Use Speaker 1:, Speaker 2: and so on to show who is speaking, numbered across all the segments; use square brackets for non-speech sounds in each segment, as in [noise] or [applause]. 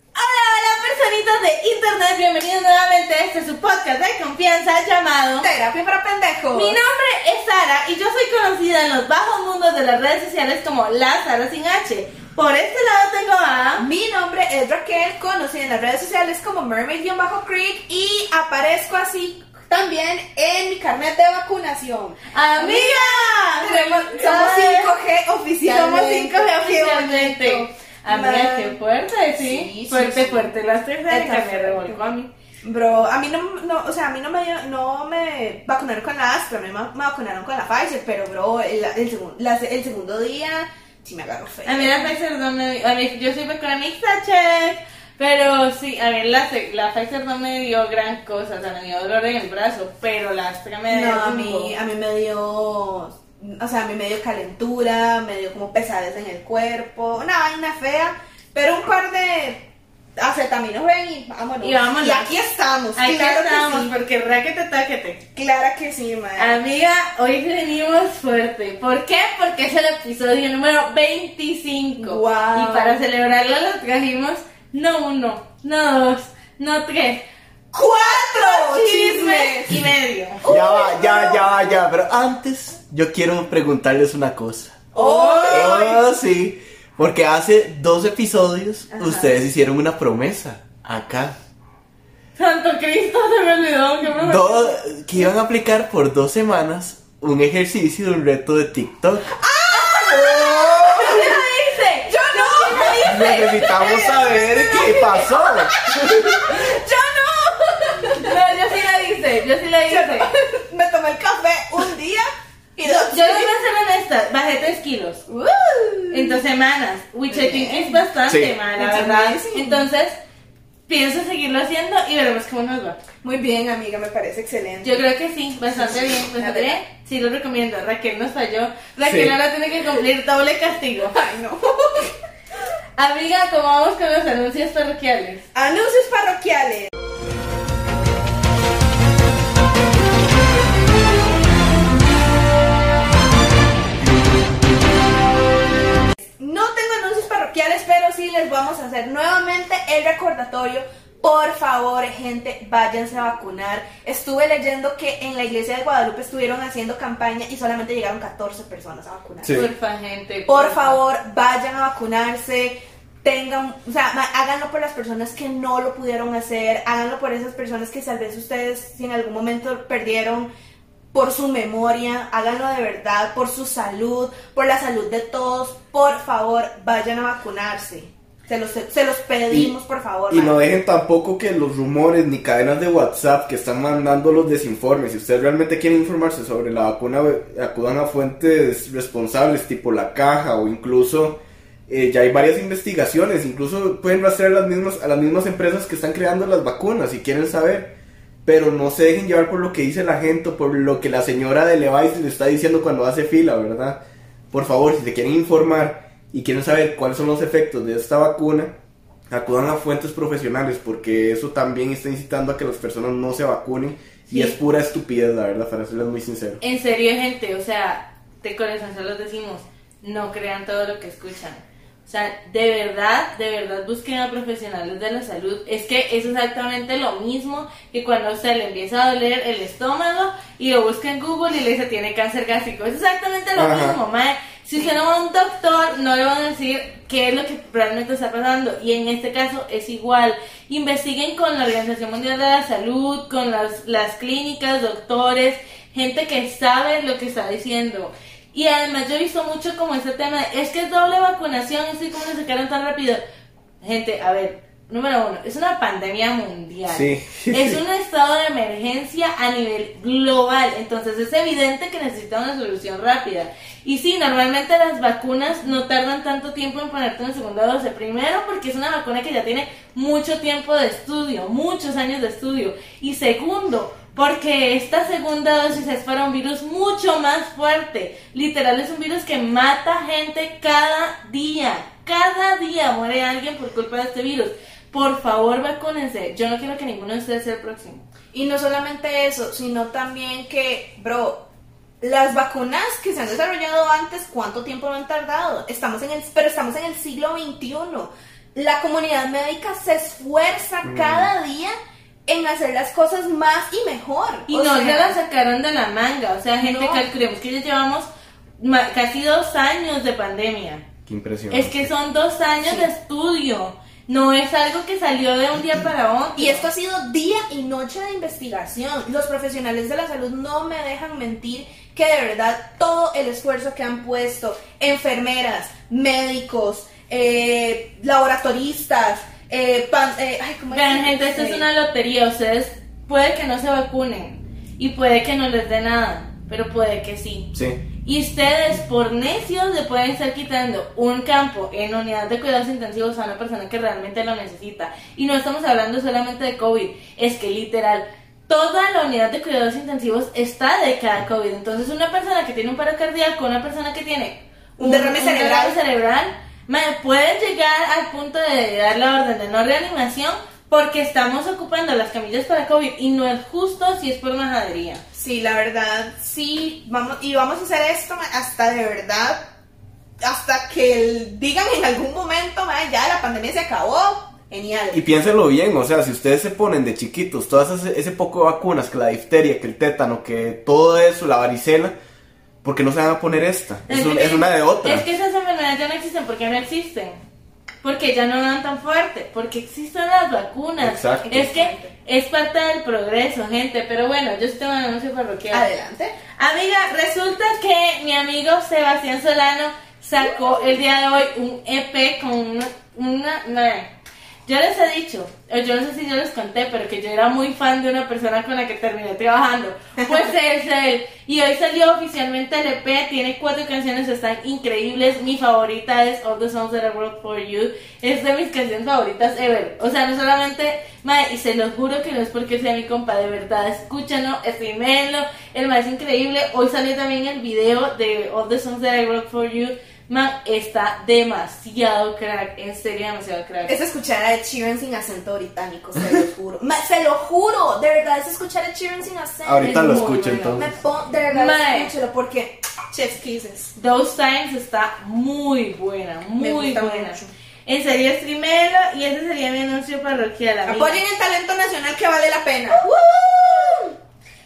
Speaker 1: Hola personitas de internet, bienvenidos nuevamente a este su podcast de confianza llamado
Speaker 2: Terapia para pendejos.
Speaker 1: Mi nombre es Sara y yo soy conocida en los bajos mundos de las redes sociales como la Sara sin H. Por este lado tengo a
Speaker 2: Mi nombre es Raquel, conocida en las redes sociales como Mermaid-Creek y aparezco así también en mi carnet de vacunación.
Speaker 1: amiga.
Speaker 2: Tenemos- somos 5G oficialmente.
Speaker 1: Somos cinco
Speaker 2: Qué
Speaker 1: oficialmente.
Speaker 2: bonito.
Speaker 1: Amiga,
Speaker 2: Ma-
Speaker 1: qué fuerte, sí.
Speaker 2: Sí, sí,
Speaker 1: fuerte,
Speaker 2: sí.
Speaker 1: fuerte. Las terceras que me
Speaker 2: Entonces,
Speaker 1: revolcó a mí.
Speaker 2: Bro, a mí no, no, o sea, a mí no me, dio- no me vacunaron con la Astra, me, ma- me vacunaron con la Pfizer, pero bro, el, el, segun- la- el segundo día sí me agarró feo.
Speaker 1: A mí la Pfizer no me dio, a mí, yo soy vacunista, chef, pero sí, a ver, la, se- la Pfizer no me dio gran cosa, o sea, me dio dolor en el brazo, pero la Astra me dio...
Speaker 2: No, a mí, a mí me dio, o sea, a mí me dio calentura, me dio como pesadez en el cuerpo, una vaina fea, pero un par de acetaminofén y vámonos.
Speaker 1: Y vámonos.
Speaker 2: Y aquí estamos,
Speaker 1: Ahí
Speaker 2: claro
Speaker 1: estamos,
Speaker 2: que
Speaker 1: porque Ah, raquete taquete.
Speaker 2: sí, clara que sí, madre.
Speaker 1: Amiga, hoy venimos fuerte. ¿Por qué? Porque es el episodio número 25.
Speaker 2: Guau.
Speaker 1: Y para celebrarlo lo trajimos no uno, no dos, no tres.
Speaker 2: ¡Cuatro chismes!
Speaker 1: y medio.
Speaker 3: Ya va, ya, ya va, ya. Pero antes, yo quiero preguntarles una cosa. Oh, sí. Porque hace dos episodios ustedes hicieron una promesa acá.
Speaker 1: Santo Cristo, se me olvidó. que me-
Speaker 3: Do- que iban a aplicar por dos semanas un ejercicio de un reto de TikTok.
Speaker 1: ¿Quién lo dice?
Speaker 2: ¡Yo no!
Speaker 3: Necesitamos saber qué pasó.
Speaker 1: No, yo sí la hice, yo sí la hice.
Speaker 2: [laughs] Me tomé el café un día y
Speaker 1: Yo,
Speaker 2: dos
Speaker 1: yo les voy a ser honesta, bajé 3 kilos
Speaker 2: ¡Uh!
Speaker 1: en dos semanas, which I think es
Speaker 3: Sí.
Speaker 1: bastante mal, la
Speaker 2: It's
Speaker 1: verdad.
Speaker 2: amazing.
Speaker 1: Entonces, pienso seguirlo haciendo y veremos cómo nos va.
Speaker 2: Muy bien, amiga, me parece excelente.
Speaker 1: Yo creo que sí, bastante bien,
Speaker 2: La
Speaker 1: bastante
Speaker 2: verdad.
Speaker 1: bien. Sí, lo recomiendo. Raquel nos falló. Raquel
Speaker 3: Sí.
Speaker 1: ahora tiene que cumplir doble castigo. [laughs]
Speaker 2: Ay, no.
Speaker 1: Amiga, ¿cómo vamos con los anuncios parroquiales?
Speaker 2: Anuncios parroquiales. No tengo anuncios parroquiales, pero sí les vamos a hacer nuevamente el recordatorio. Por favor, gente, váyanse a vacunar. Estuve leyendo que en la iglesia de Guadalupe estuvieron haciendo campaña y solamente llegaron 14 personas a vacunar.
Speaker 3: Sí.
Speaker 1: Porfa, gente.
Speaker 2: Por
Speaker 1: porfa.
Speaker 2: favor, vayan a vacunarse. Tengan, o sea, ma- háganlo por las personas que no lo pudieron hacer, háganlo por esas personas que tal vez ustedes si en algún momento perdieron por su memoria, háganlo de verdad, por su salud, por la salud de todos, por favor, vayan a vacunarse. Se los, se los pedimos, por favor.
Speaker 3: Y no
Speaker 2: ma.
Speaker 3: dejen tampoco que los rumores ni cadenas de WhatsApp que están mandando los desinformes. Si ustedes realmente quieren informarse sobre la vacuna, acudan a fuentes responsables tipo la caja o incluso eh, ya hay varias investigaciones. Incluso pueden rastrear las mismas, a las mismas empresas que están creando las vacunas si quieren saber. Pero no se dejen llevar por lo que dice la gente o por lo que la señora de Levi's le está diciendo cuando hace fila, ¿verdad? Por favor, si se quieren informar y quieren saber cuáles son los efectos de esta vacuna, acudan a fuentes profesionales porque eso también está incitando a que las personas no se vacunen
Speaker 1: Sí.
Speaker 3: y es pura estupidez, la verdad, para serles muy sincero.
Speaker 1: En serio, gente, o sea, de corazón se los decimos, no crean todo lo que escuchan. O sea, de verdad, de verdad busquen a profesionales de la salud. Es que es exactamente lo mismo que cuando a usted le empieza a doler el estómago y lo busca en Google y le dice tiene cáncer gástrico. Es exactamente lo
Speaker 3: Ajá.
Speaker 1: mismo, mae. Si usted no va a un doctor, no le van a decir qué es lo que realmente está pasando. Y en este caso es igual. Investiguen con la Organización Mundial de la Salud, con las, las clínicas, doctores, gente que sabe lo que está diciendo. Y además yo he visto mucho como este tema, de, es que es doble vacunación, es que como lo sacaron tan rápido. Gente, a ver, Número uno, es una pandemia mundial.
Speaker 3: Sí.
Speaker 1: Es un estado de emergencia a nivel global, entonces es evidente que necesita una solución rápida. Y sí, normalmente las vacunas no tardan tanto tiempo en ponerte una segunda dosis. Primero, porque es una vacuna que ya tiene mucho tiempo de estudio, muchos años de estudio. Y segundo, porque esta segunda dosis es para un virus mucho más fuerte. Literal, es un virus que mata gente cada día. Cada día muere alguien por culpa de este virus. Por favor, vacúnense. Yo no quiero que ninguno de ustedes sea el próximo.
Speaker 2: Y no solamente eso, sino también que, bro, las vacunas que se han desarrollado antes, ¿cuánto tiempo no han tardado? Estamos en el, pero estamos en el siglo XXI. La comunidad médica se esfuerza cada día en hacer las cosas más y mejor.
Speaker 1: Y
Speaker 2: O
Speaker 1: no
Speaker 2: sea,
Speaker 1: se la sacaron de la manga. O sea, gente,
Speaker 2: No.
Speaker 1: calculemos que ya llevamos ma- casi dos años de pandemia.
Speaker 3: [laughs] Qué impresión.
Speaker 1: Es que son dos años de estudio. No es algo que salió de un día para otro.
Speaker 2: Y esto ha sido día y noche de investigación. Los profesionales de la salud no me dejan mentir que de verdad todo el esfuerzo que han puesto enfermeras, médicos, eh, laboratoristas, eh, pan- eh, ay, ¿cómo es?
Speaker 1: Vean, gente, esto es
Speaker 2: Sí.
Speaker 1: una lotería. Ustedes puede que no se vacunen y puede que no les dé nada, pero puede que sí.
Speaker 3: Sí.
Speaker 1: Y ustedes, por necios, le pueden estar quitando un campo en unidad de cuidados intensivos a una persona que realmente lo necesita. Y no estamos hablando solamente de COVID, es que literal, toda la unidad de cuidados intensivos está de cada COVID. Entonces, una persona que tiene un paro cardíaco, una persona que tiene
Speaker 2: Un derrame cerebral.
Speaker 1: derrame cerebral, me pueden llegar al punto de dar la orden de no reanimación porque estamos ocupando las camillas para COVID y no es justo si es por majadería.
Speaker 2: Sí, la verdad, sí, vamos, y vamos a hacer esto ma, hasta de verdad, hasta que el- digan en algún momento, ma, ya la pandemia se acabó, genial.
Speaker 3: Y piénselo bien, o sea, si ustedes se ponen de chiquitos, todas esas- ese poco de vacunas, que la difteria, que el tétano, que todo eso, la varicela, ¿por qué no se van a poner esta? Es, un-
Speaker 1: que-
Speaker 3: es una de otra.
Speaker 1: Es que esas enfermedades ya no existen. ¿Por qué no existen? Porque ya no dan tan fuerte. Porque existen las vacunas.
Speaker 3: Exacto.
Speaker 1: Es que es parte del progreso, gente. Pero bueno, yo sí tengo un anuncio parroquial.
Speaker 2: Adelante.
Speaker 1: Amiga, resulta que mi amigo Sebastián Solano sacó el día de hoy un EP con una... una- una- yo les he dicho, o yo no sé si yo les conté, pero que yo era muy fan de una persona con la que terminé trabajando. Pues es él. Y hoy salió oficialmente el EP, tiene cuatro canciones, están increíbles. Mi favorita es All the Songs That I Wrote For You. Es de mis canciones favoritas ever. O sea, no solamente, mae, y se los juro que no es porque sea mi compa, de verdad, escúchanlo, estímenlo, el más es increíble. Hoy salió también el video de All the Songs That I Wrote For You. Man, está demasiado crack, en serio demasiado crack.
Speaker 2: Es escuchar a Ed Sheeran sin acento británico, se lo juro. Ma, se lo juro, de verdad es escuchar a Ed Sheeran sin acento.
Speaker 3: Ahorita
Speaker 1: es
Speaker 3: lo
Speaker 1: muy
Speaker 3: escucho
Speaker 1: bueno.
Speaker 2: Me
Speaker 3: entonces.
Speaker 2: pon- de verdad
Speaker 1: Mae.
Speaker 2: escúchelo porque chef's kisses.
Speaker 1: Those Times está muy buena,
Speaker 2: Me
Speaker 1: muy
Speaker 2: gusta
Speaker 1: buena.
Speaker 2: mucho.
Speaker 1: En serio, streamelo y ese sería mi anuncio parroquial. amiga.
Speaker 2: Apoyen el talento nacional que vale la pena.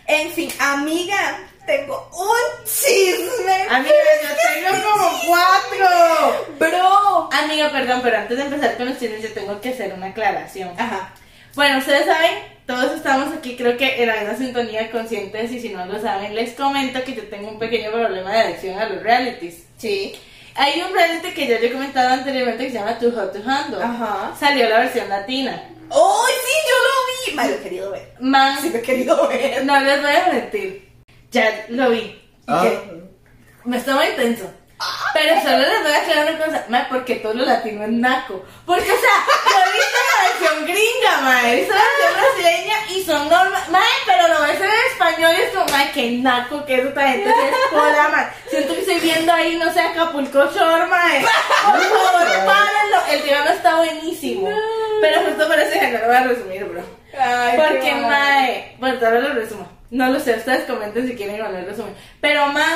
Speaker 2: En fin, amiga, tengo un chisme.
Speaker 1: Amiga, yo tengo como cuatro.
Speaker 2: Bro.
Speaker 1: Amiga, perdón, pero antes de empezar con los chismes, yo tengo que hacer una aclaración.
Speaker 2: Ajá.
Speaker 1: Bueno, ustedes saben, todos estamos aquí, creo que en la misma sintonía conscientes. Y si no lo saben, les comento que yo tengo un pequeño problema de adicción a los realities.
Speaker 2: Sí.
Speaker 1: Hay un reality que ya yo he comentado anteriormente que se llama Too Hot to Handle.
Speaker 2: Ajá.
Speaker 1: Salió la versión latina.
Speaker 2: ¡Ay, sí, yo lo vi! Mae, lo he querido ver.
Speaker 1: Man,
Speaker 2: Sí, lo he querido ver.
Speaker 1: Eh, no les voy a mentir. Ya lo vi.
Speaker 3: Ah,
Speaker 2: ¿Qué?
Speaker 1: Me está muy intenso. Pero solo les voy a aclarar una cosa, mae, porque todo lo latino es naco. Porque, o sea, yo he visto la versión gringa, mae, he visto la versión brasileña y son normales, mae, pero lo ves en español y es como, mae, qué naco que es esta gente, que es cola, mae. Siento que estoy viendo ahí, no sé, Acapulco Shore, mae. Por favor, párenlo. El tirano está buenísimo, pero justo por eso que no lo voy a resumir, bro.
Speaker 2: Ay,
Speaker 1: Porque,
Speaker 2: qué
Speaker 1: mae, bueno, tal vez lo resumo. No lo sé, ustedes comenten si quieren hablar el resumen. Pero, ma,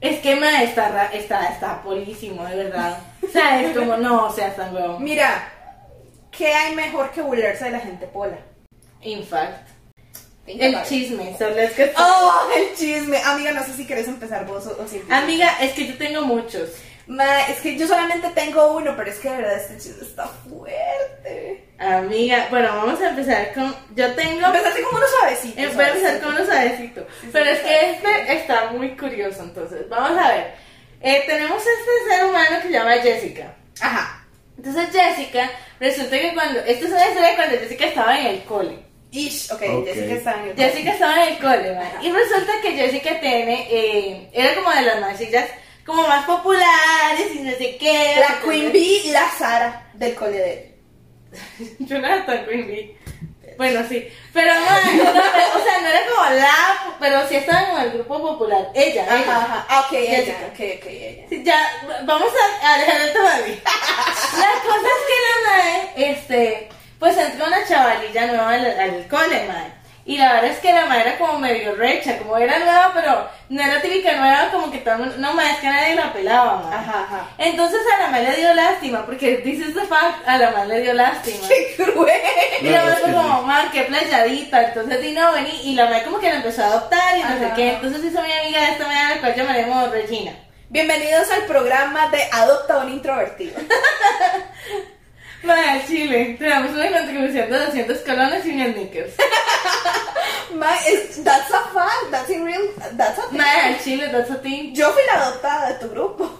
Speaker 1: es que, ma, está, ra- está, está polísimo, de verdad. O sea, es como, no, o sea, tan huevón.
Speaker 2: Mira, ¿qué hay mejor que burlarse de la gente pola?
Speaker 1: In fact, el chisme, solo es que.
Speaker 2: Oh, el chisme. Amiga, no sé si querés empezar vos o, o si
Speaker 1: Amiga, es que yo tengo muchos.
Speaker 2: Ma, es que yo solamente tengo uno, pero es que de verdad este chisme está fuerte.
Speaker 1: Amiga, bueno, vamos a empezar con. Yo tengo.
Speaker 2: Empezaste como uno suavecito.
Speaker 1: Eh, Voy a empezar
Speaker 2: suavecito.
Speaker 1: con unos suavecito. Pero es que este está muy curioso, entonces. Vamos a ver. Eh, tenemos este ser humano que se llama Jessica.
Speaker 2: Ajá.
Speaker 1: Entonces Jessica, resulta que cuando, esto es una historia de cuando Jessica estaba en el cole.
Speaker 2: Ish, ok,
Speaker 3: Ok.
Speaker 2: Jessica está en el
Speaker 1: Jessica estaba en el cole, ma, y resulta que Jessica tiene, eh, era como de las masillas como más populares y no sé qué.
Speaker 2: La Queen Bee y la Sara del cole de él.
Speaker 1: Yo no era tan Queen Bee. Bueno, sí. Pero, ma, no, pero, o sea, no era como la, pero sí estaba como el grupo popular. Ella, ella.
Speaker 2: Ajá, ajá. Ah, Ok, ella,
Speaker 1: Jessica.
Speaker 2: ok, ok, ella.
Speaker 1: Sí, Ya, vamos a, a dejar el tema de mí. La cosa es que la madre, este, pues entró una chavalilla nueva al, al cole, madre. Y la verdad es que la madre era como medio recha, como era nueva, pero no era típica nueva, como que todo el mundo, no, madre, es que nadie la pelaba, madre.
Speaker 2: Ajá, ajá. [laughs]
Speaker 1: Entonces a la madre le dio lástima, porque dices the fact, a la madre le dio lástima.
Speaker 2: ¡Qué cruel!
Speaker 1: Y la
Speaker 3: No,
Speaker 1: madre
Speaker 3: es que
Speaker 1: fue como, man, qué playadita. Entonces, di no, vení. Y la madre como que la empezó a adoptar y no sé
Speaker 2: Ajá.
Speaker 1: qué. Entonces hizo mi amiga de esta manera, la cual llamaremos Regina.
Speaker 2: Bienvenidos al programa de Adopta a un introvertido.
Speaker 1: Madre, al Chile, te damos una contribución de 200 colones y unos sneakers.
Speaker 2: [laughs] Ma, es- that's a fact, that's in real, that's a
Speaker 1: Madre, al Chile, that's a thing.
Speaker 2: Yo fui la adoptada de tu grupo.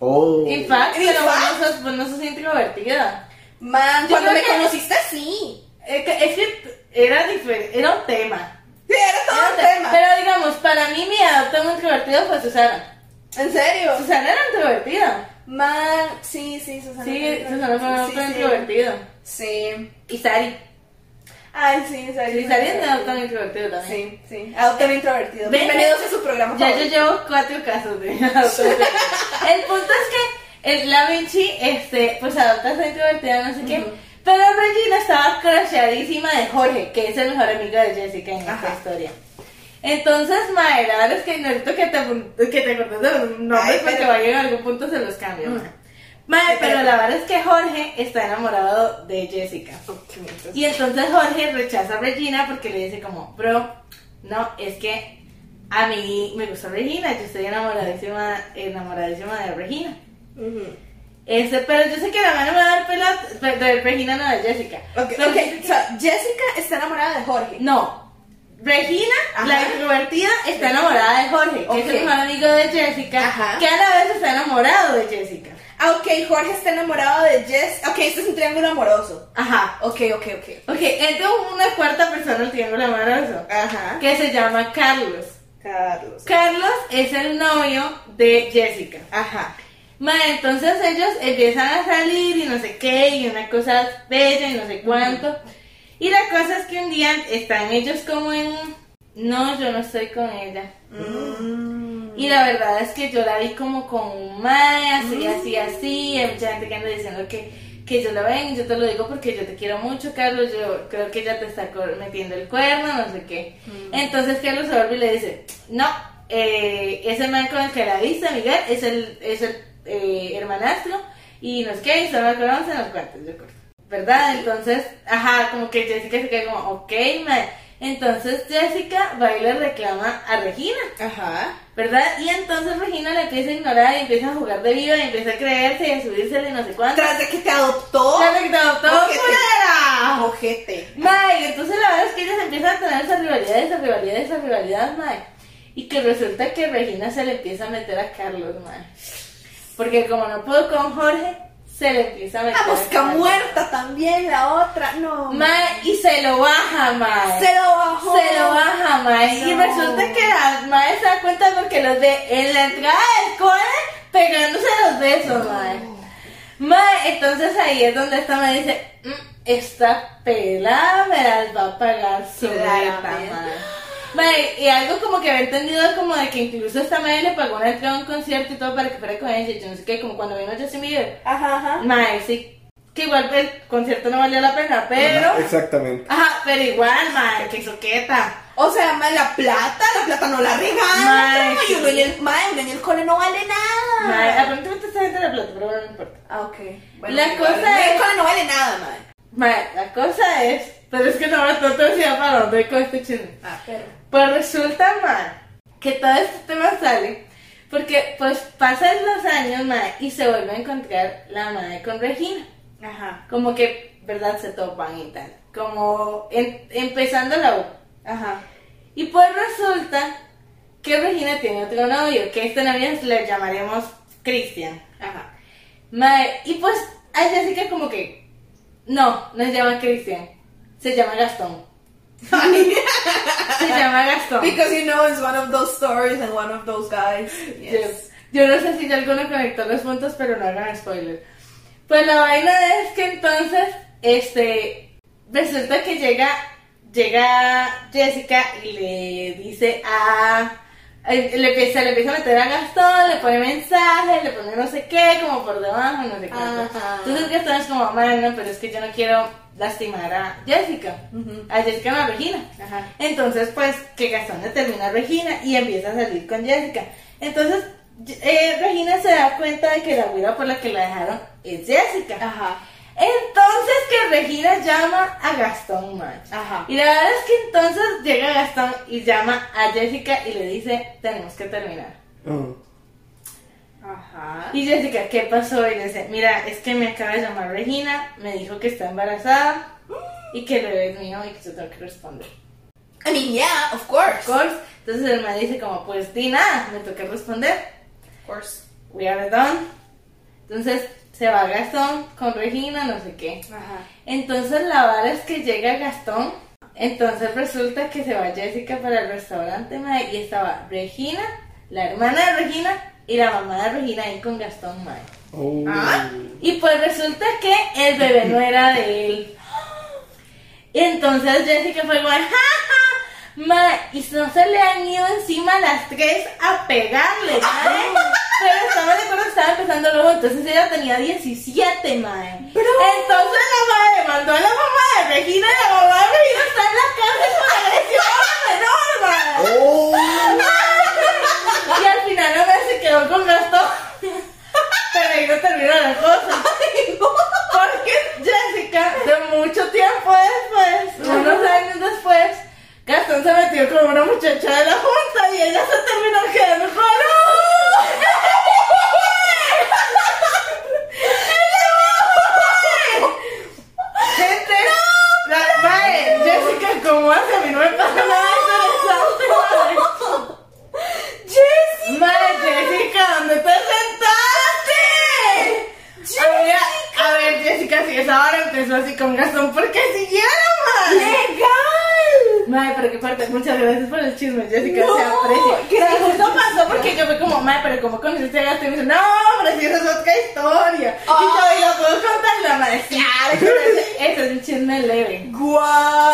Speaker 3: Oh.
Speaker 1: In fact,
Speaker 2: In
Speaker 1: pero
Speaker 2: fact.
Speaker 1: vos no sos, vos no sos introvertida.
Speaker 2: Man,
Speaker 1: Yo
Speaker 2: cuando
Speaker 1: creo
Speaker 2: me
Speaker 1: que-
Speaker 2: conociste, sí.
Speaker 1: Es que, es que era diferente, era un tema.
Speaker 2: Sí, era todo
Speaker 1: Era
Speaker 2: el
Speaker 1: un te-
Speaker 2: tema.
Speaker 1: Pero digamos, para mí mi adopta un introvertido fue Susana.
Speaker 2: ¿En serio?
Speaker 1: Susana era introvertida.
Speaker 2: Man, sí, sí, Susana.
Speaker 1: Sí,
Speaker 2: fue
Speaker 1: Susana fue un
Speaker 2: sí,
Speaker 1: adopta
Speaker 2: sí.
Speaker 1: introvertido.
Speaker 2: Sí.
Speaker 1: Y Sari.
Speaker 2: Ay, sí, Sari.
Speaker 1: Sí, Sari es un adopta un introvertido también.
Speaker 2: Sí, sí. Adopta un introvertido.
Speaker 1: Ven,
Speaker 2: Bienvenidos
Speaker 1: ven.
Speaker 2: a su programa.
Speaker 1: Ya yo
Speaker 2: favorito.
Speaker 1: llevo cuatro casos de [laughs] adopción. El punto es que el- la Vinci, este, pues adopta a introvertida, no sé qué. Pero Regina estaba crasheadísima de Jorge, que es el mejor amigo de Jessica en esta
Speaker 2: Ajá.
Speaker 1: historia. Entonces, madre, la verdad es que necesito que te, apun- que te acordes de los nombres
Speaker 2: Ay,
Speaker 1: porque
Speaker 2: pero-
Speaker 1: vaya en algún punto se los cambio. madre. Madre,
Speaker 2: Sí,
Speaker 1: pero
Speaker 2: pero-
Speaker 1: la verdad es que Jorge está enamorado de Jessica. Y entonces Jorge rechaza a Regina porque le dice como, bro, no, es que a mí me gusta Regina, yo estoy enamoradísima, enamoradísima de Regina.
Speaker 2: Ujú.
Speaker 1: Este, pero yo sé que la mano me va a dar pelota de Regina, no de Jessica.
Speaker 2: Ok,
Speaker 1: Pero
Speaker 2: ok,
Speaker 1: Jessica-
Speaker 2: o sea, Jessica está enamorada de Jorge.
Speaker 1: No, Regina,
Speaker 2: Ajá.
Speaker 1: la introvertida, está enamorada de Jorge, que es el
Speaker 2: Ok.
Speaker 1: mejor amigo de Jessica,
Speaker 2: Ajá.
Speaker 1: que a la vez está enamorado de Jessica.
Speaker 2: Ah, ok, Jorge está enamorado de Jess. Ok, este es un triángulo amoroso.
Speaker 1: Ajá.
Speaker 2: Ok, ok, ok.
Speaker 1: Ok, entra una cuarta persona al triángulo amoroso,
Speaker 2: Ajá.
Speaker 1: que se llama Carlos.
Speaker 2: Carlos.
Speaker 1: Carlos es el novio de Jessica.
Speaker 2: Ajá.
Speaker 1: Ma, entonces ellos empiezan a salir y no sé qué, y una cosa bella y no sé cuánto. Y la cosa es que un día están ellos como en... No, yo no estoy con ella.
Speaker 2: Mm.
Speaker 1: Y la verdad es que yo la vi como con un mae, así, así, así. Hay mucha gente que anda diciendo que, que yo la ven, yo te lo digo porque yo te quiero mucho, Carlos. Yo creo que ella te está cor- metiendo el cuerno, no sé qué. Entonces Carlos se vuelve y le dice: No, eh, ese man con el que la viste, Miguel, es el, es el eh, hermanastro. Y nos qué, y solo me acuerdo, se nos cuenta, yo creo. ¿Verdad? Entonces, ajá, como que Jessica se queda como, ok, mae. Entonces Jessica va y le reclama a Regina.
Speaker 2: Ajá.
Speaker 1: ¿Verdad? Y entonces Regina la empieza a ignorar y empieza a jugar de viva y empieza a creerse y a subirse y no sé cuánto.
Speaker 2: Tras de que te adoptó.
Speaker 1: Claro que te adoptó,
Speaker 2: Ojete.
Speaker 1: culera.
Speaker 2: Ojete.
Speaker 1: Mae, entonces la verdad es que ellas empiezan a tener esa rivalidad, esa rivalidad, esa rivalidad, mae. Y que resulta que Regina se le empieza a meter a Carlos, mae. Porque como no pudo con Jorge, se le empieza a meter
Speaker 2: La
Speaker 1: a
Speaker 2: mosca
Speaker 1: Carlos.
Speaker 2: muerta también, la otra. No.
Speaker 1: Mae, y se lo baja, mae.
Speaker 2: se lo bajó.
Speaker 1: Se lo baja, mae. Y
Speaker 2: Oh, No.
Speaker 1: resulta que la mae se da cuenta porque los ve en la entrada del cole pegándose los besos, mae. Mae, entonces ahí es donde esta mae dice, "Mm, esta pelada me las va a pagar solita,
Speaker 2: Claramente.
Speaker 1: mae. Mae, y algo como que había entendido como de que incluso esta mae le pagó una entrada a un concierto y todo para que fuera con ella, yo no sé qué, como cuando vino Justin Bieber.
Speaker 2: Ajá, ajá.
Speaker 1: Mae, sí, que igual el concierto no valió la pena, pero...
Speaker 3: Exactamente.
Speaker 1: Ajá, pero igual, mae, que soqueta.
Speaker 2: O sea, ma, la plata, la plata no la regalan.
Speaker 1: Mae,
Speaker 2: Y uno en el, ma, uno en el cole no vale nada.
Speaker 1: Madre, aparentemente esta gente la plata, pero bueno, no importa.
Speaker 2: Ah, ok.
Speaker 1: La cosa
Speaker 2: uno en el
Speaker 1: es-
Speaker 2: cole no vale nada, madre.
Speaker 1: Madre, la cosa es, pero es que no me no te decía para dónde con este chisme.
Speaker 2: Ah, pero.
Speaker 1: Pues resulta, madre, que todo este tema sale porque, pues, pasan los años, madre, y se vuelve a encontrar la madre con Regina.
Speaker 2: Ajá.
Speaker 1: Como que, ¿verdad? Se topan y tal. Como en- empezando la U.
Speaker 2: Ajá.
Speaker 1: Y pues resulta que Regina tiene otro novio, que este novio le llamaremos Cristian.
Speaker 2: Ajá.
Speaker 1: Mae, y pues a Jessica como que, no, no se llama Cristian, se llama Gastón. [laughs] Se llama Gastón.
Speaker 2: Because you know it's one of those stories and one of those guys. Yes.
Speaker 1: Yes. Yo no sé si ya alguno conectó los puntos, pero no hagan spoiler. Pues la vaina es que entonces, este, resulta que llega, llega Jessica y le dice a, eh, le empieza, le empieza a meter a Gastón, le pone mensajes, le pone no sé qué, como por debajo, no sé qué.
Speaker 2: Ajá.
Speaker 1: Entonces Gastón es como, bueno, pero es que yo no quiero lastimar a Jessica,
Speaker 2: Ujú.
Speaker 1: a Jessica no a Regina.
Speaker 2: Ajá.
Speaker 1: Entonces, pues, que Gastón determina a Regina y empieza a salir con Jessica. Entonces, eh, Regina se da cuenta de que la huida por la que la dejaron es Jessica.
Speaker 2: Ajá.
Speaker 1: Entonces que Regina llama a Gastón Mach.
Speaker 2: Ajá.
Speaker 1: Y la verdad es que entonces llega Gastón y llama a Jessica y le dice, tenemos que terminar.
Speaker 2: Ajá.
Speaker 1: Y Jessica, ¿qué pasó? Y le dice, mira, es que me acaba de llamar Regina, me dijo que está embarazada y que el bebé es mío y que yo tengo que responder.
Speaker 2: I mean, yeah, of course.
Speaker 1: Of course. Entonces el man dice como, pues di nada, me toca responder.
Speaker 2: Of course.
Speaker 1: We are done. Entonces se va Gastón con Regina, no sé qué.
Speaker 2: Ajá.
Speaker 1: Entonces la vara es que llega Gastón. Entonces resulta que se va Jessica para el restaurante mae, y estaba Regina, la hermana de Regina y la mamá de Regina ahí con Gastón mae.
Speaker 3: Oh.
Speaker 2: Ah.
Speaker 1: Y pues resulta que el bebé no era de él. Y entonces Jessica fue como, ¡Ja, ja! Ma, y no se le han ido encima las tres a pegarle, madre. Pero estaba de acuerdo que estaba empezando luego, entonces ella tenía 17, madre. Entonces la madre mandó a la mamá de Regina y la mamá de Regina está en la cárcel por agresión a menor, madre.
Speaker 3: Oh,
Speaker 1: Y al final la madre se quedó con Gastón. Pero ahí no terminó la cosa. Porque Jessica, de mucho tiempo después, unos años después, Gastón se metió con una muchacha de la junta y ella se terminó quedando con Gente, la- mae, Jessica, ¿cómo hace? A mí no me pasa nada interesante, mae. ¡Jessica! Jessica, ¿dónde te sentaste? Amiga, a ver, Jessica, si esa hora empezó así con Gastón, ¿por qué siguieron, madre?
Speaker 2: ¡Legal!
Speaker 1: Madre, pero qué parte, muchas gracias por el chisme, Jessica,
Speaker 2: No,
Speaker 1: se aprecia.
Speaker 2: gracias,
Speaker 1: Sí, justo pasó porque yo fui como, madre, pero ¿cómo conociste a Gastón? Y me dice, no, pero si esa es otra historia. Y yo, ¿y la puedo contar? Y la madre, claro, que [laughs] no sé". ese es un chisme leve.
Speaker 2: ¡Guau!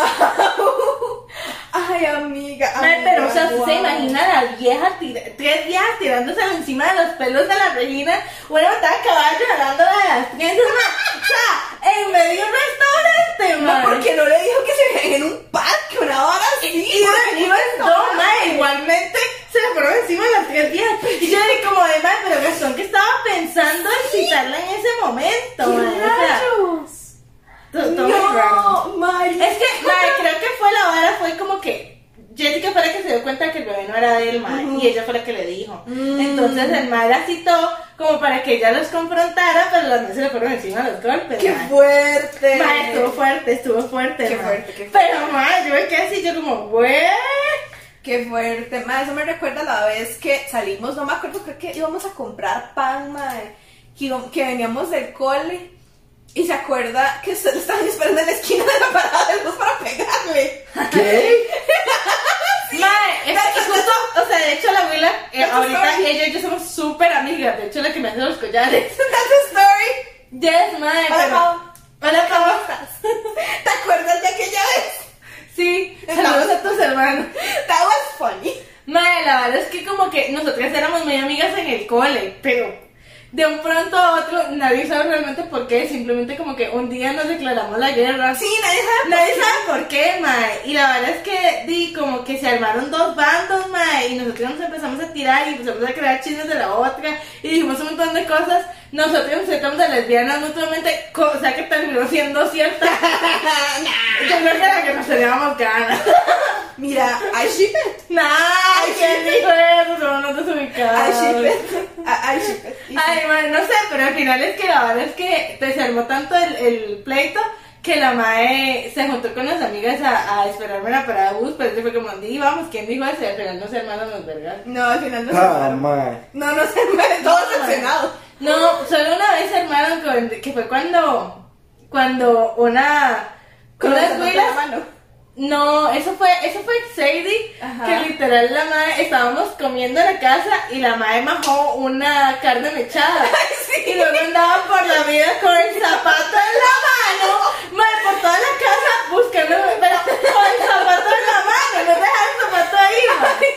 Speaker 2: Ay, amiga.
Speaker 1: Mae,
Speaker 2: amiga,
Speaker 1: pero o sea, ¿usted se
Speaker 2: guau.
Speaker 1: imagina la vieja, tira- tres viejas tirándose encima de los pelos de la Regina, una matada a caballo jalando de las tiendas, ma. o sea, en medio de un restaurante,
Speaker 2: No,
Speaker 1: ma.
Speaker 2: porque no le dijo que se veían en un parque una hora así.
Speaker 1: Iban,
Speaker 2: güey.
Speaker 1: iban dos, ma, igualmente se le fueron encima de las tres viejas, y yo le como, de ma, pero Gastón que estaba pensando en citarla en ese momento, ma, o sea,
Speaker 2: ¡Rayos!
Speaker 1: to- todo muy raro.
Speaker 2: No, Mari.
Speaker 1: Es que,
Speaker 2: [laughs]
Speaker 1: madre, creo que fue la vara, fue como que Jessica fue la que se dio cuenta que el bebé no era de él, madre,
Speaker 2: Ujú.
Speaker 1: y ella fue la que le dijo.
Speaker 2: Mm.
Speaker 1: Entonces el madre la citó como para que ella los confrontara, pero las dos se le fueron encima los golpes,
Speaker 2: ¡Qué
Speaker 1: madre.
Speaker 2: fuerte!
Speaker 1: Madre, estuvo fuerte, estuvo fuerte,
Speaker 2: Qué
Speaker 1: madre.
Speaker 2: fuerte, qué fuerte.
Speaker 1: Pero, madre, yo me quedé así, yo como, güey.
Speaker 2: Qué fuerte, ma, eso me recuerda la vez que salimos, no me acuerdo, creo que íbamos a comprar pan, madre, que, íbamos- que veníamos del cole, y se acuerda que se lo estaban esperando en la esquina de la parada del bus para pegarle.
Speaker 3: ¿Qué?
Speaker 1: Madre, es que justo, o sea, de hecho la abuela, eh,
Speaker 2: That's a
Speaker 1: ahorita
Speaker 2: story.
Speaker 1: ella y yo somos súper amigas, de hecho la que me hace los collares.
Speaker 2: That's a story.
Speaker 1: Yes, madre,
Speaker 2: Hola,
Speaker 1: pero-
Speaker 2: Pau.
Speaker 1: Hola,
Speaker 2: ¿Cómo
Speaker 1: Pau.
Speaker 2: estás? ¿Te acuerdas de aquella vez?
Speaker 1: Sí, saludos a tus hermanos.
Speaker 2: That was funny.
Speaker 1: Madre, la verdad es que como que nosotras éramos muy amigas en el cole, pero de un pronto a otro nadie sabe realmente por qué, simplemente como que un día nos declaramos la guerra.
Speaker 2: Sí, nadie sabe.
Speaker 1: Nadie sabe por qué, mae. Y la verdad es que di como que se armaron dos bandos, mae. Y nosotros nos empezamos a tirar y empezamos a crear chismes de la otra. Y dijimos un montón de cosas. Nosotros nos tratamos de lesbianas mutuamente, cosa que terminó siendo cierta. [laughs] Yo creo que era que nos teníamos ganas.
Speaker 2: Mira, I ship it.
Speaker 1: Ay, ¿quién dijo eso? Son unos
Speaker 2: I
Speaker 1: desubicados.
Speaker 2: ship it. I, I ship it. Y-
Speaker 1: Ah. Ay, man, no sé, pero al final es que la verdad es que te se armó tanto el, el pleito que la mae se juntó con las amigas a, a esperarme en la parada de bus, pero yo fue como, di, vamos, ¿quién dijo eso? Y al final no se armaron los vergas.
Speaker 2: No, al final no se
Speaker 3: Ah,
Speaker 2: armaron.
Speaker 3: ma.
Speaker 2: No, no se armaron. Todos decepcionados.
Speaker 1: No, solo una vez se armaron con cuando- que fue cuando, cuando una,
Speaker 2: Con
Speaker 1: una
Speaker 2: las escuelas.
Speaker 1: escuela, no, eso fue, eso fue Sadie,
Speaker 2: Ajá.
Speaker 1: que literal la madre, estábamos comiendo en la casa y la madre majó una carne mechada. Y luego andaba por la vida con el zapato en la mano, madre, por toda la casa buscando, pero con el zapato en la mano, no dejaba el zapato ahí, madre.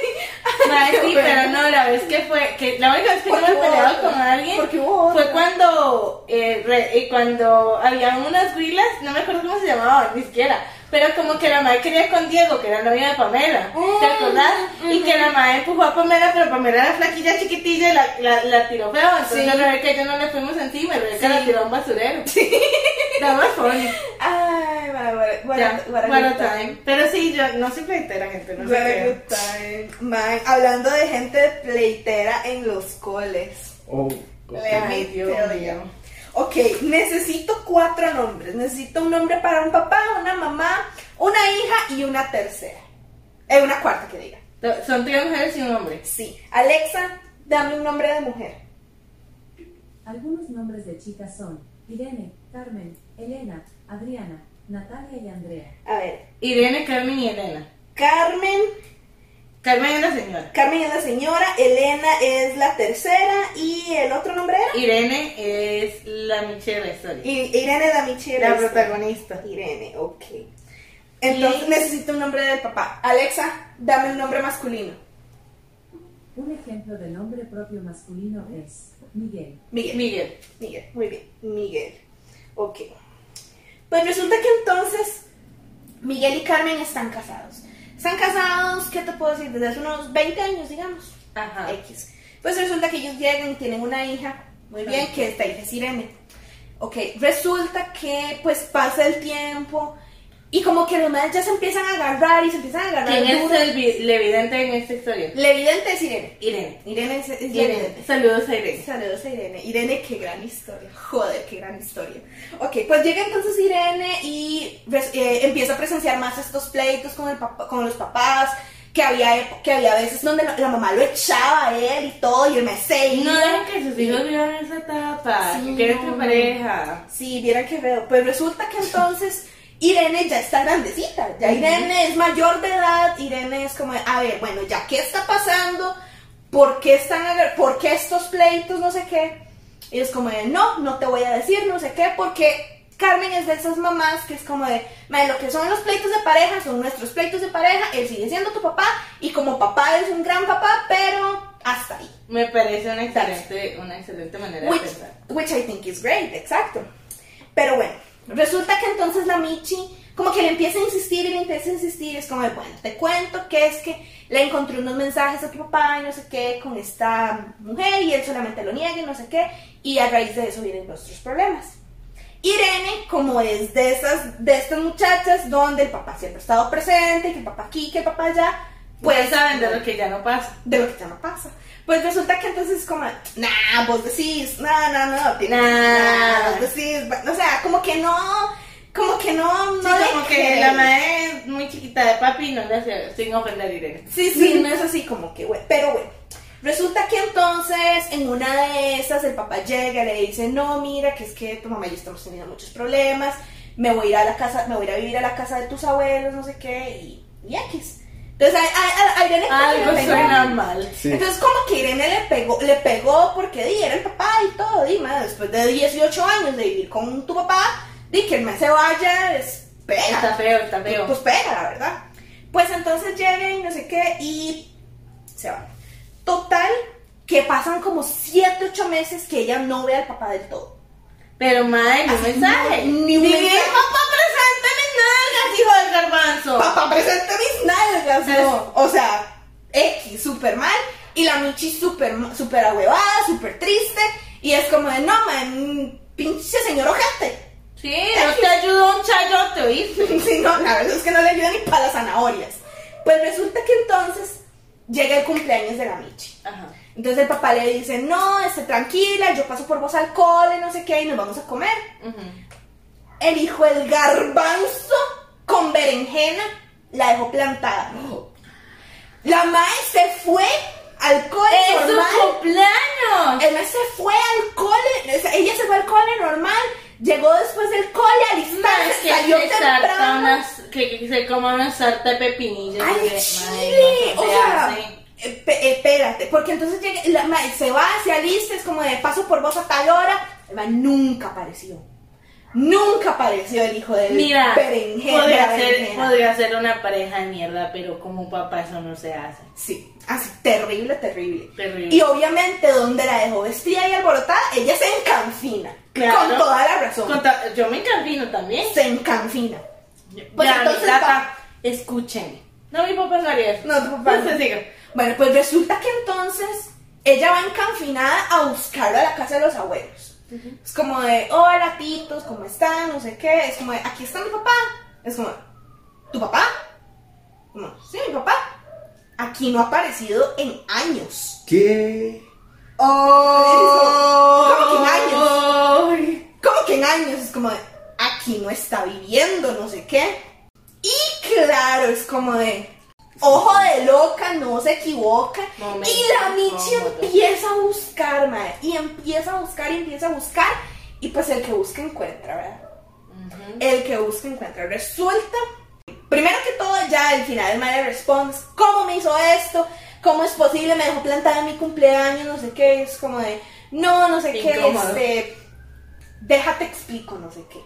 Speaker 1: Madre, sí,
Speaker 2: Qué
Speaker 1: pero
Speaker 2: bueno.
Speaker 1: no, la vez que fue, que la única vez que yo me
Speaker 2: Porque
Speaker 1: he
Speaker 2: hubo
Speaker 1: peleado
Speaker 2: otra.
Speaker 1: con alguien
Speaker 2: Porque hubo otra.
Speaker 1: fue cuando, eh, re- eh, cuando habían unas gorilas, no me acuerdo cómo se llamaban, ni siquiera, pero como que la madre quería con Diego, que era novia de Pamela, ¿te
Speaker 2: Mm,
Speaker 1: acordás? Y que la madre empujó a Pamela, pero Pamela era flaquilla, chiquitilla, y la, la, la tiró feo, entonces
Speaker 2: Sí.
Speaker 1: Rebeca y yo no le fuimos encima, y Rebeca
Speaker 2: Sí.
Speaker 1: la tiró a un basurero. Sí. [laughs] That was funny.
Speaker 2: Ay, madre, what a- what
Speaker 1: Ya,
Speaker 2: a- what a
Speaker 1: what a
Speaker 2: good time.
Speaker 1: time. Pero sí, yo no soy pleitera, gente, no sé
Speaker 2: Very
Speaker 1: qué.
Speaker 2: good time. eh. Man, hablando de gente pleitera en los coles.
Speaker 3: Oh,
Speaker 2: Let me
Speaker 1: Ay, Dios
Speaker 2: tell
Speaker 1: mío.
Speaker 2: you. Ok, necesito cuatro nombres. Necesito un nombre para un papá, una mamá, una hija y una tercera. Eh, una cuarta que diga.
Speaker 1: Son tres mujeres y un hombre.
Speaker 2: Sí. Alexa, dame un nombre de mujer.
Speaker 4: Algunos nombres de chicas son Irene, Carmen, Elena, Adriana, Natalia y Andrea.
Speaker 2: A ver.
Speaker 1: Irene, Carmen y Elena.
Speaker 2: Carmen.
Speaker 1: Carmen es la señora.
Speaker 2: Carmen es la señora, Elena es la tercera y el otro nombre era.
Speaker 1: Irene es la Michelle de la historia.
Speaker 2: I- Irene es la michera.
Speaker 1: La protagonista.
Speaker 2: Irene, ok. Entonces necesito un nombre del papá. Alexa, dame un nombre masculino.
Speaker 4: Un ejemplo de nombre propio masculino es Miguel.
Speaker 2: Miguel.
Speaker 1: Miguel.
Speaker 2: Miguel, muy bien. Miguel. Ok. Pues resulta que entonces Miguel y Carmen están casados. Están casados, ¿qué te puedo decir? Desde hace unos 20 años, digamos.
Speaker 1: Ajá.
Speaker 2: X. Pues resulta que ellos llegan y tienen una hija, muy bien,
Speaker 1: Ah,
Speaker 2: que esta hija es Irene. Ok, resulta que pues pasa el tiempo y como que los madres ya se empiezan a agarrar y se empiezan a agarrar.
Speaker 1: ¿Quién es
Speaker 2: duro.
Speaker 1: el, vi- el evidente en esta historia?
Speaker 2: La evidente es Irene.
Speaker 1: Irene.
Speaker 2: Irene es, es la
Speaker 1: Irene.
Speaker 2: evidente.
Speaker 1: Saludos a Irene.
Speaker 2: Saludos a Irene. Irene, qué gran historia. Joder, qué gran historia. Ok, pues llega entonces Irene y res- eh, empieza a presenciar más estos pleitos con, el papá- con los papás. Que había, epo- que había veces donde la, la mamá lo echaba a él y todo, y el mesé.
Speaker 1: No dejen que sus hijos vivan esa etapa.
Speaker 2: Sí,
Speaker 1: que Quieren
Speaker 2: no.
Speaker 1: tu pareja.
Speaker 2: Sí, vieran que veo. Pues resulta que entonces Irene ya está grandecita. Ya Irene es mayor de edad. Irene es como, a ver, bueno, ya qué está pasando, por qué están, agar- por qué estos pleitos, no sé qué. Y es como de, no, no te voy a decir, no sé qué, porque Carmen es de esas mamás que es como de, "Mae, lo que son los pleitos de pareja son nuestros pleitos de pareja, él sigue siendo tu papá y como papá es un gran papá, pero hasta ahí.
Speaker 1: Me parece una excelente, una excelente manera de
Speaker 2: Which,
Speaker 1: pensar.
Speaker 2: which I think is great, exacto. Pero bueno, resulta que entonces la Michi como que le empieza a insistir y le empieza a insistir. y Es como, de, bueno, te cuento que es que le encontré unos mensajes a tu papá y no sé qué con esta mujer y él solamente lo niega y no sé qué. Y a raíz de eso vienen nuestros problemas. Irene, como es de esas, de estas muchachas donde el papá siempre ha estado presente, que el papá aquí, que el papá allá,
Speaker 1: Pues
Speaker 2: pues
Speaker 1: saben de lo que ya no pasa.
Speaker 2: de lo que ya no pasa. Pues resulta que entonces es como, nah, vos decís, no, no, no, ti- nah, vos decís, va- o sea, como que no, como que no, no
Speaker 1: Sí,
Speaker 2: le
Speaker 1: como que
Speaker 2: crees.
Speaker 1: la madre es muy chiquita de papi y no le hace, sin ofender a Irene.
Speaker 2: Sí, sí, no es así como que, güey, pero bueno. Resulta que entonces en una de esas el papá llega y le dice, no, mira, que es que tu mamá y yo estamos teniendo muchos problemas, me voy a ir a la casa, me voy a ir a vivir a la casa de tus abuelos, no sé qué, y, y X. Entonces, a, a, a Irene como que
Speaker 1: Algo
Speaker 2: le pegó.
Speaker 1: suena mal.
Speaker 3: sí.
Speaker 2: Entonces como que Irene le pegó, le pegó porque di, era el papá y todo, di, ma, después de 18 años de vivir con tu papá, di que el mes se vaya, es pega,
Speaker 1: Está feo, está feo.
Speaker 2: pues pega, la verdad. Pues entonces llega y no sé qué y se va. Total, que pasan como 7, 8 meses que ella no ve al papá del todo.
Speaker 1: Pero madre, ni un
Speaker 2: Así,
Speaker 1: mensaje.
Speaker 2: no, ni un
Speaker 1: Ni
Speaker 2: mensaje.
Speaker 1: bien, papá presente mis nalgas, hijo del garbanzo.
Speaker 2: Papá, presenta mis nalgas, no. O sea, X, súper mal. Y la Michi súper super ahuevada, súper triste. Y es como de, no, man, pinche señor ojete. [laughs]
Speaker 1: Sí, no te ayudó un chayote, ¿oíste?
Speaker 2: Sí, no, la verdad es que no le ayuda ni para las zanahorias. Pues resulta que entonces llega el cumpleaños de la Michi.
Speaker 1: Ajá.
Speaker 2: Entonces el papá le dice, no, esté tranquila, yo paso por vos al cole, no sé qué, y nos vamos a comer.
Speaker 1: ujú.
Speaker 2: El hijo del garbanzo con berenjena la dejó plantada. La mae se fue alcohol
Speaker 1: ¡Es su
Speaker 2: normal.
Speaker 1: cumpleaños!
Speaker 2: El mes se fue al cole, o sea, ella se fue al cole normal, llegó después del cole a
Speaker 1: Madre,
Speaker 2: listarse,
Speaker 1: que
Speaker 2: salió
Speaker 1: se salta
Speaker 2: temprano.
Speaker 1: unas, que, que se coma una sarta de pepinillos.
Speaker 2: ¡Ay,
Speaker 1: madre,
Speaker 2: chile!
Speaker 1: no
Speaker 2: O
Speaker 1: se
Speaker 2: sea,
Speaker 1: hace.
Speaker 2: eh, pe- eh, espérate, porque entonces llega- la ma- se va, se alista, es como de paso por vos a tal hora. El ma nunca apareció. Nunca apareció el hijo del
Speaker 1: Mira,
Speaker 2: berenjena,
Speaker 1: podría
Speaker 2: la
Speaker 1: ser,
Speaker 2: berenjena.
Speaker 1: podría ser una pareja de mierda, pero como papá eso no se hace.
Speaker 2: Sí, así, terrible, terrible.
Speaker 1: Terrible.
Speaker 2: Y obviamente, donde la dejó vestida y alborotada, ella se encanfina.
Speaker 1: Claro.
Speaker 2: Con toda la razón.
Speaker 1: Conta- yo me encantino también.
Speaker 2: Se encanfina. Pues
Speaker 1: ya,
Speaker 2: entonces,
Speaker 1: mi tata,
Speaker 2: va-
Speaker 1: escuchen. No, mi papá no haría eso.
Speaker 2: No, tu papá no.
Speaker 1: Entonces, siga.
Speaker 2: Bueno, pues resulta que entonces ella va encanfinada a buscarlo a la casa de los abuelos. Es como de, hola titos, ¿cómo están? No sé qué. Es como de, aquí está mi papá. Es como, ¿tu papá? Como, sí, mi papá. Aquí no ha aparecido en años.
Speaker 3: ¿Qué?
Speaker 2: Oh, ¿Cómo que en años?
Speaker 1: Ay.
Speaker 2: como que en años es como de, aquí no está viviendo, no sé qué. Y claro, es como de, ojo de loca, no se equivoca.
Speaker 1: Momento,
Speaker 2: y la Michi
Speaker 1: momento.
Speaker 2: empieza a buscar, madre, y empieza a buscar, y empieza a buscar, y pues el que busca encuentra, ¿verdad? El que busca encuentra. Resulta, primero que todo, ya al final el madre responde, ¿cómo me hizo esto? ¿Cómo es posible? Me dejó plantada en mi cumpleaños, no sé qué, y es como de, no, no sé
Speaker 1: Qué
Speaker 2: qué,
Speaker 1: incómodo.
Speaker 2: este, déjate explico, no sé qué.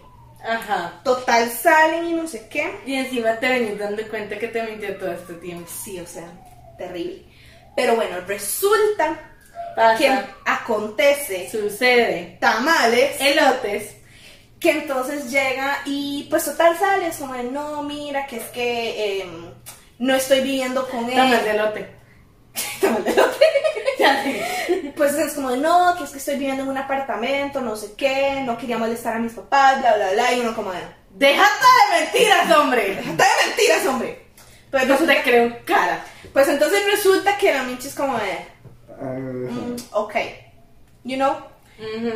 Speaker 1: Ajá.
Speaker 2: Total salen y no sé qué.
Speaker 1: Y encima te venís dando cuenta que te mintió todo este tiempo.
Speaker 2: Sí, o sea, terrible. Pero bueno, resulta
Speaker 1: Pasa.
Speaker 2: que acontece
Speaker 1: Sucede.
Speaker 2: tamales.
Speaker 1: Elotes.
Speaker 2: Que entonces llega y pues total sale, es como de, no, mira, que es que em, no estoy viviendo con él.
Speaker 1: Tamas de elote.
Speaker 2: Tamal de elote.
Speaker 1: [laughs] Ya sé.
Speaker 2: Pues es como de, no, que es que estoy viviendo en un apartamento, no sé qué, no quería molestar a mis papás, bla, bla, bla, y uno como de,
Speaker 1: Dejata de mentiras, hombre.
Speaker 2: está de mentiras, hombre. Pues,
Speaker 1: No
Speaker 2: resulta-
Speaker 1: te creo cara.
Speaker 2: pues entonces resulta que la Michi es como de, mm, ok, you know.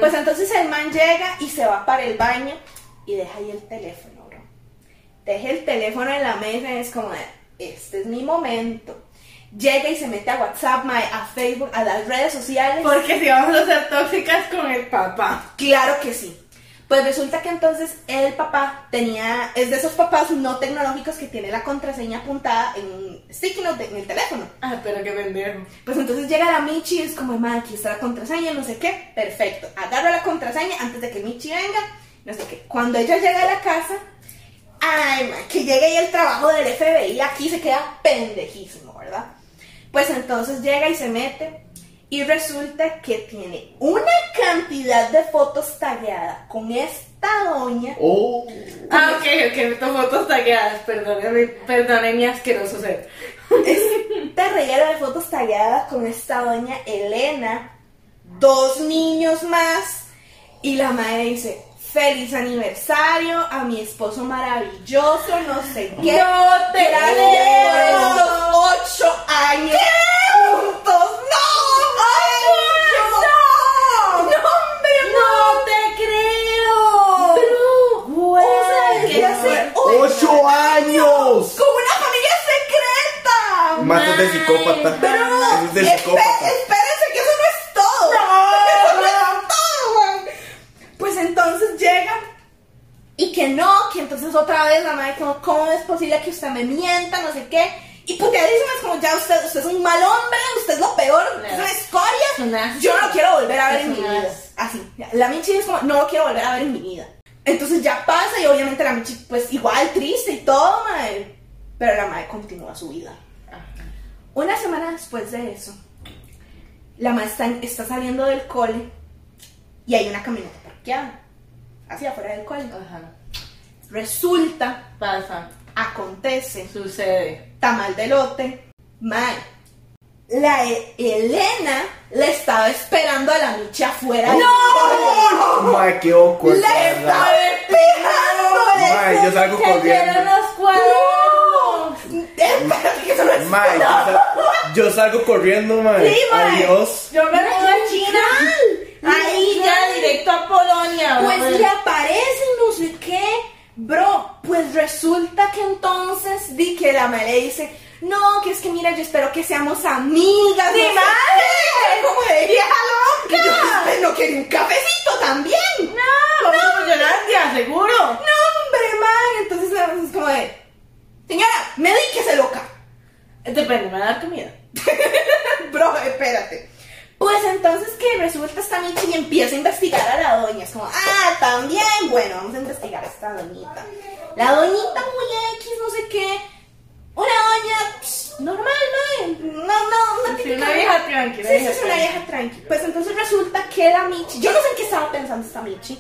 Speaker 2: Pues entonces el man llega y se va para el baño y deja ahí el teléfono, bro. Deja el teléfono en la mesa y es como, de, este es mi momento. Llega y se mete a WhatsApp, mae, a Facebook, a las redes sociales.
Speaker 1: Porque si vamos a ser tóxicas con el papá.
Speaker 2: Claro que sí. Pues resulta que entonces el papá tenía, es de esos papás no tecnológicos que tiene la contraseña apuntada en un sticky note en el teléfono.
Speaker 1: Ah, pero que pendejo.
Speaker 2: Pues entonces llega la Michi y es como, ma, aquí está la contraseña, no sé qué. Perfecto. Agarra la contraseña antes de que Michi venga, no sé qué. Cuando ella llega a la casa, ay, ma, que llega ahí el trabajo del FBI, aquí se queda pendejísimo, ¿verdad? Pues entonces llega y se mete y resulta que tiene una cantidad de fotos tagueadas con esta doña.
Speaker 3: Oh.
Speaker 1: Ah, ok, ok, me tomo fotos tagueadas. Perdóneme, perdone mi asqueroso ser.
Speaker 2: Te reguero de fotos talladas con esta doña Elena, dos niños más, y la madre dice, feliz aniversario a mi esposo maravilloso, no sé qué.
Speaker 1: ¡No te
Speaker 2: Gran
Speaker 1: creo!
Speaker 2: amor, estos ocho años juntos. ¡No! ¡No! ¡No, hombre,
Speaker 1: ¡No te creo!
Speaker 2: ¡Bro! O sea, desde
Speaker 1: qué
Speaker 2: hace
Speaker 1: fuerte.
Speaker 3: ¡Ocho años!
Speaker 2: como una familia secreta.
Speaker 3: Matas de psicópata.
Speaker 2: Pero no,
Speaker 3: Eso [laughs] es de
Speaker 2: espe-
Speaker 3: psicópata.
Speaker 2: espérense que eso no es todo. Eso no es todo, güey. Pues entonces llega y que no, que entonces otra vez la madre como, ¿cómo es posible que usted me mienta? No sé qué. Y puteadísima es como, ya usted, usted es un mal hombre, usted es lo peor, usted es una
Speaker 1: Es
Speaker 2: escoria.
Speaker 1: un asco.
Speaker 2: Yo no quiero volver a ver
Speaker 1: Es
Speaker 2: en mi
Speaker 1: un
Speaker 2: vida.
Speaker 1: asco.
Speaker 2: Así. La Michi es como, no lo quiero volver a ver en mi vida. Entonces ya pasa y obviamente la Michi pues igual triste y todo, madre. Pero la madre continúa su vida. Una semana después de eso, la madre está, está saliendo del cole y hay una camioneta parqueada hacia afuera del cole.
Speaker 1: Ajá.
Speaker 2: Resulta,
Speaker 1: Pasa.
Speaker 2: acontece,
Speaker 1: Sucede.
Speaker 2: tamal de lote, mae. La E- Elena le estaba esperando a la Michi afuera. del cole.
Speaker 3: Ma, Oh, qué awkward,
Speaker 2: ¡Le
Speaker 3: la verdad.
Speaker 2: estaba esperando!
Speaker 3: Ma, yo salgo corriendo.
Speaker 1: ¡Cayeron los
Speaker 2: ¡No!
Speaker 1: cuadernos!
Speaker 2: Espérate que eso no es
Speaker 3: Ma, yo, sal- yo salgo corriendo, Oh, ma.
Speaker 2: Sí, ma.
Speaker 3: Adiós.
Speaker 1: Yo me voy a China.
Speaker 2: final.
Speaker 1: Ahí ya, directo a Polonia.
Speaker 2: Pues
Speaker 1: brother.
Speaker 2: le aparece y no sé qué. Bro, pues resulta que entonces di que la madre le dice, no, que es que mi mira, yo espero que seamos amigas.
Speaker 1: ¡Mi
Speaker 2: no sé
Speaker 1: madre! "Pues
Speaker 2: qué", Como de vieja
Speaker 1: ¡Qué
Speaker 2: loca. Y yo, no quería un cafecito también.
Speaker 1: No, vamos por Yolanda, seguro.
Speaker 2: No, hombre, man. Entonces es como de, señora, medíquese loca.
Speaker 1: Depende, Este, pues, me va a dar comida.
Speaker 2: Bro, espérate. Pues entonces que resulta esta micha y empieza a investigar a la doña. Es como, ah, también, bueno, vamos a investigar a esta doñita. La doñita muy X, no sé qué. Una doña pss, normal, ¿no? No, no, una
Speaker 1: Sí,
Speaker 2: típica
Speaker 1: una vieja tranqui,
Speaker 2: Sí,
Speaker 1: una
Speaker 2: sí,
Speaker 1: vieja
Speaker 2: es una vieja tranqui. Pues entonces resulta que la Michi, yo no sé en qué estaba pensando esta Michi,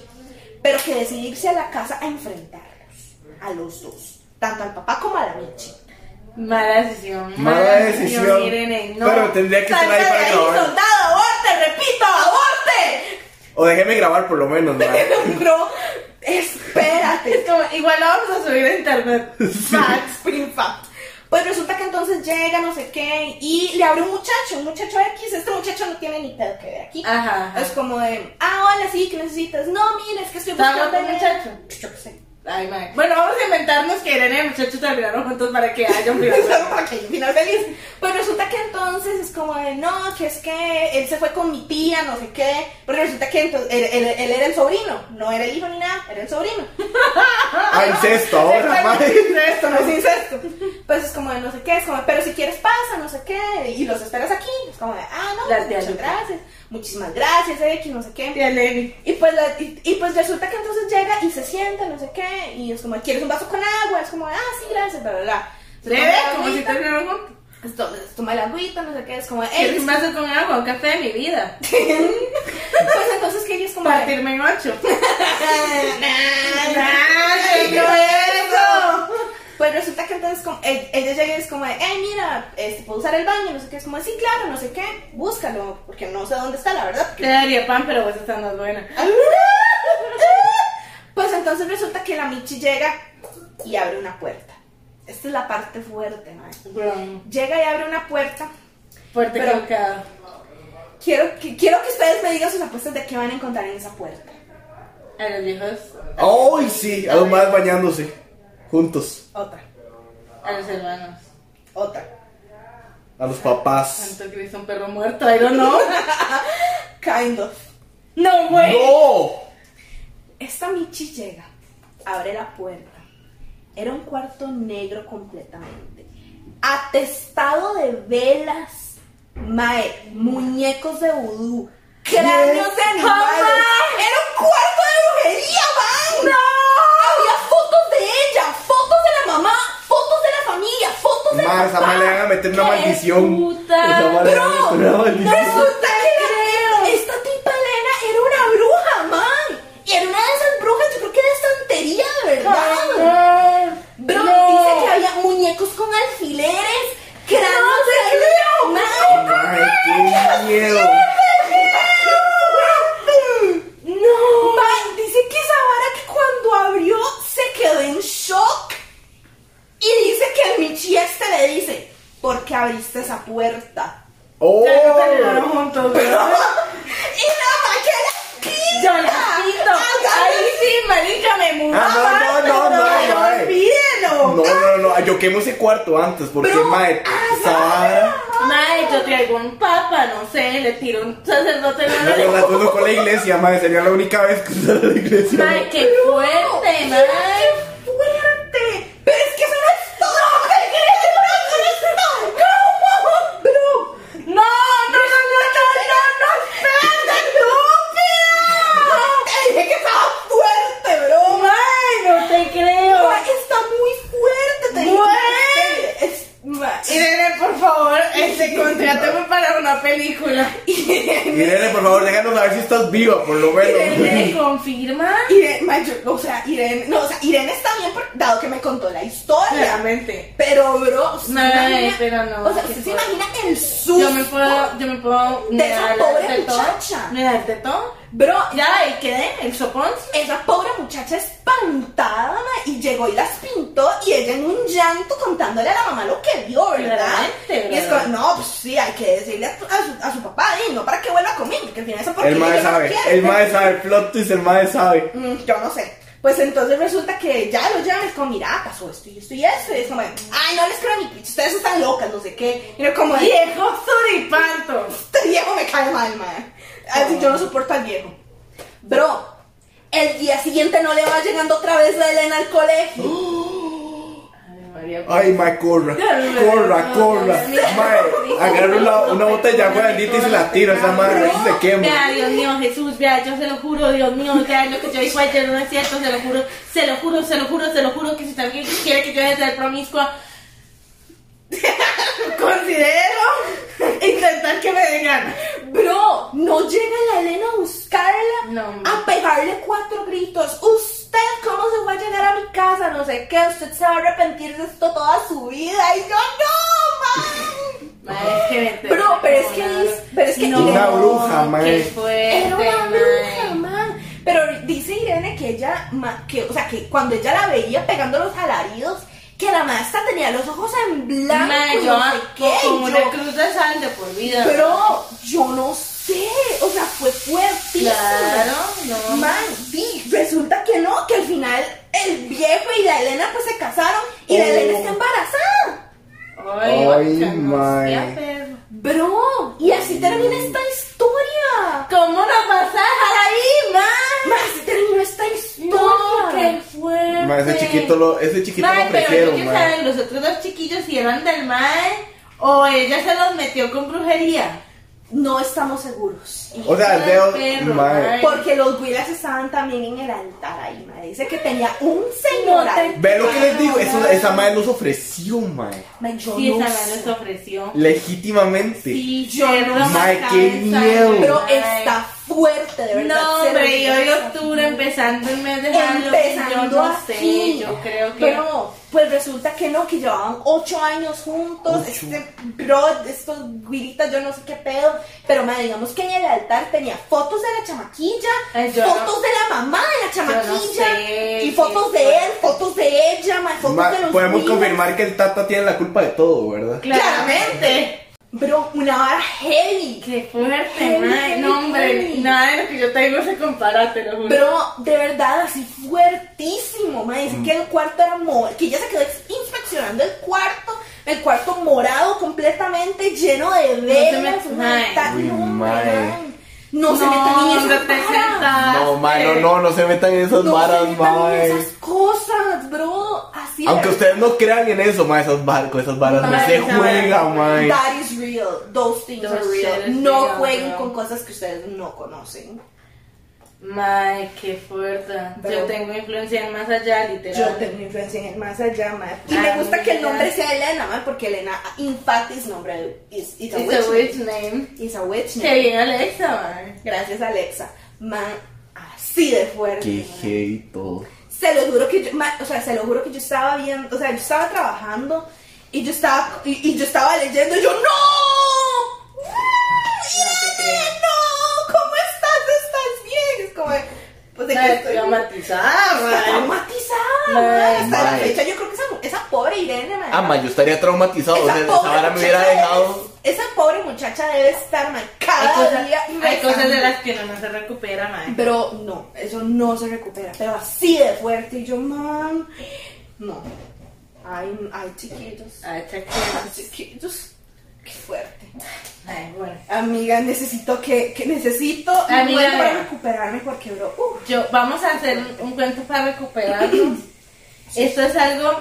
Speaker 2: pero que decidirse a la casa a enfrentarlos, a los dos, tanto al papá como a la Michi.
Speaker 1: Mala decisión.
Speaker 3: Mala decisión.
Speaker 1: Irene, no.
Speaker 3: Pero tendría que estar ahí
Speaker 2: Salga de
Speaker 3: para
Speaker 2: ahí,
Speaker 3: grabar.
Speaker 2: soldado, aborte, repito, aborte.
Speaker 3: O déjeme grabar por lo menos, ma.
Speaker 2: [laughs] Bro, espérate.
Speaker 1: Es como, igual la vamos a subir a
Speaker 3: [laughs]
Speaker 1: internet.
Speaker 2: Facts, prim fact. Pues resulta que entonces llega, no sé qué, y le abre un muchacho, un muchacho X. Este muchacho no tiene ni pedo que ver aquí.
Speaker 1: Ajá, ajá.
Speaker 2: Es como de, ah, hola, sí, ¿qué necesitas? No, mira, es que estoy
Speaker 1: ¿Está
Speaker 2: buscando. Pues
Speaker 1: guapo el muchacho?
Speaker 2: Yo qué sé. [laughs]
Speaker 1: Ay, madre. Bueno, vamos a inventarnos que Irene y el muchacho terminaron juntos para que haya un
Speaker 3: [laughs]
Speaker 2: Pues,
Speaker 1: video.
Speaker 2: para que haya un final feliz. Pues resulta que entonces es como de, no, que es que él se fue con mi tía, no sé qué. Pero resulta que entonces, él, él- él era el sobrino, no era el hijo ni nada, era el sobrino.
Speaker 3: Ah, incesto ahora, ma.
Speaker 2: Esto no es incesto. Pues es como de, no sé qué, es como, de, pero si quieres pasa, no sé qué. Y los esperas aquí. Es como de, ah, no,
Speaker 1: La tía
Speaker 2: muchas
Speaker 1: Lupe.
Speaker 2: gracias. Muchísimas gracias, X, no sé qué.
Speaker 1: Tía Leni.
Speaker 2: Y pues, la- y, y pues resulta que entonces llega y se sienta, no sé qué, y es como, ¿quieres un vaso con agua? Es como, ah, sí, gracias, bla, bla, bla. Se toma
Speaker 1: Leve,
Speaker 2: la
Speaker 1: como si
Speaker 2: agüita,
Speaker 1: terminaron juntos.
Speaker 2: entonces, toma el agüita, no sé qué, es como,
Speaker 1: ¿Quieres
Speaker 2: hey,
Speaker 1: un vaso con agua? Un café de mi vida.
Speaker 2: pues entonces que ella es como, de,
Speaker 1: Partirme en ocho.
Speaker 2: "Nah,
Speaker 1: ¡Ay, no eso!
Speaker 2: Pues resulta que entonces como, eh, ella llega y es como, de, hey, mira, este, ¿puedo usar el baño? No sé qué, es como, sí, claro, no sé qué, búscalo, porque no sé dónde está, la verdad, porque [laughs]
Speaker 1: Te daría pan, pero vos estás más buena.
Speaker 2: Pues entonces resulta que la Michi llega y abre una puerta. Esta es la parte fuerte, mae. Llega y abre una puerta.
Speaker 1: Fuerte
Speaker 2: Pero-
Speaker 1: colocado.
Speaker 2: Quiero que, quiero que ustedes me digan sus apuestas de qué van a encontrar en esa puerta.
Speaker 1: A los viejos,
Speaker 3: ¡Ay, sí! A los más bañándose. Juntos.
Speaker 2: Otra,
Speaker 1: a los hermanos.
Speaker 2: otra.
Speaker 3: A los papás.
Speaker 1: Santo Cristo, un perro muerto, I don't
Speaker 3: [laughs]
Speaker 1: know.
Speaker 2: Kind of.
Speaker 1: No, güey.
Speaker 3: ¡No!
Speaker 2: Esta Michi llega, abre la puerta. Era un cuarto negro completamente. Atestado de velas, mae, muñecos de vudú, cráneos de
Speaker 1: Oh,
Speaker 2: animales.
Speaker 1: mae.
Speaker 2: Era un cuarto de brujería, man. Había fotos de ella, fotos de la mamá, fotos de la familia, fotos de
Speaker 3: Más, a
Speaker 2: papá.
Speaker 3: le van a meter una
Speaker 1: ¡Qué
Speaker 3: maldición.
Speaker 1: puta!
Speaker 3: Esa ma le van a
Speaker 2: Bro,
Speaker 3: meter una maldición.
Speaker 2: resulta que la- esta tipa Elena era una bruja, man. Y era una de esas brujas, yo creo que de estantería, de ¿verdad? Bro, dice que había muñecos con alfileres, cráneos de man.
Speaker 3: Ay, qué miedo.
Speaker 2: No, man, dice que esa vara que cuando abrió se quedó en shock. Y dice que el Michi este le dice, ¿por qué abriste esa puerta?
Speaker 3: ¡Oh!
Speaker 1: Ya no terminaron juntos, ¿verdad?
Speaker 3: [laughs]
Speaker 2: Y la maquera pita.
Speaker 1: Yo la quito. Ahí sí, marica, me mudo.
Speaker 3: Ah, no, no, no,
Speaker 2: Ay,
Speaker 3: no, eh.
Speaker 2: olvídelo.
Speaker 3: No, no, no, yo quemo ese cuarto antes porque,
Speaker 2: Bro,
Speaker 3: mae, esa vara.
Speaker 1: Mae, yo traigo un papa, no sé, le tiro un sacerdote.
Speaker 3: [laughs]
Speaker 1: no,
Speaker 3: Me
Speaker 1: no, no.
Speaker 3: relaciono con la iglesia, mae, sería la única vez que usara la iglesia.
Speaker 1: Mae, qué fuerte,
Speaker 2: Mira,
Speaker 1: mae.
Speaker 2: ¡Qué fuerte! ¡Pero es que eso no es todo! ¡No, no, no! ¡No, no, no, no, no, no! ¡Espérate, estúpida! Te dije que estaba fuerte, bro.
Speaker 1: Mae, no te creo.
Speaker 2: Ma, Está muy fuerte, te dije.
Speaker 1: Güey.
Speaker 2: Es- ma,
Speaker 1: Irene, por favor, este, contrátame para una película.
Speaker 3: Irene, por favor, déjanos saber si estás viva, por lo menos.
Speaker 1: Irene, ¿confirma?
Speaker 2: Irene, ma, yo- o sea, Irene, no, o sea, Irene está bien por- dado que me contó la historia.
Speaker 1: Claramente.
Speaker 2: Pero, bro, ¿se
Speaker 1: Mae,
Speaker 2: imagina-
Speaker 1: pero no,
Speaker 2: O sea,
Speaker 1: qué
Speaker 2: ¿usted se
Speaker 1: fuerte.
Speaker 2: imagina el susto?
Speaker 1: Yo me puedo, yo me puedo
Speaker 2: De esa
Speaker 1: negar
Speaker 2: pobre
Speaker 1: darte todo,
Speaker 2: muchacha.
Speaker 1: Negarte todo.
Speaker 2: Bro,
Speaker 1: Ya, ahí quedé, el sopón.
Speaker 2: esa pobre muchacha espantada ma, y llegó y las pintó y ella en un llanto contándole a la mamá lo que vio, ¿verdad?
Speaker 1: Claramente,
Speaker 2: Y es
Speaker 1: ¿verdad?
Speaker 2: como, no, pues sí, hay que decirle a, tu- a su, a su papá, y no para que vuelva conmigo, porque al final esa
Speaker 3: El
Speaker 2: porquería
Speaker 3: mae
Speaker 2: yo no la
Speaker 3: sabe,
Speaker 2: quiero.
Speaker 3: el mae sabe, plot twist, el mae sabe.
Speaker 2: [laughs] Mm, yo no sé. Pues entonces resulta que ya lo llaman, es como, mira, pasó esto y esto y esto. Y es como, ay, no les creo ni picho, ustedes están locas, no sé qué. Y era como, este
Speaker 1: Viejo suripanto.
Speaker 2: viejo me cae mal, madre. Así yo no soporto al viejo. Bro, el día siguiente no le va llegando otra vez la Elena al colegio.
Speaker 1: Ay, María.
Speaker 3: Ay, mae, corra, corra, corra. Mae, agarra una, una botella de agua bendita y se la tira. Esa madre casi se quema.
Speaker 1: Vea, Dios mío, Jesús, vea, yo se lo juro, Dios mío, vea, lo que yo dijo ayer no es cierto, se lo juro, se lo juro, se lo juro, se lo juro, que si también quiere que yo deje de ser promiscua, [laughs]
Speaker 2: Considero intentar que me digan, bro, no llega la Elena a buscarla,
Speaker 1: No,
Speaker 2: a pegarle cuatro gritos. Usted, ¿cómo se va a llegar a mi casa? No sé qué, usted se va a arrepentir de esto toda su vida. Y yo, no, man.
Speaker 1: Madre, es que vete.
Speaker 2: Bro, pero es que Liz- pero es que
Speaker 1: no,
Speaker 2: Irene-
Speaker 3: Una bruja,
Speaker 1: Qué
Speaker 3: mae.
Speaker 1: fuerte,
Speaker 2: Era una
Speaker 1: Este, mae.
Speaker 2: bruja, man. Pero dice Irene que ella, ma- que, o sea, que cuando ella la veía pegando los alaridos, que la maestra tenía los ojos en blanco.
Speaker 1: Mae,
Speaker 2: y
Speaker 1: yo ah,
Speaker 2: no sé qué, y
Speaker 1: como
Speaker 2: yo-
Speaker 1: una cruz de sal de por vida.
Speaker 2: pero yo no sé, o sea, fue fuertísimo.
Speaker 1: Claro, no.
Speaker 2: Man, sí, resulta que no, que al final el viejo y la Elena pues se casaron y la
Speaker 3: Oh.
Speaker 2: Elena está embarazada.
Speaker 1: Ay,
Speaker 3: Ay,
Speaker 1: guacha, no
Speaker 3: mae.
Speaker 1: sea perro.
Speaker 2: Bro, y así termina esta historia.
Speaker 1: ¿Cómo nos vas a dejar ahí, mae?
Speaker 2: Man, así terminó esta
Speaker 1: No, qué
Speaker 2: historia.
Speaker 1: fuerte.
Speaker 3: Mae, ese chiquito lo, ese chiquito
Speaker 1: Mae,
Speaker 3: lo
Speaker 1: pero
Speaker 3: prefiero,
Speaker 1: yo que
Speaker 3: mae.
Speaker 1: saben, los otros dos chiquillos si eran del mae o ella se los metió con brujería.
Speaker 2: No estamos seguros.
Speaker 3: O sea, el
Speaker 1: Ay,
Speaker 3: dedo,
Speaker 1: perro,
Speaker 3: mae.
Speaker 1: mae.
Speaker 2: Porque los Willas estaban también en el altar ahí, me dice que tenía un señor.
Speaker 1: No te-
Speaker 2: ahí.
Speaker 3: Ve lo que les digo, eso- esa madre nos ofreció, mae.
Speaker 2: Man, yo
Speaker 1: Sí,
Speaker 2: no
Speaker 1: esa
Speaker 2: sé.
Speaker 1: mae nos ofreció.
Speaker 3: Legítimamente.
Speaker 1: Sí,
Speaker 2: Yo
Speaker 1: cerdo,
Speaker 2: no sé.
Speaker 1: mae,
Speaker 3: Mae, qué
Speaker 1: cabeza,
Speaker 3: miedo.
Speaker 1: mae.
Speaker 2: Pero está fuerte, de verdad.
Speaker 1: No,
Speaker 2: se lo
Speaker 1: hombre, y
Speaker 2: digo.
Speaker 1: hoy octubre empezando el mes de Halloween, yo
Speaker 2: Empezando
Speaker 1: no sé,
Speaker 2: así.
Speaker 1: yo creo que...
Speaker 2: Pero, pues resulta que no, que llevaban ocho años juntos.
Speaker 3: Ocho.
Speaker 2: Este bro, estos guiritas, yo no sé qué pedo. Pero, madre, digamos que en el altar tenía fotos de la chamaquilla,
Speaker 1: Ay, yo
Speaker 2: fotos
Speaker 1: no-
Speaker 2: de la mamá de la chamaquilla,
Speaker 1: sé,
Speaker 2: y
Speaker 1: qué
Speaker 2: fotos de
Speaker 1: fuerte.
Speaker 2: él, fotos de ella, mae, fotos
Speaker 3: Ma-
Speaker 2: de los
Speaker 3: podemos
Speaker 2: guiritas.
Speaker 3: confirmar que el Tata tiene la culpa de todo, ¿verdad?
Speaker 1: Claramente.
Speaker 2: Bro, una vara heavy.
Speaker 1: Qué fuerte,
Speaker 2: Ay,
Speaker 1: mae.
Speaker 2: ay,
Speaker 1: No, hombre,
Speaker 2: ay.
Speaker 1: nada de lo que yo tengo se compara, te lo juro.
Speaker 2: Pero de verdad, así fuertísimo. Me dice que el cuarto era morado, que ella se quedó ex- inspeccionando el cuarto, el cuarto morado completamente, lleno de velas.
Speaker 1: metan.
Speaker 2: una ta-
Speaker 3: Uy,
Speaker 2: no,
Speaker 3: mae.
Speaker 2: man. no se metan en
Speaker 1: no
Speaker 2: esas
Speaker 1: te
Speaker 2: varas.
Speaker 1: sentaste.
Speaker 3: No, mae, no, no, no se metan en esas
Speaker 2: No
Speaker 3: varas,
Speaker 2: se metan
Speaker 3: mae.
Speaker 2: en esas cosas, bro. Así
Speaker 3: Aunque
Speaker 2: es.
Speaker 3: ustedes no crean en eso, mae, esas barcos, esas varas no
Speaker 1: Mae,
Speaker 3: se
Speaker 1: esa
Speaker 3: juega,
Speaker 1: vara.
Speaker 3: mae.
Speaker 2: That is real. Those things
Speaker 1: Those
Speaker 2: are
Speaker 1: shit
Speaker 2: real.
Speaker 1: is
Speaker 2: No
Speaker 1: real,
Speaker 2: jueguen
Speaker 1: bro.
Speaker 2: con cosas que ustedes no conocen.
Speaker 1: Mae, qué fuerte.
Speaker 2: Pero-
Speaker 1: Yo tengo influencia en más allá,
Speaker 2: Yo
Speaker 1: literal.
Speaker 2: tengo influencia en el más allá, ma. Y
Speaker 1: Ah,
Speaker 2: me gusta que el
Speaker 1: mira.
Speaker 2: nombre sea Elena, ma, porque Elena, in fact, is nombre. Is, is a
Speaker 1: It's
Speaker 2: witch.
Speaker 1: a witch name.
Speaker 2: Is a witch
Speaker 1: Qué
Speaker 2: name.
Speaker 1: bien Alexa, mae.
Speaker 2: Gracias, Alexa. Ma, así de fuerte.
Speaker 3: Qué
Speaker 2: ma.
Speaker 3: heavy todo.
Speaker 2: Se lo juro que yo, ma, o sea, se lo juro que yo estaba viendo, o sea, yo estaba trabajando y yo estaba, y, y yo estaba leyendo y yo, ¡No! ¡Irene, no! ¿Cómo estás? ¿Estás bien? Es como, pues de que
Speaker 1: Mae,
Speaker 2: estoy...
Speaker 1: Ah,
Speaker 2: Está
Speaker 1: Traumatizada, mae.
Speaker 2: traumatizada,
Speaker 1: Mae.
Speaker 2: mae. Hasta la
Speaker 3: Mae.
Speaker 2: fecha yo creo que esa, esa pobre Irene, mae.
Speaker 3: Ah, mae, yo estaría traumatizado, o sea, esa
Speaker 2: pobre
Speaker 3: vara me
Speaker 2: muchacha
Speaker 3: hubiera
Speaker 2: debe-
Speaker 3: dejado.
Speaker 2: Esa pobre muchacha debe estar, mae,
Speaker 1: Hay
Speaker 2: cada día.
Speaker 1: cosas, hay
Speaker 2: rezando.
Speaker 1: cosas de las que uno no se recupera, mae.
Speaker 2: [laughs] Pero no, eso no se recupera. Pero así de fuerte. Y yo, man. No. Ay, ay, chiquitos. Ay,
Speaker 1: Ay, chaquetas.
Speaker 2: chiquitos. Qué fuerte.
Speaker 1: Ay, bueno.
Speaker 2: Amiga, necesito que, que necesito un
Speaker 1: Amiga.
Speaker 2: buen para recuperarme porque, bro, uh,
Speaker 1: Yo, vamos a hacer un, un cuento para recuperarnos. Esto es algo,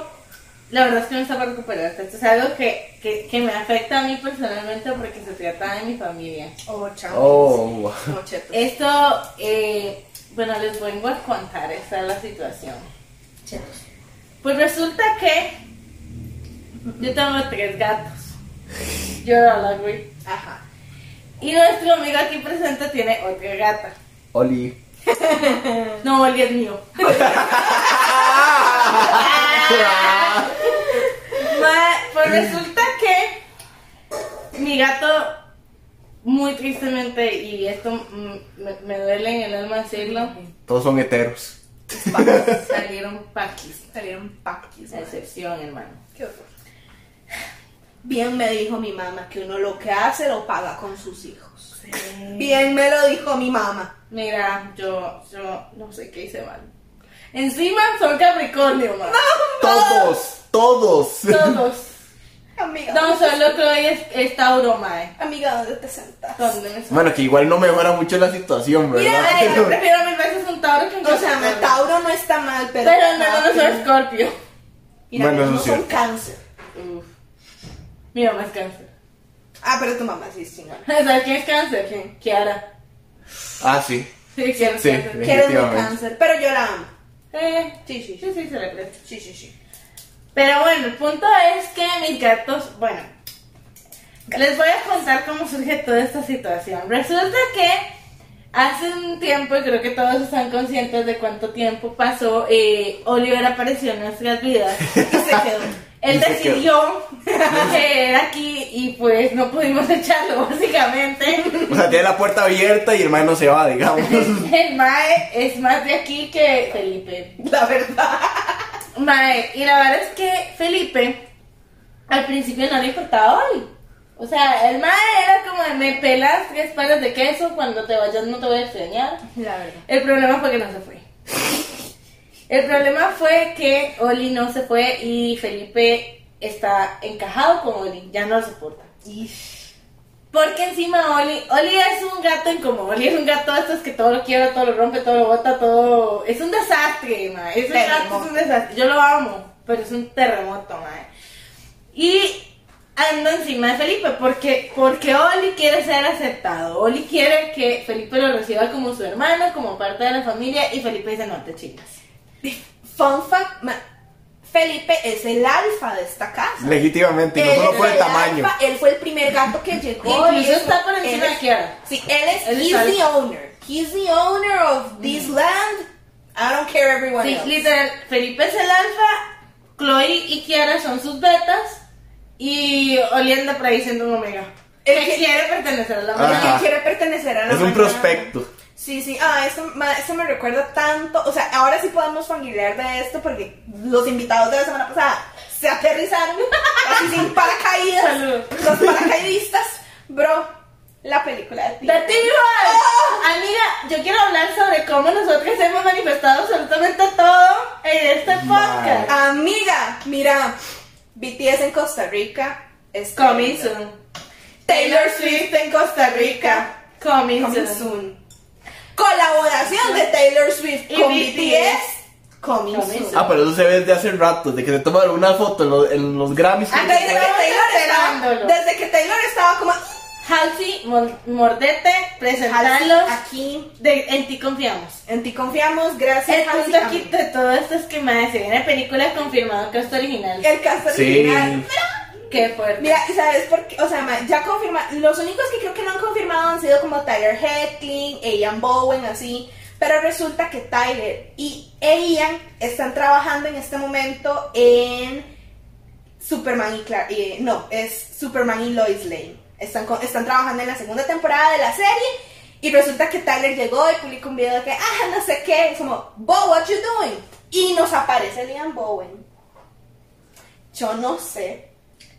Speaker 1: la verdad es que no está para recuperarse. Esto es algo que, que, que me afecta a mí personalmente porque se trata de mi familia.
Speaker 2: oh, chao.
Speaker 3: Oh,
Speaker 2: No, chetos.
Speaker 1: Esto, eh, bueno, les vengo a contar esta es la situación.
Speaker 2: Chetos.
Speaker 1: Pues resulta que yo tengo tres gatos. Yo era la güey.
Speaker 2: Ajá.
Speaker 1: Y nuestro amigo aquí presente tiene otra gata.
Speaker 3: Oli.
Speaker 1: No, Oli es mío. Ma- pues resulta que mi gato, muy tristemente, y esto mm, me, me duele en el alma decirlo,
Speaker 3: Todos son heteros.
Speaker 1: salieron paquis.
Speaker 2: Salieron paquis,
Speaker 1: La
Speaker 2: mae.
Speaker 1: excepción, hermano.
Speaker 2: Qué horror. Bien me dijo mi mamá que uno lo que hace lo paga con sus hijos. Bien me lo dijo mi mamá.
Speaker 1: Mira, yo, yo no sé qué hice mal. Encima son Capricornio, ma.
Speaker 3: Todos, todos.
Speaker 1: Todos.
Speaker 2: Amiga.
Speaker 1: No, solo Chloe es, es Tauro, eh. mae.
Speaker 2: Amiga, ¿dónde te sentas?
Speaker 1: ¿Dónde me
Speaker 3: Bueno, que igual no mejora mucho la situación,
Speaker 1: Mira,
Speaker 3: ¿verdad?
Speaker 1: mae, yo prefiero mil veces un Tauro que un
Speaker 2: O sea, ma,
Speaker 1: Capricornio.
Speaker 2: Tauro no está mal, pero.
Speaker 1: Pero no, no soy Scorpio.
Speaker 2: Mira,
Speaker 3: Bueno,
Speaker 2: no
Speaker 3: eso es
Speaker 2: son
Speaker 3: cierto.
Speaker 2: cáncer.
Speaker 1: Uf. Mi mamá es cáncer. [laughs]
Speaker 2: Ah, pero tu mamá sí es chingona.
Speaker 1: ¿Sabes quién es cáncer? ¿Quién? Kiara.
Speaker 3: [laughs] Ah, sí.
Speaker 1: Sí, Kiara es
Speaker 3: Sí.
Speaker 2: Que
Speaker 1: cáncer.
Speaker 2: eres muy
Speaker 3: Definitivamente.
Speaker 2: cáncer, pero yo la amo.
Speaker 1: Eh,
Speaker 2: Sí, sí, sí.
Speaker 1: sí, sí, se le presta.
Speaker 2: Sí, sí, sí.
Speaker 1: Pero bueno, el punto es que mis gatos, bueno, les voy a contar cómo surge toda esta situación. Resulta que hace un tiempo, y creo que todos están conscientes de cuánto tiempo pasó, eh, Oliver apareció en nuestras vidas.
Speaker 2: Y se quedó.
Speaker 1: Él
Speaker 3: Y se quedó.
Speaker 1: decidió que era aquí y pues no pudimos [laughs] echarlo, básicamente.
Speaker 3: O sea, tiene la puerta abierta y el man no se
Speaker 1: [laughs]
Speaker 3: va, digamos.
Speaker 1: El Mae es más de aquí que Felipe.
Speaker 2: La verdad.
Speaker 1: Mae, y la verdad es que Felipe al principio no le importaba hoy. O sea, el mae era como de me pelas tres pares de queso, cuando te vayas no te voy a extrañar.
Speaker 2: La verdad.
Speaker 1: El problema fue que no se fue. El problema fue que Oli no se fue y Felipe está encajado con Oli, ya no lo soporta. Porque encima Oli, Oli es un gato en como Oli es un gato de estos que todo lo quiebra, todo lo rompe, todo lo bota, todo. Es un desastre, ma. Es un gato,
Speaker 2: Terremoto.
Speaker 1: es un desastre. Yo lo amo, pero es un terremoto, ma. Y ando encima de Felipe porque, porque Oli quiere ser aceptado. Oli quiere que Felipe lo reciba como su hermano, como parte de la familia. Y Felipe dice: No te chingas.
Speaker 2: Fun fact, ma, Felipe es el alfa de esta casa.
Speaker 3: Legítimamente, y no
Speaker 2: Él
Speaker 3: solo
Speaker 2: es
Speaker 3: por el tamaño.
Speaker 2: alfa, él fue el primer gato que llegó.
Speaker 1: Oh, Incluso
Speaker 2: y eso,
Speaker 1: está por encima
Speaker 2: él
Speaker 1: de
Speaker 2: es-
Speaker 1: Kiara.
Speaker 2: Sí, él es,
Speaker 1: Él es
Speaker 2: he's the
Speaker 1: alfa.
Speaker 2: owner. He's the owner of this land. I don't care everyone
Speaker 1: Sí,
Speaker 2: else.
Speaker 1: literal, Felipe es el alfa, Chloe y Kiara son sus betas y Olienda por ahí siendo un omega.
Speaker 2: El
Speaker 1: El que
Speaker 2: que-
Speaker 1: quiere pertenecer a la
Speaker 3: Ah.
Speaker 1: omega.
Speaker 2: Porque
Speaker 3: Ajá.
Speaker 2: quiere pertenecer a la
Speaker 3: Es un
Speaker 2: manada.
Speaker 3: prospecto.
Speaker 2: Sí, sí, ah, eso, ma- eso me recuerda tanto, o sea, ahora sí podemos familiar de esto porque los invitados de la semana pasada se aterrizaron, así sin paracaídas,
Speaker 1: Salud.
Speaker 2: los paracaidistas, bro, la película de ti.
Speaker 1: The Teen Wolf.
Speaker 2: Ah.
Speaker 1: Amiga, yo quiero hablar sobre cómo nosotros hemos manifestado absolutamente todo en este podcast.
Speaker 2: Amiga, mira, BTS en Costa Rica, es
Speaker 1: Coming soon.
Speaker 2: Taylor Swift en Costa Rica,
Speaker 1: Coming,
Speaker 2: coming
Speaker 1: soon.
Speaker 2: soon. Colaboración de Taylor Swift
Speaker 1: Y
Speaker 2: con
Speaker 1: BTS,
Speaker 2: BTS, coming,
Speaker 1: coming
Speaker 2: soon.
Speaker 1: soon.
Speaker 3: Ah, pero eso se ve desde hace rato, de que se toman una foto en los, en los Grammys.
Speaker 1: Ah,
Speaker 2: Desde que,
Speaker 1: Estamos
Speaker 2: Taylor estaba,
Speaker 1: tratándolo.
Speaker 2: desde que Taylor estaba como
Speaker 1: Halsey, Mon- mordete, presentarlos.
Speaker 2: aquí,
Speaker 1: De- en ti confiamos.
Speaker 2: en ti confiamos, gracias.
Speaker 1: El punto
Speaker 2: Halsey.
Speaker 1: aquí de todo esto es que madre, se viene película confirmado que es original.
Speaker 2: El cast
Speaker 3: Sí.
Speaker 2: original.
Speaker 1: Qué fuerte.
Speaker 2: Eh, Mira, ¿y ¿sabes por qué? O sea, ma, ya confirma. Los únicos que creo que no han confirmado han sido como Tyler Hecklin, Ian Bowen, así. Pero resulta que Tyler y Ian están trabajando en este momento en Superman y Clark. eh, no, es Superman y Lois Lane. Están, co- están trabajando en la segunda temporada de la serie. Y resulta que Tyler llegó y publicó un video de que, ah, no sé qué. Es como, Bo, what you doing? Y nos aparece Ian Bowen. Yo no sé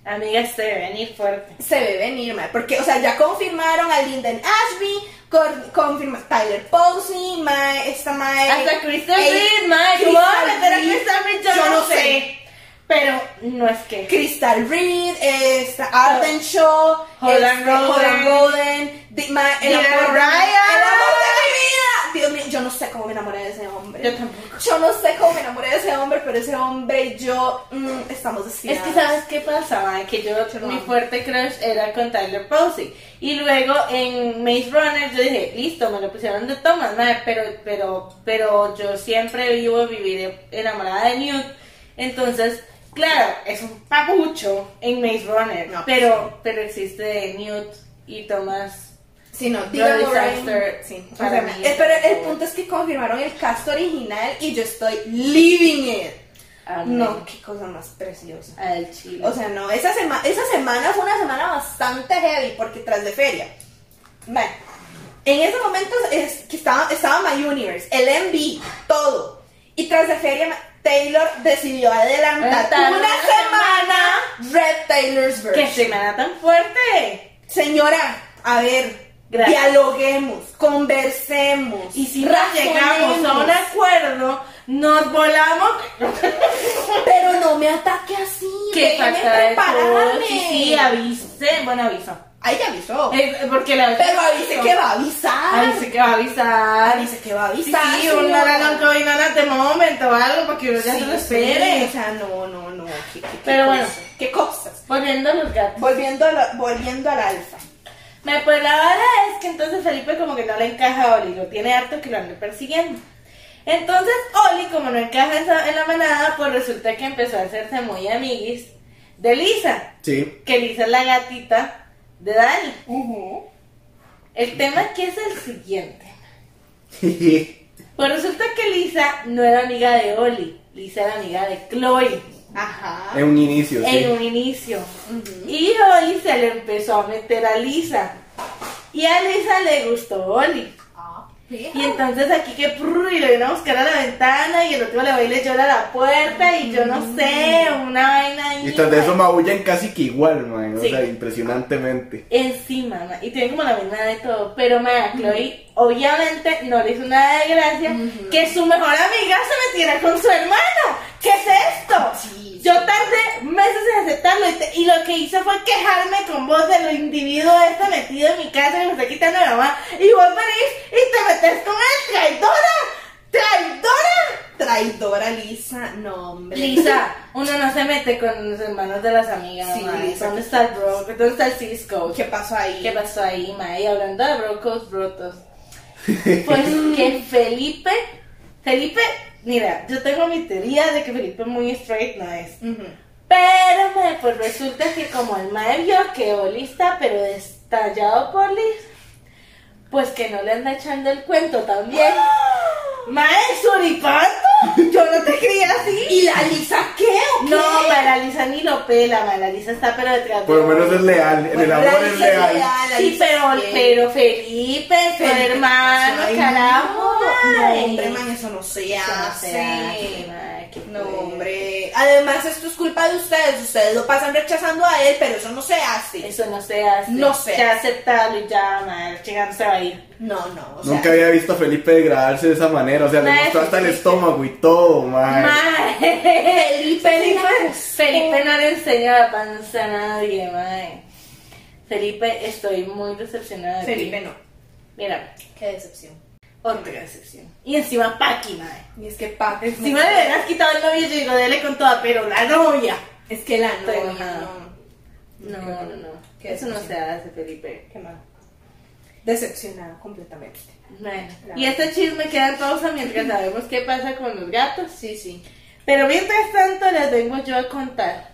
Speaker 1: Amiga, este debe venir fuerte.
Speaker 2: se ve venir, ma, porque, o sea, ya confirmaron a Linden Ashby, cor- confirma Tyler Posey, ma, esta mae...
Speaker 1: Hasta Kristen
Speaker 2: Ey,
Speaker 1: Reed, madre. ¿Cómo
Speaker 2: Kristen
Speaker 1: va a meter a
Speaker 2: Reed,
Speaker 1: Kristen Reed? Yo, no sé. Pero no es que.
Speaker 2: Crystal Reed, esta Arden Shaw,
Speaker 1: Holland
Speaker 2: este,
Speaker 1: Roden.
Speaker 2: Holland Roden, di- ma, el
Speaker 1: Dylan
Speaker 2: amor de mi- el
Speaker 1: O'Brien.
Speaker 2: amor de mi vida. Dios mío, yo no sé cómo me enamoré de ese hombre.
Speaker 1: Yo tampoco.
Speaker 2: Yo no sé cómo me enamoré de ese hombre, pero ese hombre y yo mm, estamos
Speaker 1: Es
Speaker 2: destinados.
Speaker 1: que sabes qué pasa, madre, que yo,
Speaker 2: Yo no
Speaker 1: mi
Speaker 2: amo.
Speaker 1: fuerte crush era con Tyler Posey. Y luego en Maze Runner yo dije, listo, me lo pusieron de tomas, madre, pero, pero, pero yo siempre vivo, viviré enamorada de Newt. Entonces, claro, es un papucho en Maze Runner,
Speaker 2: No, pues
Speaker 1: pero, pero existe Newt y Thomas.
Speaker 2: Sí, no,
Speaker 1: Brody
Speaker 2: Dylan O'Brien,
Speaker 1: Sangster,
Speaker 2: sí, o
Speaker 1: para
Speaker 2: sea,
Speaker 1: mí.
Speaker 2: eh, pero el punto es que confirmaron el cast original y yo estoy living it.
Speaker 1: Amén.
Speaker 2: No, qué cosa más preciosa.
Speaker 1: Al chile.
Speaker 2: O sea, no, esa, sema- esa semana fue una semana bastante heavy porque tras de feria. Bueno, en ese momento es que estaba, estaba My Universe, el MV, todo. Y tras de feria, ma- Taylor decidió adelantar
Speaker 1: Adelantar
Speaker 2: una
Speaker 1: una
Speaker 2: semana Red Taylor's Version.
Speaker 1: ¡Qué semana tan fuerte!
Speaker 2: Señora, a ver,
Speaker 1: Gracias.
Speaker 2: dialoguemos, conversemos.
Speaker 1: Y si no llegamos a un [laughs]
Speaker 2: racionemos.
Speaker 1: acuerdo, Nos volamos.
Speaker 2: Pero no me ataque así.
Speaker 1: Que
Speaker 2: déjeme
Speaker 1: falta de todo.
Speaker 2: prepararme.
Speaker 1: Sí, sí, avise. Bueno, aviso.
Speaker 2: Ahí te avisó.
Speaker 1: Eh, porque la
Speaker 2: Pero avise
Speaker 1: aviso.
Speaker 2: que va a avisar.
Speaker 1: Avise que va a avisar.
Speaker 2: Avise que va a
Speaker 1: Sí,
Speaker 2: avisar.
Speaker 1: sí,
Speaker 2: señor.
Speaker 1: un naranjo y nanate momento o algo para que uno ya
Speaker 2: Sí,
Speaker 1: se lo espere.
Speaker 2: sí, O sea, no, no, no. ¿Qué, qué- qué
Speaker 1: Pero bueno.
Speaker 2: cosa? ¿Qué cosas?
Speaker 1: Volviendo a los gatos.
Speaker 2: Volviendo, a la- volviendo al alfa.
Speaker 1: Me, pues la vara es que entonces Felipe como que no le encaja a Oli, lo tiene harto que lo ande persiguiendo. Entonces Oli, como no encaja en, esa- en la manada, pues resulta que empezó a hacerse muy amiguis de Lisa,
Speaker 3: Sí.
Speaker 1: que Lisa es la gatita de Dani. El tema aquí es el siguiente. Pues resulta que Lisa no era amiga de Oli, Lisa era amiga de Chloe
Speaker 2: Ajá.
Speaker 3: [laughs] en un inicio, sí.
Speaker 1: en un inicio. Y Oli se le empezó a meter a Lisa. Y a Lisa le gustó Oli.
Speaker 2: Ah,
Speaker 1: Y entonces aquí que prr, y lo viene a buscar a la ventana y el otro le va y le llora a la puerta y yo no sé, una vaina ahí.
Speaker 3: Y tras de eso maullan casi que igual, man. O
Speaker 1: Sí.
Speaker 3: sea, impresionantemente.
Speaker 1: Encima, ma, y tiene como la misma de todo. Pero ma, Chloe obviamente no le hizo nada de gracia que su mejor amiga se metiera con su hermano. ¿Qué es esto?
Speaker 2: Sí.
Speaker 1: Yo tardé meses en aceptarlo y, te- y lo que hice fue quejarme con vos de lo individuo este metido en mi casa que me está quitando mi mamá. Y vos venís y te metes con él, traidora, traidora.
Speaker 2: Traidora Lisa. No, hombre.
Speaker 1: Lisa, [laughs] uno no se mete con los hermanos de las amigas.
Speaker 2: Sí,
Speaker 1: ma.
Speaker 2: Lisa.
Speaker 1: ¿Dónde está el bro? ¿Dónde está el Cisco?
Speaker 2: ¿Qué pasó ahí?
Speaker 1: ¿Qué pasó ahí, Mae? Y hablando de brocos
Speaker 3: [laughs]
Speaker 1: brotos. Pues que Felipe, Felipe, mira, yo tengo mi teoría de que Felipe muy straight no es.
Speaker 2: Ujú.
Speaker 1: Pero, mae, pues resulta que como el Mae vio que Oli está, pero estallado por Liz, pues que no le anda echando el cuento también.
Speaker 2: ¡Ah!
Speaker 1: Mae, suripanto, yo no te creía así.
Speaker 2: ¿Y la Lisa qué o qué?
Speaker 1: No, mae, la Lisa ni lo pela, mae, la Lisa está pero detrás de
Speaker 3: Por lo
Speaker 1: Oli.
Speaker 3: menos es leal. En
Speaker 1: pues,
Speaker 3: el
Speaker 2: Bueno,
Speaker 3: amor
Speaker 2: la
Speaker 3: es
Speaker 2: Lisa es
Speaker 3: leal.
Speaker 2: leal. Ah, la
Speaker 1: Sí,
Speaker 2: Lisa
Speaker 1: pero,
Speaker 2: bien.
Speaker 1: pero Felipe, su
Speaker 2: Felipe,
Speaker 1: hermano,
Speaker 2: ay,
Speaker 1: carajo.
Speaker 2: No,
Speaker 1: ay.
Speaker 2: hombre, man, eso no se
Speaker 1: Eso no se
Speaker 2: hace.
Speaker 1: hace, man, qué
Speaker 2: No,
Speaker 1: fuerte.
Speaker 2: hombre. Además, esto es culpa de ustedes. Ustedes lo pasan rechazando a él, pero eso no se hace.
Speaker 1: Eso no se hace.
Speaker 2: No se
Speaker 1: Ya
Speaker 2: hace.
Speaker 1: aceptalo y ya, madre, chingando se va a ir.
Speaker 2: No, no. O sea,
Speaker 3: Nunca había visto a Felipe degradarse de esa manera. O sea, le
Speaker 1: Mae,
Speaker 3: mostró hasta el
Speaker 1: Felipe.
Speaker 3: estómago y todo, man.
Speaker 1: Mae.
Speaker 2: Felipe,
Speaker 1: Felipe,
Speaker 2: Lisa,
Speaker 1: Felipe no le enseña la panza a nadie, madre. Felipe, estoy muy decepcionada. de ti.
Speaker 2: Felipe no.
Speaker 1: Mira,
Speaker 2: Qué decepción.
Speaker 1: otra decepción. Y encima Paqui, madre.
Speaker 2: Y es que Paco.
Speaker 1: Encima le hubieras quitado el novio y yo digo, dele con toda, pero la novia.
Speaker 2: Es que la
Speaker 1: Estoy
Speaker 2: novia.
Speaker 1: enojada.
Speaker 2: no.
Speaker 1: No, no, no.
Speaker 2: Qué
Speaker 1: Eso no
Speaker 2: decepción.
Speaker 1: se hace, Felipe.
Speaker 2: Qué mal. Decepcionada completamente.
Speaker 1: Bueno,
Speaker 2: Claro.
Speaker 1: y este chisme queda en pausa mientras sabemos qué pasa con los gatos.
Speaker 2: Sí, sí.
Speaker 1: Pero mientras tanto les vengo yo a contar.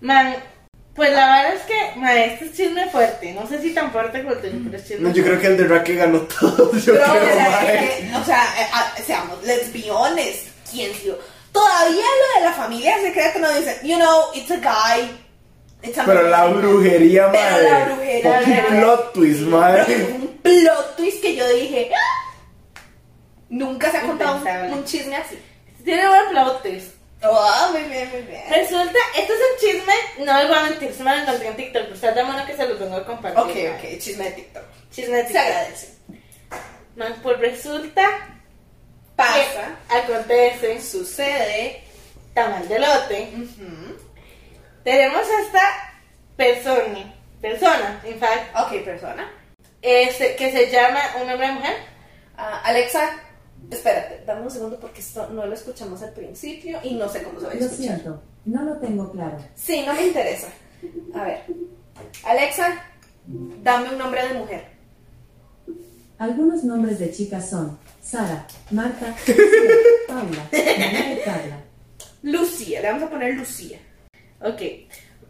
Speaker 1: Man, pues la verdad es que, man, este es chisme fuerte. No sé si tan fuerte como el tuyo, pero es chisme
Speaker 3: No, yo creo que el de Raque ganó todo. [laughs] Yo
Speaker 2: Pero, o
Speaker 3: creo,
Speaker 2: sea,
Speaker 3: mae.
Speaker 2: es que, o sea, eh, ah, seamos lesbiones. ¿Quién sido? Todavía lo de la familia secreta nos dicen, you know, it's a guy. It's a
Speaker 3: Pero la
Speaker 2: man".
Speaker 3: brujería,
Speaker 2: Pero
Speaker 3: madre.
Speaker 2: la brujería,
Speaker 3: Fucking
Speaker 2: mae.
Speaker 3: plot twist,
Speaker 2: Pero
Speaker 3: madre.
Speaker 2: fue un plot twist que yo dije, "Ah". nunca se ha contado un,
Speaker 1: Impensable.
Speaker 2: un chisme así.
Speaker 1: Tiene buen plot twist.
Speaker 2: Oh, muy bien, muy bien.
Speaker 1: Resulta, este es un chisme, no les voy a mentir, se me lo encontré en TikTok, pero está de mano que se los vengo a compartir.
Speaker 2: Ok,
Speaker 1: man.
Speaker 2: ok, chisme de TikTok.
Speaker 1: Chisme de
Speaker 2: Se
Speaker 1: TikTok.
Speaker 2: agradece.
Speaker 1: Man, pues resulta
Speaker 2: Pasa,
Speaker 1: que acontece
Speaker 2: sucede.
Speaker 1: tamal de lote.
Speaker 2: ujú.
Speaker 1: Tenemos a esta persona, persona, en fact,
Speaker 2: Ok, persona.
Speaker 1: este, que se llama un hombre y mujer.
Speaker 2: Ah, Alexa, espérate, dame un segundo porque esto no lo escuchamos al principio y no sé cómo se va a
Speaker 4: Lo
Speaker 2: escuchar.
Speaker 4: siento, no lo tengo claro.
Speaker 2: Sí, no me interesa. A ver, Alexa, dame un nombre de mujer.
Speaker 4: Algunos nombres de chicas son Sara,
Speaker 2: [laughs]
Speaker 4: Marta, Lucía, Paula, María y Carla.
Speaker 2: Lucía, le vamos a poner Lucía.
Speaker 1: Ok.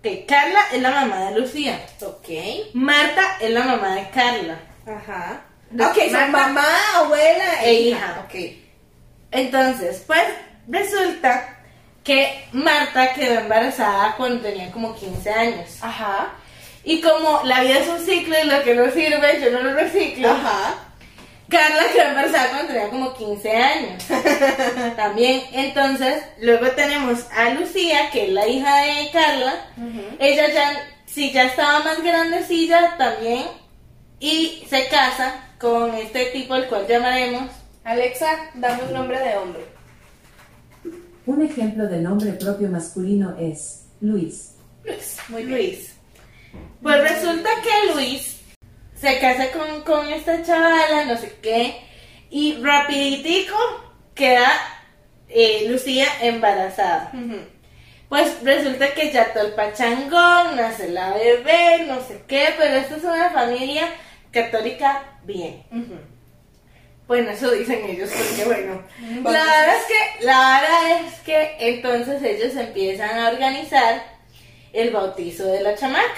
Speaker 1: Ok, Carla es la mamá de Lucía.
Speaker 2: Ok.
Speaker 1: Marta es la mamá de Carla.
Speaker 2: Ajá. Ok, son
Speaker 1: Marta.
Speaker 2: mamá, abuela e
Speaker 1: E
Speaker 2: hija.
Speaker 1: hija.
Speaker 2: Ok.
Speaker 1: Entonces, pues resulta que Marta quedó embarazada cuando tenía como 15 años.
Speaker 2: Ajá.
Speaker 1: Y como la vida es un ciclo y lo que no sirve, yo no lo reciclo.
Speaker 2: Ajá.
Speaker 1: Carla quedó embarazada cuando tenía como 15 años. También, entonces, luego tenemos a Lucía, que es la hija de Carla. Ella ya, si ya estaba más grandecilla también, y se casa con este tipo, el cual llamaremos
Speaker 2: Alexa, dame un nombre de hombre.
Speaker 4: Un ejemplo de nombre propio masculino es Luis.
Speaker 1: Luis, muy Luis. Pues resulta que Luis se casa con, con esta chavala, no sé qué, y rapiditico queda eh, Lucía embarazada. Pues resulta que ya todo el pachangón, nace la bebé, no sé qué, pero esta es una familia católica bien. Bueno, eso dicen ellos, porque bueno. La verdad es que, la verdad es que entonces ellos empiezan a organizar el bautizo de la chamaca.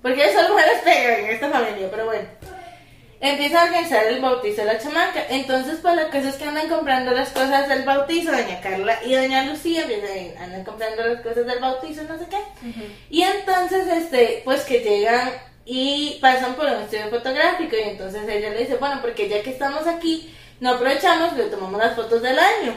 Speaker 1: Porque ellos solo mujeres pegan en esta familia, pero bueno. Empiezan a organizar el bautizo de la chamaca. Entonces, pues la cosa es que andan comprando las cosas del bautizo. Doña Carla y Doña Lucía empiezan, andan comprando las cosas del bautizo, no sé qué. Y entonces, este, pues que llegan y pasan por un estudio fotográfico. Y entonces ella le dice, bueno, porque ya que estamos aquí, no aprovechamos, le tomamos las fotos del año.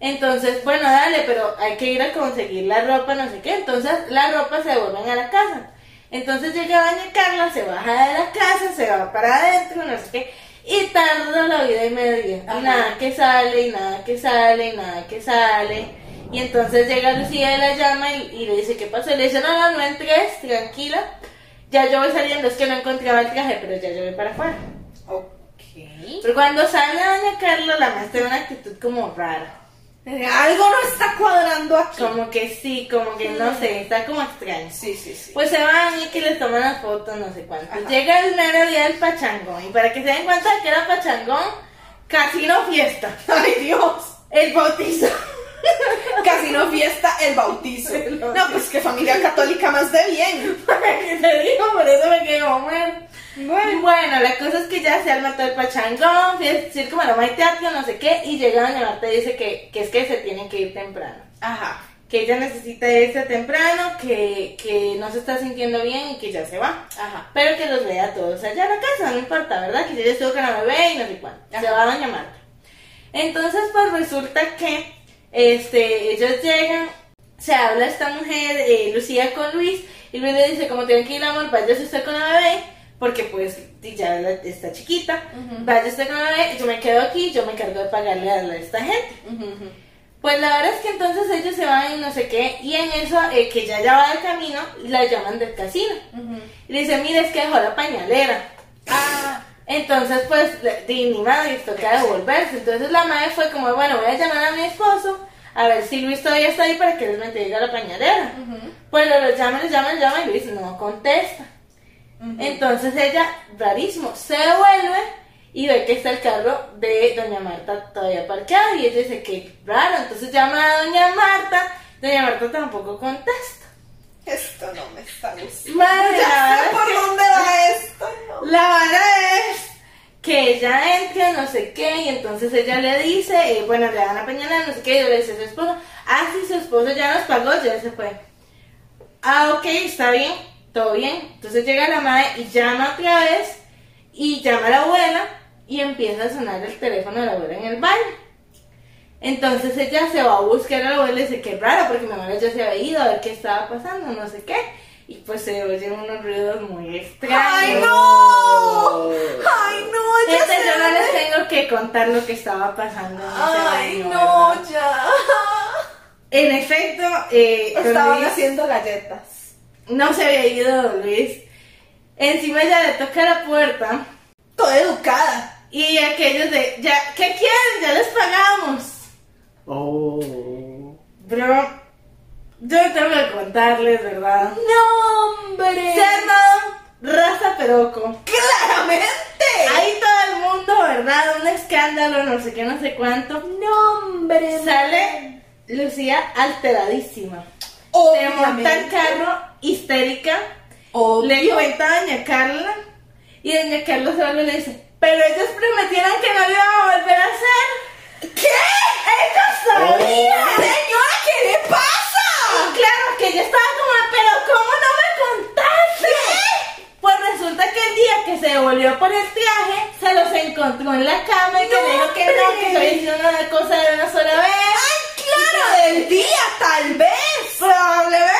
Speaker 1: Entonces, bueno, dale, pero hay que ir a conseguir la ropa, no sé qué. Entonces, la ropa se devuelven a la casa. Entonces llega Doña Carla, se baja de la casa, se va para adentro, no sé qué. Y tarda la vida y media.
Speaker 2: Ajá.
Speaker 1: Y nada que sale, y nada que sale, y nada que sale. Y entonces llega Lucía y la llama y, y le dice, ¿qué pasó? Y le dice, no, no, no entres, tranquila. Ya yo voy saliendo, es que no encontraba el traje, pero ya yo voy para afuera.
Speaker 2: Ok.
Speaker 1: Pero cuando sale Doña Carla, la más tiene una actitud como rara.
Speaker 2: Algo no está cuadrando aquí.
Speaker 1: Como que sí, como que no sé, está como extraño.
Speaker 2: Sí, sí, sí.
Speaker 1: Pues se van y que les toman las fotos, no sé cuánto.
Speaker 2: Ajá.
Speaker 1: Llega el mero día del pachangón. Y para que se den cuenta de que era pachangón, casino fiesta. [laughs]
Speaker 2: Ay, Dios.
Speaker 1: El bautizo. [laughs]
Speaker 2: Casino fiesta, el bautizo.
Speaker 1: El bautizo.
Speaker 2: No, pues que familia católica más de bien.
Speaker 1: Para que te digo, por eso me quedé como muerta.
Speaker 2: Bueno.
Speaker 1: Bueno, la cosa es que ya se arma todo el pachangón, fiesta, circo, maroma y teatro, no sé qué. Y llega doña Marta y dice que, que es que se tienen que ir temprano.
Speaker 2: Ajá.
Speaker 1: Que ella necesita irse temprano, que, que no se está sintiendo bien y que ya se va.
Speaker 2: Ajá.
Speaker 1: Pero que los vea a todos allá en la casa, no importa, ¿verdad? Que yo ya estuvo con la bebé y no sé cuánto. Se
Speaker 2: Ajá.
Speaker 1: va a Doña Marta. Entonces, pues resulta que este, ellos llegan, se habla esta mujer, eh, Lucía, con Luis, y Luis le dice, como tienen que ir, amor, váyase usted con la bebé, porque pues y ya la- está chiquita, váyase usted con la bebé, y yo me quedo aquí, yo me encargo de pagarle a la- a esta gente. Pues la verdad es que entonces ellos se van y no sé qué, y en eso, eh, que ya ya va de camino, la llaman del casino. Y le dice, mire, es que dejó la pañalera.
Speaker 2: Ah.
Speaker 1: Entonces, pues, le- di, ni madre, esto toca devolverse. Entonces la madre fue como, bueno, voy a llamar a mi esposo a ver si Luis todavía está ahí para que les mantenga la pañalera. Pues lo, lo llaman, lo llaman, lo llaman y Luis no contesta. Entonces ella, rarísimo, se devuelve y ve que está el carro de doña Marta todavía parqueado y ella dice que raro, entonces llama a doña Marta, doña Marta tampoco contesta.
Speaker 2: Esto no me está gustando.
Speaker 1: Madre, la
Speaker 2: Ya
Speaker 1: verdad
Speaker 2: sé
Speaker 1: es
Speaker 2: por
Speaker 1: que-
Speaker 2: dónde va esto. no.
Speaker 1: La vara es que ella entra, no sé qué, y entonces ella le dice, eh, bueno, le dan a pañalar, no sé qué, y le dice a su esposo, ah, sí, su esposo ya nos pagó, ya se fue. Ah, ok, está bien, todo bien. Entonces llega la madre y llama otra vez, y llama a la abuela, y empieza a sonar el teléfono de la abuela en el baño. Entonces ella se va a buscar a la abuela y dice, qué raro, porque mi abuela ya se había ido a ver qué estaba pasando, no sé qué. Y pues se oyen unos ruidos muy extraños.
Speaker 2: ¡Ay, [laughs] no! ¡Ay, no! Este Ya
Speaker 1: Gente, Este yo no
Speaker 2: sé. ¿eh?
Speaker 1: les tengo que contar lo que estaba pasando. en ese
Speaker 2: ¡Ay,
Speaker 1: baño,
Speaker 2: no!
Speaker 1: ¿verdad?
Speaker 2: Ya.
Speaker 1: En efecto, eh, don
Speaker 2: Estaban
Speaker 1: Luis
Speaker 2: haciendo galletas.
Speaker 1: no se había ido don Luis. Encima ya le toca la puerta
Speaker 2: Toda educada.
Speaker 1: y aquellos de, ya, ¿qué quieren? Ya les pagamos.
Speaker 3: Oh.
Speaker 1: Bro, yo tengo que contarles, ¿verdad?
Speaker 2: ¡No, hombre!
Speaker 1: Cerdo, raza peroco.
Speaker 2: ¡Claramente!
Speaker 1: Ahí todo el mundo, ¿verdad? Un escándalo, no sé qué, no sé cuánto.
Speaker 2: ¡No, hombre!
Speaker 1: Sale Lucía alteradísima. Se monta el
Speaker 2: Obviamente.
Speaker 1: carro histérica.
Speaker 2: Obvio.
Speaker 1: Le cuenta a doña Carla. Y doña Carla se vuelve y le dice: Pero ellos prometieron que no lo iban a volver a hacer. ¿Qué? ¡Ellos sabían!
Speaker 2: Oh. ¡Señora, qué le pasa!
Speaker 1: Claro que yo estaba como, pero ¿cómo no me contaste? Pues resulta que el día que se devolvió por el traje, se los encontró en la cama y que
Speaker 2: ¡No,
Speaker 1: le dijo que no, que
Speaker 2: hombre!
Speaker 1: estoy diciendo una cosa de una sola vez.
Speaker 2: ¡Ay, claro! ¡Del día, tal vez! ¡Ah! ¡Probablemente!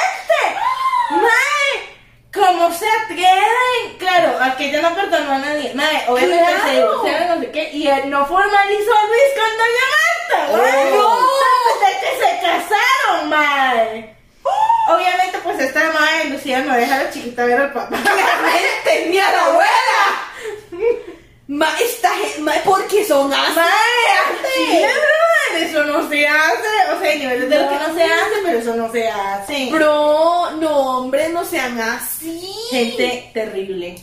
Speaker 1: ¡Mae! ¿Cómo se atreven? Claro, aquella no perdonó a nadie. Mae, obviamente
Speaker 2: Claro.
Speaker 1: se divorciaron, no sé qué, y él no formalizó a Luis con Doña Marta.
Speaker 3: Oh.
Speaker 1: ¡Mae!
Speaker 2: ¡No!
Speaker 1: que se casaron, mae. Obviamente, pues esta madre Lucía no deja a la chiquita ver al papá.
Speaker 2: Claramente, ni a la abuela. Ma, esta gente, ma, porque son así.
Speaker 1: Mae, eso no se hace. O sea, hay niveles de lo que no se hace, pero eso no se hace.
Speaker 2: Bro, no, hombre, no sean así.
Speaker 1: Gente terrible.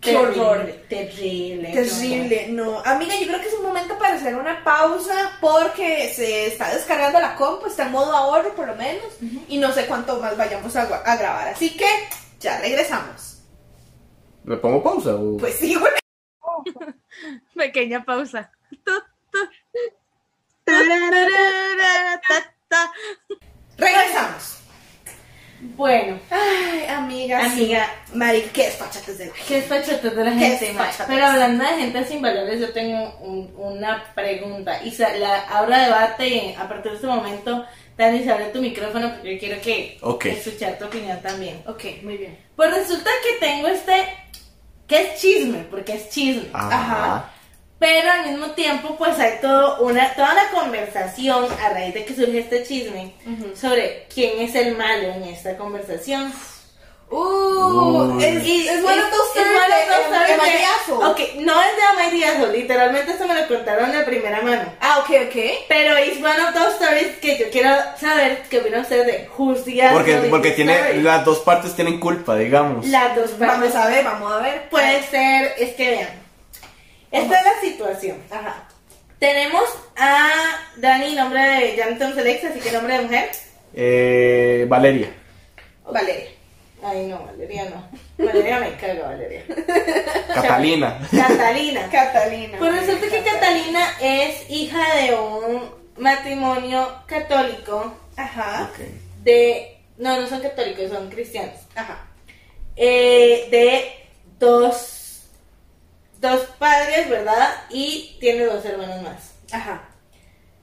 Speaker 2: Qué
Speaker 1: Terrible,
Speaker 2: horror.
Speaker 1: Terrible.
Speaker 2: Terrible, no. Amiga, yo creo que es un momento para hacer una pausa porque se está descargando la compu, está en modo ahorro por lo menos, y no sé cuánto más vayamos a, gua- a grabar. Así que ya regresamos.
Speaker 3: ¿Le pongo pausa? o-
Speaker 2: Pues sí, güey.
Speaker 1: [laughs] Pequeña pausa.
Speaker 2: Regresamos.
Speaker 1: Bueno,
Speaker 2: Ay, amiga.
Speaker 1: Amiga.
Speaker 2: sí. Mari, ¿qué es fachates de la
Speaker 1: qué fachotas de la
Speaker 2: Qué
Speaker 1: gente, ma.
Speaker 2: fachotas.
Speaker 1: Pero hablando de gente sin valores, yo tengo un- una pregunta. Y la, ahora debate, a partir de este momento, Dani, se abre tu micrófono porque yo quiero que
Speaker 3: Ok.
Speaker 1: escuchar tu opinión también.
Speaker 2: Ok, muy bien.
Speaker 1: Pues resulta que tengo este, que es chisme, porque es chisme.
Speaker 3: Ah.
Speaker 2: Ajá.
Speaker 1: Pero al mismo tiempo, pues hay todo una, toda una conversación a raíz de que surge este chisme sobre quién es el malo en esta conversación.
Speaker 2: Uh,
Speaker 3: Uy.
Speaker 2: es, es bueno eh,
Speaker 1: Es-
Speaker 2: tú
Speaker 1: es bueno tú
Speaker 2: sabes
Speaker 1: saber
Speaker 2: de
Speaker 1: que-
Speaker 2: Mariazo.
Speaker 1: Ok, no es de Amariazo, literalmente esto me lo contaron de primera mano.
Speaker 2: Ah, ok, ok.
Speaker 1: Pero es one of those stories que yo quiero saber qué opinan ustedes de Who's the asshole in
Speaker 3: Porque,
Speaker 1: this
Speaker 3: porque tiene,
Speaker 1: story?
Speaker 3: las dos partes tienen culpa, digamos.
Speaker 1: las dos partes.
Speaker 2: Vamos a ver, vamos a ver.
Speaker 1: Puede ser, es que vean. Esta es la situación.
Speaker 2: Ajá.
Speaker 1: Tenemos a Dani, nombre de Janton Selex, así que nombre de mujer.
Speaker 3: Eh, Valeria.
Speaker 2: [laughs]
Speaker 1: Valeria. Ay, no, Valeria no. Valeria me caga, Valeria.
Speaker 3: Catalina. [laughs]
Speaker 1: Catalina.
Speaker 2: Catalina.
Speaker 1: Pues resulta que Catalina es hija de un matrimonio católico
Speaker 2: Ajá.
Speaker 3: Ok.
Speaker 1: de... No, no son católicos, son cristianos.
Speaker 2: Ajá.
Speaker 1: Eh, de dos, dos padres, ¿verdad? Y tiene dos hermanos más.
Speaker 2: Ajá.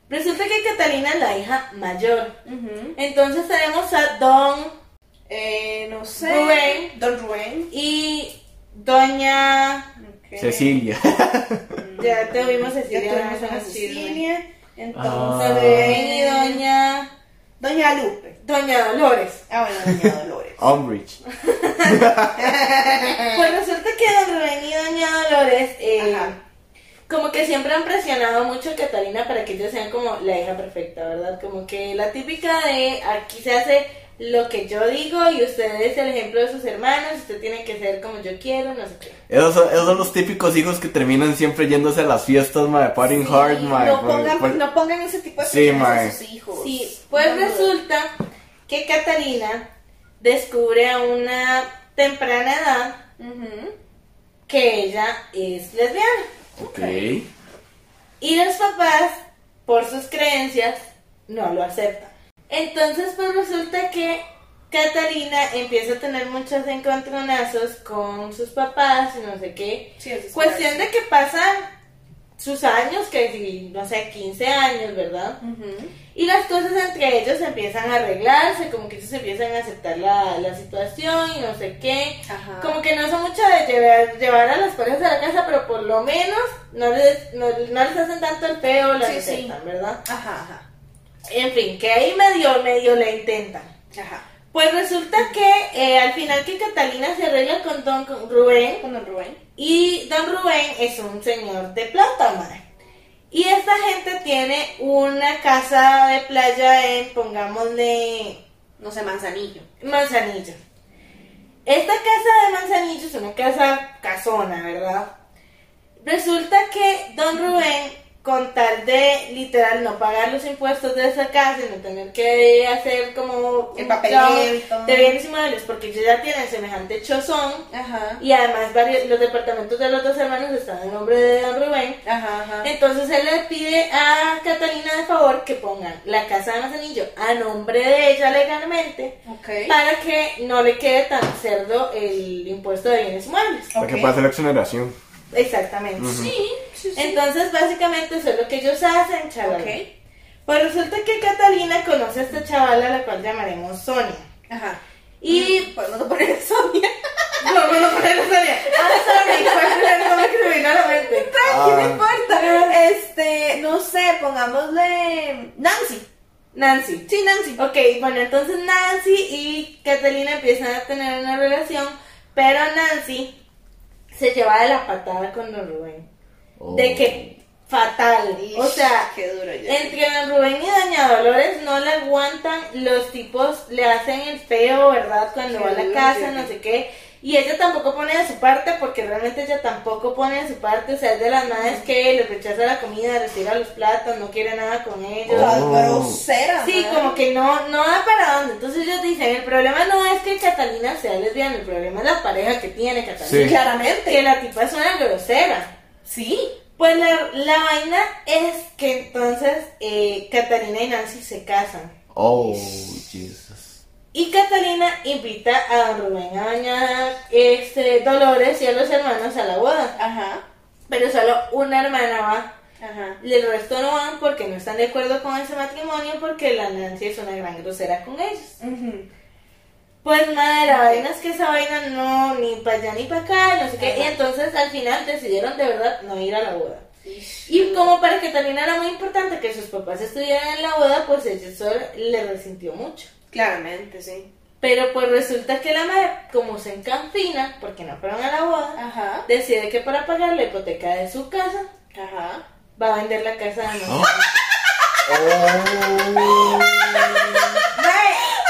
Speaker 1: Resulta que Catalina es la hija mayor.
Speaker 2: Ujú.
Speaker 1: Entonces tenemos a Don
Speaker 2: Eh, no sé.
Speaker 1: Rubén.
Speaker 2: Don Rubén.
Speaker 1: y Doña.
Speaker 2: Ok.
Speaker 3: Cecilia. [laughs]
Speaker 1: Ya tuvimos
Speaker 2: Ya
Speaker 1: Cecilia.
Speaker 2: tuvimos
Speaker 1: no
Speaker 2: a
Speaker 1: es chisme.
Speaker 2: Cecilia. Entonces.
Speaker 3: Ah.
Speaker 1: Rubén y Doña.
Speaker 2: Doña Lupe.
Speaker 1: Doña Dolores.
Speaker 2: Ah, bueno,
Speaker 3: [laughs]
Speaker 2: Doña Dolores.
Speaker 3: Ah, Umbridge.
Speaker 1: Pues resulta que Don Rubén y Doña Dolores. eh,
Speaker 2: Ajá.
Speaker 1: Como que siempre han presionado mucho a Catalina para que ellos sean como la hija perfecta, ¿verdad? Como que la típica de aquí se hace lo que yo digo y usted es el ejemplo de sus hermanos, usted tiene que ser como yo quiero, no sé qué.
Speaker 3: Esos son, esos son los típicos hijos que terminan siempre yéndose a las fiestas, ma, de partying hard, ma.
Speaker 2: no,
Speaker 3: por-
Speaker 2: pongan,
Speaker 3: por-
Speaker 2: no pongan ese tipo de
Speaker 3: Sí,
Speaker 2: cosas a
Speaker 3: mae.
Speaker 2: sus hijos.
Speaker 1: Sí, pues
Speaker 2: No, no.
Speaker 1: resulta que Catalina descubre a una temprana edad
Speaker 2: Ujú.
Speaker 1: que ella es lesbiana.
Speaker 3: Ok.
Speaker 1: Y los papás, por sus creencias, no lo aceptan. Entonces, pues resulta que Catalina empieza a tener muchos encontronazos con sus papás y no sé qué.
Speaker 2: Sí, eso es pues.
Speaker 1: Cuestión
Speaker 2: claro.
Speaker 1: de que pasan sus años, que si, no sé, 15 años, ¿verdad?
Speaker 2: Ujú.
Speaker 1: Y las cosas entre ellos empiezan a arreglarse, como que ellos empiezan a aceptar la, la situación y no sé qué.
Speaker 2: Ajá.
Speaker 1: Como que no son mucho de llevar, llevar a las parejas a la casa, pero por lo menos no les, no, no les hacen tanto el feo, la
Speaker 2: Sí,
Speaker 1: intentan, ¿verdad?
Speaker 2: Ajá, ajá.
Speaker 1: En fin, que ahí medio, medio la intentan.
Speaker 2: Ajá.
Speaker 1: Pues resulta que eh, al final que Catalina se arregla con Don con Rubén,
Speaker 2: Con Don Rubén.
Speaker 1: y Don Rubén es un señor de plata, mae. Y esta gente tiene una casa de playa en, pongámosle,
Speaker 2: No sé, Manzanillo.
Speaker 1: Manzanillo. Esta casa de Manzanillo es una casa casona, ¿verdad? Resulta que Don Rubén, con tal de literal no pagar los impuestos de esa casa y no tener que hacer como
Speaker 2: El
Speaker 1: un
Speaker 2: papeleo
Speaker 1: trabajo
Speaker 2: y todo.
Speaker 1: de bienes inmuebles, porque ellos ya tienen semejante chozón.
Speaker 2: Ajá.
Speaker 1: Y además varios, los departamentos de los dos hermanos están en nombre de Don Rubén.
Speaker 2: Ajá, ajá.
Speaker 1: Entonces él le pide a Catalina de favor que pongan la casa de Manzanillo a nombre de ella legalmente
Speaker 2: Ok.
Speaker 1: para que no le quede tan cerdo el impuesto de bienes muebles.
Speaker 3: Para que pase la exoneración.
Speaker 1: Exactamente.
Speaker 2: Sí, sí, sí.
Speaker 1: Entonces básicamente eso es lo que ellos hacen, chaval.
Speaker 2: Ok.
Speaker 1: Pues resulta que Catalina conoce a esta chavala, a la cual llamaremos Sonia.
Speaker 2: Ajá. Pues,
Speaker 1: Y
Speaker 2: podemos poner eso bien.
Speaker 1: [laughs] No, no, no, poner a Sonia. A Sonia, fue el primer nombre que se me vino a la mente.
Speaker 3: [laughs]
Speaker 2: Tranqui, no
Speaker 3: Ah.
Speaker 2: importa. Este, no sé, pongámosle Nancy.
Speaker 1: Nancy.
Speaker 2: Sí, Nancy.
Speaker 1: Ok, bueno, entonces Nancy y Catalina empiezan a tener una relación, pero Nancy se lleva de la patada con don Rubén.
Speaker 3: Oh.
Speaker 1: De que fatal. O sea,
Speaker 2: qué duro ya.
Speaker 1: entre don Rubén y doña Dolores no la aguantan, los tipos le hacen el feo, ¿verdad? Cuando
Speaker 2: Qué
Speaker 1: va a la
Speaker 2: duro,
Speaker 1: casa,
Speaker 2: sí.
Speaker 1: no sé qué. Y ella tampoco pone de su parte, porque realmente ella tampoco pone de su parte, o sea, es de las madres que le rechaza la comida, le tira los platos, no quiere nada con ellos.
Speaker 3: Oh.
Speaker 2: Todas groseras,
Speaker 1: Sí,
Speaker 2: madre.
Speaker 1: como que no, no da para dónde. Entonces ellos dicen, el problema no es que Catalina sea lesbiana, el problema es la pareja que tiene Catalina.
Speaker 3: Sí.
Speaker 1: Que
Speaker 2: Claramente.
Speaker 1: la tipa es una grosera.
Speaker 2: Sí.
Speaker 1: Pues la, la vaina es que entonces eh, Catalina y Nancy se casan.
Speaker 3: Oh, Jesus.
Speaker 1: Y Catalina invita a don Rubén a doña este, Dolores y a los hermanos a la boda.
Speaker 2: Ajá.
Speaker 1: Pero solo una hermana va.
Speaker 2: Ajá.
Speaker 1: El resto no van porque no están de acuerdo con ese matrimonio porque la Nancy es una gran grosera con ellos.
Speaker 2: Ujú.
Speaker 1: Pues madre, la vaina es que esa vaina no, ni para allá ni para acá, no sé qué. Y entonces al final decidieron de verdad no ir a la boda. Y como para que también era muy importante que sus papás estuvieran en la boda, pues ella sola le resintió mucho.
Speaker 2: Claramente, sí.
Speaker 1: Pero pues resulta que la madre, como se encanfina, porque no fueron a la boda,
Speaker 2: Ajá.
Speaker 1: decide que para pagar la hipoteca de su casa,
Speaker 2: Ajá.
Speaker 1: va a vender la casa de nosotros.
Speaker 2: Oh.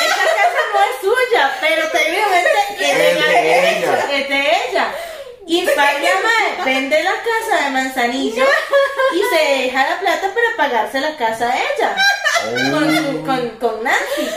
Speaker 1: Esta casa no es suya, pero técnicamente [laughs] es de,
Speaker 3: Es
Speaker 1: la-
Speaker 3: de ella.
Speaker 1: es de ella. Y Fabia Mae vende la casa de Manzanillo y se deja la plata para pagarse la casa a ella. Con,
Speaker 3: Oh.
Speaker 1: su- con, con Nancy.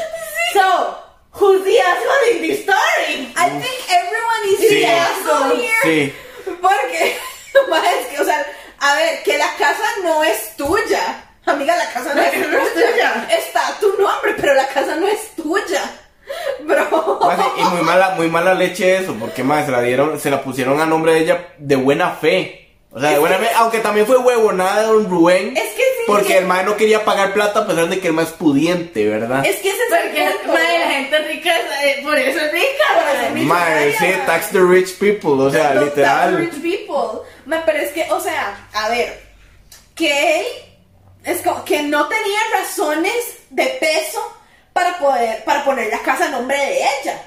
Speaker 1: So, who's the asshole in this story?
Speaker 2: I think everyone is
Speaker 3: Sí.
Speaker 2: the asshole here.
Speaker 3: Sí.
Speaker 2: Porque, [laughs] ma, es que, o sea, a ver, que la casa no es tuya. Amiga, la casa no, es,
Speaker 1: No es tuya.
Speaker 2: tuya. Está a tu nombre, pero la casa no es tuya. [laughs] Bro.
Speaker 3: Mae, sí, y muy mala, muy mala leche eso, porque más se la dieron, se la pusieron a nombre de ella de buena fe. O sea, de buena fe, aunque también fue huevonada de don Rubén.
Speaker 2: Es que sí,
Speaker 3: Porque
Speaker 2: sí.
Speaker 3: el mae no quería pagar plata a pesar de que el mae es pudiente, ¿verdad?
Speaker 2: Es que ese
Speaker 1: Porque
Speaker 2: es el punto.
Speaker 1: mae, la gente rica, es- eh, por eso es rica.
Speaker 2: Por
Speaker 1: mae.
Speaker 2: eso es
Speaker 3: Mae, sí,
Speaker 2: millonaria.
Speaker 3: tax the rich people, o sea,
Speaker 2: Don't touch
Speaker 3: literal.
Speaker 2: Rich people. Ma, pero es que, o sea, a ver, que él es como que no tenía razones de peso para poder, para poner la casa a nombre de ella.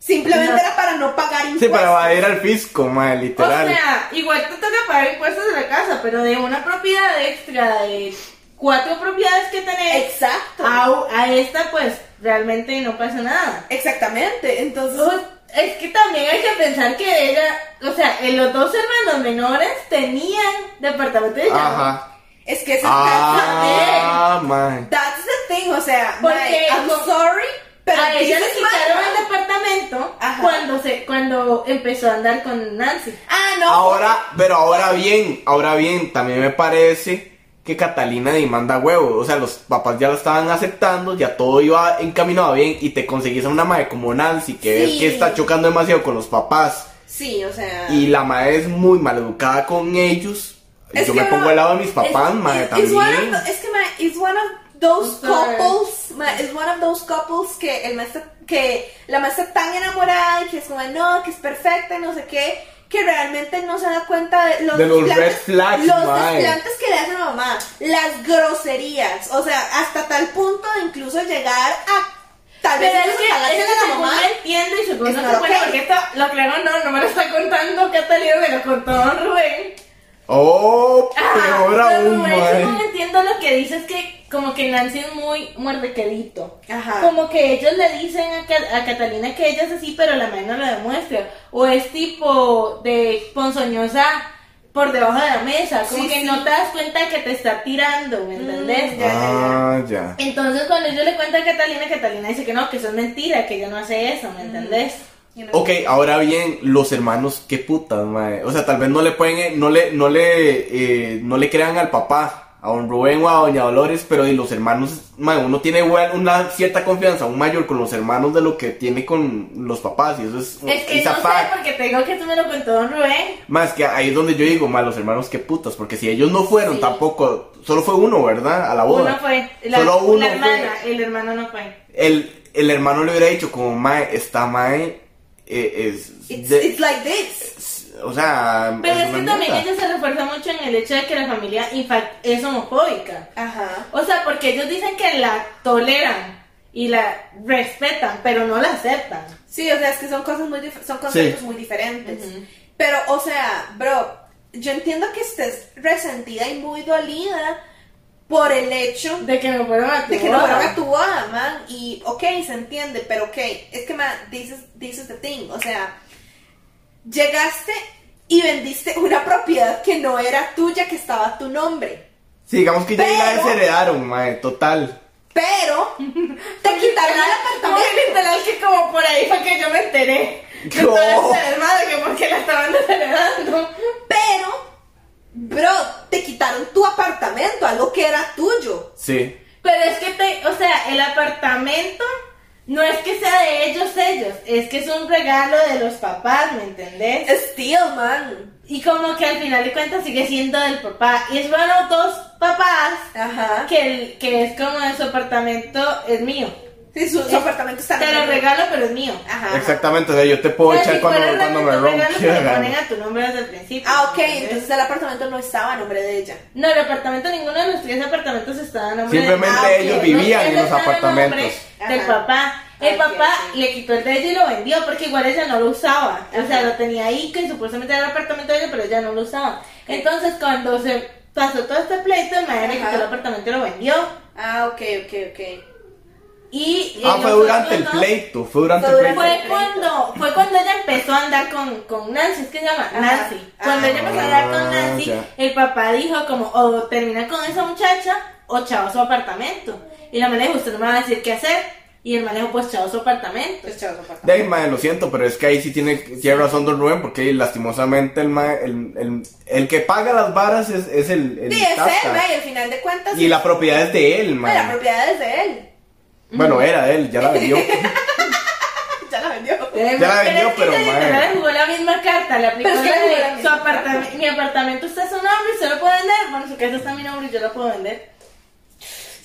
Speaker 2: Simplemente
Speaker 1: No.
Speaker 2: era para no pagar impuestos.
Speaker 3: Sí, para evadir al fisco, mae,
Speaker 1: O
Speaker 3: literal.
Speaker 1: sea, igual te toca pagar impuestos de la casa, pero de una propiedad extra, de cuatro propiedades que tenés,
Speaker 2: Exacto.
Speaker 1: a, a esta pues realmente no pasa nada.
Speaker 2: Exactamente. Entonces,
Speaker 1: O- Es que también hay que pensar que ella, o sea, en los dos hermanos menores tenían departamento de llave.
Speaker 3: Ajá.
Speaker 2: es que ese
Speaker 3: Ah, mae.
Speaker 2: that's, that's the thing, o sea,
Speaker 1: Porque
Speaker 2: mae, I'm
Speaker 1: con-
Speaker 2: sorry, pero
Speaker 1: a ella
Speaker 2: this
Speaker 1: le
Speaker 2: is my
Speaker 1: quitaron
Speaker 2: house.
Speaker 1: el departamento
Speaker 2: Ajá.
Speaker 1: cuando se cuando empezó a andar con Nancy.
Speaker 2: Ah, no.
Speaker 3: Ahora, pero ahora bien, ahora bien, también me parece que Catalina demanda huevos. O sea, los papás ya lo estaban aceptando, ya todo iba encaminado bien y te conseguís a una madre como Nancy, que
Speaker 2: Sí.
Speaker 3: ves que está chocando demasiado con los papás
Speaker 2: Sí, o sea.
Speaker 3: y la madre es muy maleducada con ellos.
Speaker 2: Es
Speaker 3: Yo
Speaker 2: que
Speaker 3: me
Speaker 2: no,
Speaker 3: pongo al lado de mis papás,
Speaker 2: it's-
Speaker 3: madre,
Speaker 2: it's- it's one of
Speaker 3: también.
Speaker 2: the- es que ma, it's one of those
Speaker 1: I'm sorry.
Speaker 2: couples, ma, it's one of those couples que el maestro, que la maestra está tan enamorada y que es como no, que es perfecta y no sé qué, que realmente no se da cuenta de los,
Speaker 3: De los
Speaker 2: desplantes-
Speaker 3: red flags,
Speaker 2: los
Speaker 3: mae.
Speaker 2: desplantes que le hace la mamá, las groserías, o sea, hasta tal punto de incluso llegar a tal vez
Speaker 1: Pero es
Speaker 2: incluso
Speaker 1: que,
Speaker 2: jalarse
Speaker 1: es
Speaker 2: de
Speaker 1: que según yo entiendo y según
Speaker 2: es
Speaker 1: no
Speaker 2: not
Speaker 1: se puede,
Speaker 2: okay.
Speaker 1: porque esto, lo aclaro, no, no me lo está contando Catalina, me lo contó don Rubén.
Speaker 3: Oh, peor
Speaker 1: Ah,
Speaker 3: aún,
Speaker 1: don Rubén, según
Speaker 3: madre.
Speaker 1: entiendo lo que dice es que como que Nancy es muy muerdequedito.
Speaker 2: Ajá.
Speaker 1: Como que ellos le dicen a, Ca- a Catalina que ella es así, pero la madre no lo demuestra. O es tipo de ponzoñosa por debajo de la mesa. Como
Speaker 2: Sí,
Speaker 1: que
Speaker 2: sí. Mm.
Speaker 1: no te das cuenta que te está tirando, ¿me entendés?
Speaker 2: ya.
Speaker 3: Ah, ya.
Speaker 1: Entonces cuando yo le cuento a Catalina, Catalina dice que no, que eso es mentira, que ella no hace eso, ¿me entendés?
Speaker 2: You know.
Speaker 3: Ok, ahora bien, los hermanos, qué putas, madre. O sea, tal vez no le pueden, eh, no le, no le, eh, no le crean al papá, a don Rubén o a doña Dolores, pero de los hermanos, madre, uno tiene igual una cierta confianza, un mayor con los hermanos de lo que tiene con los papás, y eso es,
Speaker 1: Es que
Speaker 3: it's a
Speaker 1: no sé,
Speaker 3: fact.
Speaker 1: porque tengo que tú me lo contó Don Rubén.
Speaker 3: Más que ahí es donde yo digo, más los hermanos, qué putas, porque si ellos no fueron
Speaker 1: Sí.
Speaker 3: tampoco, solo fue uno, ¿verdad? A la boda.
Speaker 1: Uno fue. La,
Speaker 3: Solo uno
Speaker 1: la
Speaker 3: fue.
Speaker 1: hermana, el hermano no fue.
Speaker 3: El, el hermano le hubiera dicho, como, mae, está mae, eh, es,
Speaker 2: It's,
Speaker 3: de-
Speaker 2: it's like this.
Speaker 3: o sea,
Speaker 1: Pero
Speaker 3: es
Speaker 1: es que
Speaker 3: una
Speaker 1: también
Speaker 3: mierda.
Speaker 1: ella se refuerza mucho en el hecho de que la familia in fact, es homofóbica.
Speaker 2: Ajá.
Speaker 1: O sea, porque ellos dicen que la toleran y la respetan, pero no la aceptan.
Speaker 2: Sí, o sea, es que son cosas muy dif- son conceptos
Speaker 3: Sí.
Speaker 2: muy diferentes.
Speaker 1: Ujú.
Speaker 2: Pero, o sea, bro, yo entiendo que estés resentida y muy dolida por el hecho
Speaker 1: De que no fueron a tu
Speaker 2: de que no
Speaker 1: boda.
Speaker 2: fueron a tu boda, man. Y, ok, se entiende, pero ok, es que, man, this is, this is the thing. O sea, llegaste y vendiste una propiedad que no era tuya, que estaba a tu nombre.
Speaker 3: Sí, digamos que ya ahí la
Speaker 2: Pero-
Speaker 3: desheredaron, mae, total.
Speaker 2: Pero te
Speaker 1: [laughs]
Speaker 2: quitaron el
Speaker 1: Muy
Speaker 2: apartamento.
Speaker 1: literal que como por ahí fue que yo me enteré.
Speaker 3: No.
Speaker 1: Entonces, hermano, que porque la estaban acelerando.
Speaker 2: Pero, bro, te quitaron tu apartamento, algo que era tuyo.
Speaker 3: Sí.
Speaker 1: Pero es que, te, o sea, el apartamento no es que sea de ellos ellos, es que es un regalo de los papás, ¿me entendés?
Speaker 2: Still, man.
Speaker 1: Y como que al final de cuentas sigue siendo del papá. Y es bueno, dos papás,
Speaker 2: Ajá.
Speaker 1: que, el- que es como su apartamento es mío.
Speaker 2: Sí, su, su apartamento está
Speaker 1: Te lo
Speaker 2: nombre.
Speaker 1: regalo, pero es mío.
Speaker 2: Ajá.
Speaker 3: Exactamente, o sea, yo te puedo
Speaker 1: Pero
Speaker 3: echar
Speaker 1: si
Speaker 3: cuando,
Speaker 1: fuera
Speaker 3: cuando me
Speaker 1: realmente un regalo, te lo ponen
Speaker 3: rompa.
Speaker 1: a tu nombre desde el principio.
Speaker 2: Ah, ok,
Speaker 1: ¿entendés?
Speaker 2: entonces el apartamento no estaba a nombre de ella.
Speaker 1: No, el apartamento, ninguno de los tres apartamentos estaba a nombre de-
Speaker 3: Simplemente
Speaker 1: Ah, ok.
Speaker 3: ellos vivían en
Speaker 1: ellos
Speaker 3: los
Speaker 1: estaban a nombre
Speaker 2: apartamentos.
Speaker 1: Del
Speaker 2: Ajá.
Speaker 1: papá. El
Speaker 2: Ok,
Speaker 1: papá
Speaker 2: ok.
Speaker 1: le quitó el de ella y lo vendió porque igual ella no lo usaba. O sea,
Speaker 2: Ajá.
Speaker 1: lo tenía ahí, que supuestamente era el apartamento de ella, pero ella no lo usaba. Entonces, cuando se pasó todo este pleito, el madre le quitó
Speaker 2: Ajá.
Speaker 1: el apartamento y lo vendió.
Speaker 2: Ah, ok, ok, ok.
Speaker 1: Y,
Speaker 3: Ah,
Speaker 1: y
Speaker 3: fue
Speaker 1: los
Speaker 3: durante el
Speaker 1: otros dos-
Speaker 3: pleito, fue durante el
Speaker 2: Fue
Speaker 3: pleito.
Speaker 1: Fue
Speaker 2: Durante el
Speaker 1: cuando, fue cuando ella empezó a andar con, con Nancy, es que se llama
Speaker 2: Ajá.
Speaker 1: Nancy.
Speaker 2: Ah.
Speaker 1: Cuando ella empezó a andar con
Speaker 3: Ah,
Speaker 1: Nancy,
Speaker 3: ya.
Speaker 1: el papá dijo como, o termina con esa muchacha, o chao su apartamento. Y la mamá le dijo, usted no me va a decir qué hacer. Y el mamá le dijo, pues chao su apartamento.
Speaker 2: Pues chao, su apartamento.
Speaker 3: De ahí, mae, lo siento, pero es que ahí sí tiene, tiene razón Don Rubén, porque lastimosamente el, mae- el, el, el que paga las varas es, es el, el
Speaker 2: Sí, es
Speaker 3: Tata.
Speaker 2: él, ma, y al final de cuentas.
Speaker 3: Y la propiedad es de él,
Speaker 2: ma, la
Speaker 3: mae.
Speaker 2: propiedad es de él. [laughs]
Speaker 3: Bueno, era de él, ya la vendió.
Speaker 2: Ya la vendió.
Speaker 1: Pero
Speaker 3: la vendió,
Speaker 1: es que
Speaker 3: pero,
Speaker 1: ella
Speaker 3: madre.
Speaker 1: literal jugó la misma carta, le aplicó
Speaker 2: Pero es que
Speaker 1: la
Speaker 2: jugó
Speaker 1: de
Speaker 2: la
Speaker 1: su
Speaker 2: misma
Speaker 1: apartamento, mi apartamento está a su nombre, usted lo puede vender. Bueno, su casa está a mi nombre y yo la puedo vender.
Speaker 2: [laughs]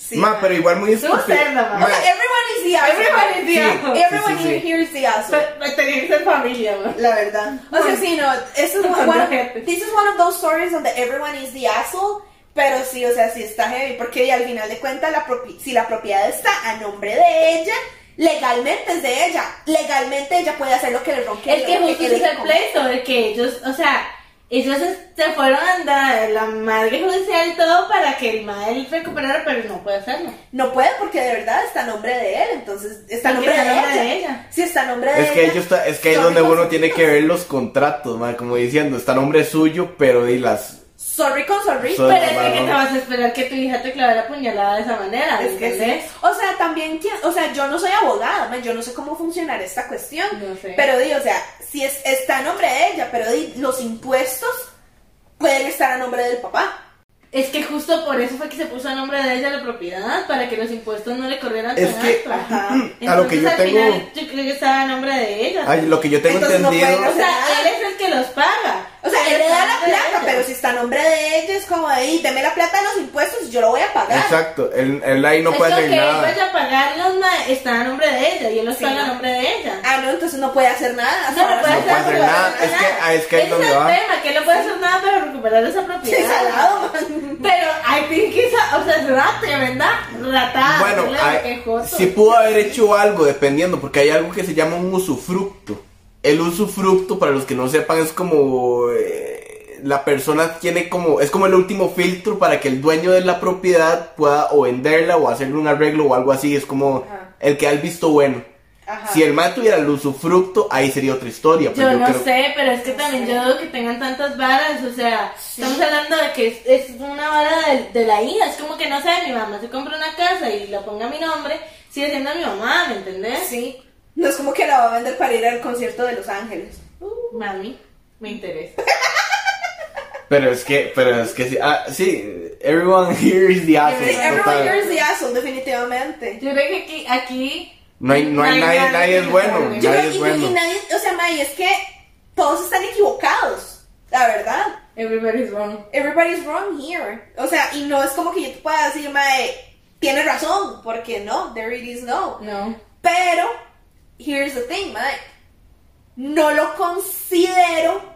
Speaker 2: Sí.
Speaker 3: [laughs] mae, pero igual muy
Speaker 1: Estuvo
Speaker 3: estúpido.
Speaker 1: cerda, mae.
Speaker 2: O sea, everyone is the asshole.
Speaker 1: Everyone is the
Speaker 3: Sí.
Speaker 1: asshole.
Speaker 2: Everyone
Speaker 3: Sí, sí, sí.
Speaker 2: here is the asshole.
Speaker 1: Pero- pero tenía que ser familia, ¿no?
Speaker 2: La verdad. O sea, sí, no, this is, one of, this is one of those stories donde everyone is the asshole, pero sí, o sea, sí está heavy, porque y al final de cuentas, la propi- si la propiedad está a nombre de ella, legalmente es de ella. Legalmente ella puede hacer lo que le ronque.
Speaker 1: Es que
Speaker 2: lo
Speaker 1: justo
Speaker 2: quiere
Speaker 1: ese es el
Speaker 2: con-
Speaker 1: pleito, de que ellos, o sea, ellos es- se fueron a andar la madre judicial y todo para que el madre recuperara, pero no puede hacerlo.
Speaker 2: No puede porque de verdad está a nombre de él, entonces está a
Speaker 1: Porque
Speaker 2: nombre,
Speaker 1: está a
Speaker 2: de,
Speaker 1: nombre
Speaker 2: ella.
Speaker 1: de ella.
Speaker 2: Sí, está a nombre de
Speaker 3: Es que,
Speaker 2: ella.
Speaker 3: ellos, ta- es que ahí es
Speaker 2: Son
Speaker 3: donde uno
Speaker 2: responsa-
Speaker 3: tiene que ver los contratos, mae, como diciendo, está nombre suyo, pero y las...
Speaker 2: Sorry con sorry.
Speaker 3: Son-
Speaker 1: Pero
Speaker 3: Pues,
Speaker 1: es que
Speaker 3: claro.
Speaker 1: ¿qué te vas a esperar que tu hija te clavara puñalada de esa manera,
Speaker 2: Es que sí.
Speaker 1: ¿entendés?
Speaker 2: O sea, también, ¿quién? o sea, yo no soy abogada, man, yo no sé cómo funcionar esta cuestión.
Speaker 1: No sé.
Speaker 2: Pero di, o sea, si es, está a nombre de ella, pero di, los impuestos pueden estar a nombre del papá.
Speaker 1: Es que justo por eso fue que se puso a nombre de ella la propiedad, para que los impuestos no le corrieran
Speaker 3: Es
Speaker 1: tan
Speaker 3: que-
Speaker 1: alto.
Speaker 2: Ajá.
Speaker 3: a lo que yo
Speaker 1: Entonces, al
Speaker 3: tengo-
Speaker 1: final, yo creo que estaba a nombre de ella.
Speaker 3: Ay, lo que yo tengo
Speaker 2: Entonces no
Speaker 3: entendido...
Speaker 2: pueden
Speaker 1: O sea, él es el que los paga.
Speaker 2: O sea,
Speaker 1: Él
Speaker 2: él le da la
Speaker 1: está a nombre de
Speaker 2: plata,
Speaker 1: ella.
Speaker 2: pero si está a nombre de ella, es como ahí, deme la plata de los impuestos y yo lo voy a pagar.
Speaker 3: Exacto, él, él ahí no
Speaker 1: es
Speaker 3: puede
Speaker 1: lo
Speaker 3: hacer
Speaker 1: que él
Speaker 3: nada.
Speaker 1: vaya a pagarlos ma, está a nombre de ella y él los
Speaker 2: Sí,
Speaker 1: paga a
Speaker 2: no.
Speaker 1: nombre de ella.
Speaker 2: Ah, no, entonces no puede hacer nada.
Speaker 1: No, no puede
Speaker 3: no puede
Speaker 1: hacer
Speaker 3: hacer
Speaker 1: nada.
Speaker 3: nada. Es que- ah, es que ahí
Speaker 1: Ese
Speaker 3: donde
Speaker 1: es el
Speaker 3: va.
Speaker 1: tema, que él no puede hacer nada para recuperar esa propiedad.
Speaker 2: Sí, salado, man.
Speaker 1: Pero I think esa, o sea, es una tremenda ratada.
Speaker 3: Bueno,
Speaker 1: decirle lo
Speaker 3: hay-
Speaker 1: que es joto.
Speaker 3: sí pudo haber hecho algo, dependiendo, porque hay algo que se llama un usufructo. El usufructo, para los que no sepan, es como eh, la persona tiene como, es como el último filtro para que el dueño de la propiedad pueda o venderla o hacerle un arreglo o algo así, es como
Speaker 2: Ajá.
Speaker 3: el que da el visto bueno.
Speaker 2: Ajá.
Speaker 3: Si el mal tuviera el usufructo, ahí sería otra historia. pero
Speaker 1: Yo no
Speaker 3: creo-
Speaker 1: sé, pero es que también yo dudo que tengan tantas varas, o sea, estamos hablando de que es, es una vara de, de la hija, es como que no sé, mi mamá se compra una casa y la ponga a mi nombre, sigue siendo mi mamá, ¿me entendés?
Speaker 2: Sí. No es como que la va a vender para ir al concierto de Los Ángeles.
Speaker 1: Mami, me interesa.
Speaker 3: Pero es que, pero es que sí, ah, sí, everyone here is the asshole.
Speaker 2: Sí, everyone
Speaker 3: total.
Speaker 2: here is the asshole, definitivamente.
Speaker 1: Yo creo que aquí, aquí
Speaker 3: No hay, no hay nadie, nadie, es bueno.
Speaker 1: que
Speaker 2: Yo
Speaker 3: nadie
Speaker 2: creo-
Speaker 3: es
Speaker 2: y-
Speaker 3: bueno.
Speaker 2: y nadie, o sea, May, es que todos están equivocados, la verdad.
Speaker 1: Everybody's wrong.
Speaker 2: Everybody's wrong here. O sea, y no es como que yo te pueda decir, Mae, tienes razón, porque no, there it is no.
Speaker 1: No.
Speaker 2: Pero, here's the thing, Mae, no lo considero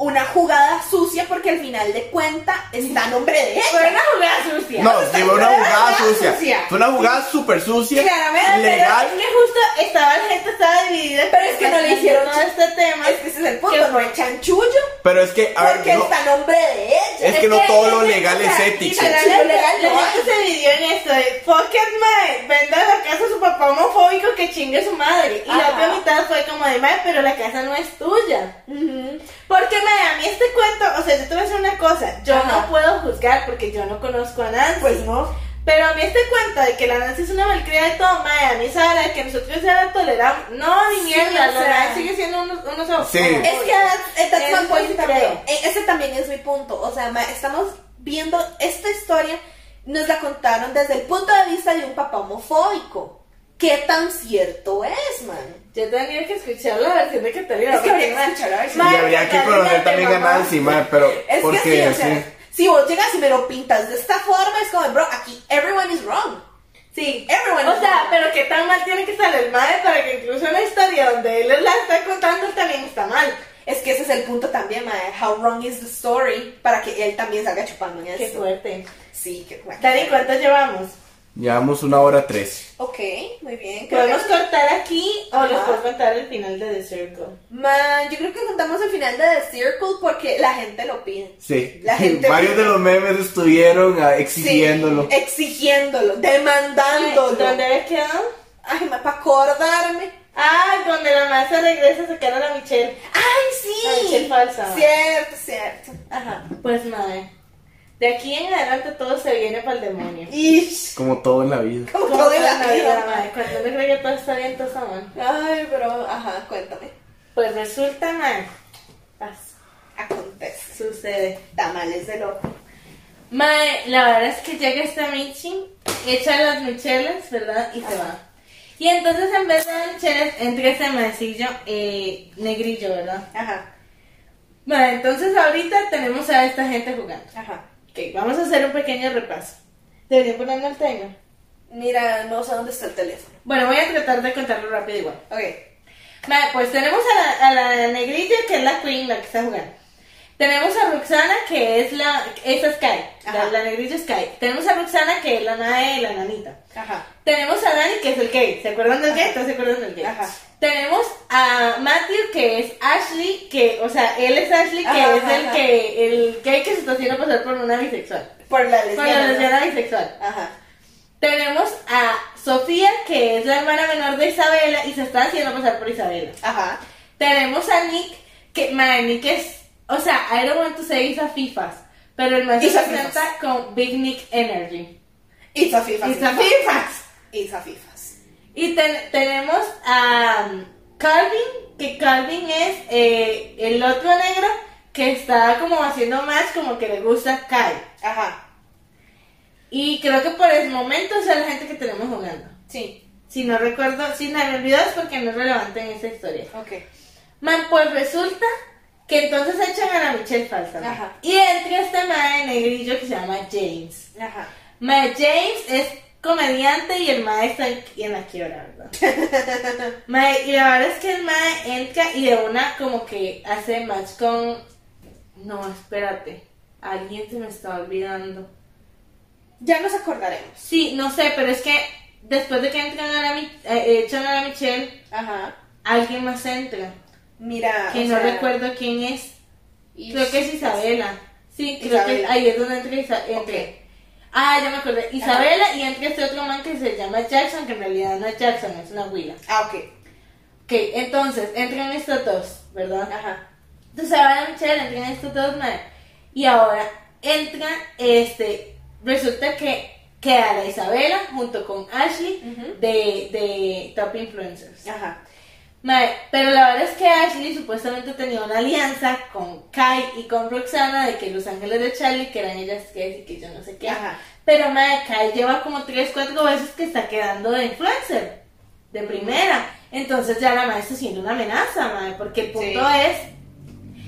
Speaker 2: una jugada sucia porque al final de cuenta está a nombre de
Speaker 1: Fue
Speaker 2: ella.
Speaker 1: una jugada sucia.
Speaker 3: No,
Speaker 2: está
Speaker 3: sí, fue una
Speaker 2: bien,
Speaker 3: jugada
Speaker 2: era
Speaker 3: sucia.
Speaker 2: sucia.
Speaker 3: Fue una jugada súper sucia.
Speaker 2: Claramente,
Speaker 1: Pero
Speaker 3: Legal.
Speaker 1: es que justo estaba la gente estaba dividida.
Speaker 2: Pero es que no le hicieron
Speaker 1: todo este tema.
Speaker 2: Es que ese es el punto,
Speaker 1: Qué
Speaker 2: no hay chanchullo
Speaker 3: Pero es que, a ver,
Speaker 2: porque
Speaker 3: no,
Speaker 2: está a nombre de ella.
Speaker 3: es que no todo lo legal es ético.
Speaker 1: La,
Speaker 2: Sí, lo legal no hay.
Speaker 1: gente se dividió en esto de Pocket Mae, venda la casa a su papá homofóbico que chingue a su madre. Y la
Speaker 2: Ajá.
Speaker 1: otra mitad fue como de Mae, pero la casa no es tuya.
Speaker 2: Ujú.
Speaker 1: Porque Mae, a mí este cuento, o sea, yo te voy a decir una cosa, yo
Speaker 2: Ajá.
Speaker 1: no puedo juzgar porque yo no conozco a Nancy.
Speaker 2: Pues no.
Speaker 1: Pero a mí este cuento de que la Nancy es una malcriada y todo, Mae, a mí esa hora de que nosotros ya la toleramos. No, ni
Speaker 2: Sí,
Speaker 1: mierda,
Speaker 2: o
Speaker 1: la
Speaker 2: sea.
Speaker 1: Nancy sigue siendo unos, unos
Speaker 3: Sí.
Speaker 1: homofóbicos.
Speaker 2: Es que that's- eh, that's
Speaker 1: Eso
Speaker 2: my point
Speaker 1: sí
Speaker 2: también.
Speaker 1: creo.
Speaker 2: Eh, Ese también es mi punto. O sea, ma- estamos viendo esta historia, nos la contaron desde el punto de vista de un papá homofóbico. ¿Qué tan cierto es, man?
Speaker 1: Yo tenía que escuchar la versión de Catalina.
Speaker 2: Es que habría que
Speaker 1: porque,
Speaker 2: escuchar a ver si-
Speaker 1: Mae,
Speaker 3: Y habría que
Speaker 1: Catalina
Speaker 3: conocer
Speaker 1: te
Speaker 3: también a
Speaker 1: mamó.
Speaker 3: Nancy, mae, pero
Speaker 2: Es
Speaker 3: porque
Speaker 2: que sí, o
Speaker 3: sí.
Speaker 2: sea, si vos llegas y me lo pintas de esta forma, es como, bro, aquí everyone is wrong.
Speaker 1: Sí,
Speaker 2: Everyone
Speaker 1: O
Speaker 2: is
Speaker 1: sea,
Speaker 2: wrong.
Speaker 1: pero qué tan mal tiene que estar el madre para que incluso una historia donde él la está contando también está mal.
Speaker 2: Es que ese es el punto también, mae. How wrong is the story? Para que él también salga chupando en
Speaker 1: Qué
Speaker 2: eso.
Speaker 1: fuerte.
Speaker 2: Sí, qué bueno.
Speaker 1: Dani, ¿cuánto llevamos?
Speaker 3: Llevamos una hora tres.
Speaker 2: Ok, muy bien. Creo
Speaker 1: ¿Podemos
Speaker 2: que-
Speaker 1: cortar aquí o les
Speaker 2: Ajá.
Speaker 1: puedo contar el final de The Circle?
Speaker 2: Man, yo creo que contamos el final de The Circle porque la gente lo pide.
Speaker 3: Sí.
Speaker 2: La gente-
Speaker 3: [laughs] Varios de los memes estuvieron ah,
Speaker 2: Sí,
Speaker 3: exigiéndolo.
Speaker 2: exigiéndolo, demandándolo.
Speaker 1: ¿Dónde había quedado?
Speaker 2: Ay, para acordarme.
Speaker 1: Ah, donde la maestra regresa a sacar a la Michelle.
Speaker 2: Ay,
Speaker 1: Ay,
Speaker 2: sí.
Speaker 1: qué falsa.
Speaker 2: Cierto, cierto. Ajá.
Speaker 1: Pues madre. De aquí en adelante todo se viene para el demonio.
Speaker 2: Ish.
Speaker 3: Como todo en la vida.
Speaker 2: Como todo en la
Speaker 1: Toda
Speaker 2: vida,
Speaker 1: madre. Cuando uno cree que todo está bien, todo está mal.
Speaker 2: Ay, pero, ajá, cuéntame.
Speaker 1: Pues resulta, madre. Pasa.
Speaker 2: Acontece.
Speaker 1: Sucede.
Speaker 2: Tamales de loco.
Speaker 1: Mae, la verdad es que llega esta Michi, echa las michelas, ¿verdad? Y se va. Y entonces en vez de las michelas, entra este maecillo eh, negrillo, ¿verdad?
Speaker 2: Ajá,
Speaker 1: Bueno, entonces ahorita tenemos a esta gente jugando.
Speaker 2: ajá.
Speaker 1: Ok, vamos a hacer un pequeño repaso. Debería ponerme el tema.
Speaker 2: Mira, no sé dónde está el teléfono.
Speaker 1: Bueno, voy a tratar de contarlo rápido igual.
Speaker 2: Ok.
Speaker 1: Mae, pues tenemos a la, a la negrilla, que es la queen, la que está jugando. Tenemos a Roxana, que es la... Esa es Sky. La,
Speaker 2: Ajá.
Speaker 1: la negrilla es Sky. Tenemos a Roxana, que es la nave, la nanita.
Speaker 2: Ajá.
Speaker 1: Tenemos a Dani, que es el gay. ¿Se acuerdan del gay? ¿Todos se acuerdan del gay?
Speaker 2: Ajá.
Speaker 1: Tenemos a Matthew, que es Ashley, que, o sea, él es Ashley, que
Speaker 2: Ajá,
Speaker 1: es
Speaker 2: ajá,
Speaker 1: el
Speaker 2: ajá.
Speaker 1: que, el gay que se está haciendo pasar por una bisexual.
Speaker 2: Por la
Speaker 1: Por la
Speaker 2: lesbiana. ¿no?
Speaker 1: lesbiana bisexual.
Speaker 2: Ajá.
Speaker 1: Tenemos a Sofía, que es la hermana menor de Isabela y se está haciendo pasar por Isabela.
Speaker 2: Ajá.
Speaker 1: Tenemos a Nick, que, man, Nick es, o sea, I don't want to say Isa Fifas, pero el man se
Speaker 2: Isa
Speaker 1: presenta con Big Nick Energy.
Speaker 2: It's a FIFA.
Speaker 1: Isa Fifas.
Speaker 2: It's a FIFAs.
Speaker 1: Y ten- tenemos a um, Calvin, que Calvin es eh, el otro negro que está como haciendo más como que le gusta a Kyle.
Speaker 2: Ajá.
Speaker 1: Y creo que por el momento es la gente que tenemos jugando.
Speaker 2: Sí.
Speaker 1: Si no recuerdo, si me olvidó es porque no es relevante en esta historia.
Speaker 2: Ok.
Speaker 1: Man, pues resulta que entonces echan a la Michelle falsa. ¿no?
Speaker 2: Ajá.
Speaker 1: Y entra este madre negrillo que se llama James.
Speaker 2: Ajá.
Speaker 1: Ma James es comediante y el mae está en- en la quiebra, ¿verdad? Ma, y la verdad es que el mae entra y de una como que hace match con... No, espérate. Alguien se me está olvidando.
Speaker 2: Ya nos acordaremos.
Speaker 1: Sí, no sé, pero es que después de que entran a la, Mi- eh, echan a la Michelle,
Speaker 2: Ajá.
Speaker 1: alguien más entra.
Speaker 2: Mira.
Speaker 1: Que
Speaker 2: Ah, o
Speaker 1: no
Speaker 2: sea,
Speaker 1: recuerdo quién es.
Speaker 2: y-
Speaker 1: Creo que es Isabela. Sí, creo que
Speaker 2: Isabela.
Speaker 1: ahí es donde entra Isabela.
Speaker 2: Ok.
Speaker 1: Ah, ya me acordé. Isabela y entra este otro man que se llama Jackson, que en realidad no es Jackson, es una huila.
Speaker 2: Ah, ok.
Speaker 1: Ok, entonces, entran estos dos, ¿verdad?
Speaker 2: Ajá.
Speaker 1: Entonces ahora Michelle entran estos dos, madre. Y ahora entra, este, resulta que queda la Isabela junto con Ashley
Speaker 2: Ujú.
Speaker 1: de, de Top Influencers.
Speaker 2: Ajá.
Speaker 1: Mae, pero la verdad es que Ashley supuestamente tenía una alianza con Kai y con Roxana de que Los Ángeles de Charlie, que eran ellas que y que yo no sé qué.
Speaker 2: Ajá.
Speaker 1: Pero Mae, Kai lleva como 3, 4 veces que está quedando de influencer, de primera. Entonces ya la Mae está siendo una amenaza, Mae, porque el punto
Speaker 2: Sí.
Speaker 1: es...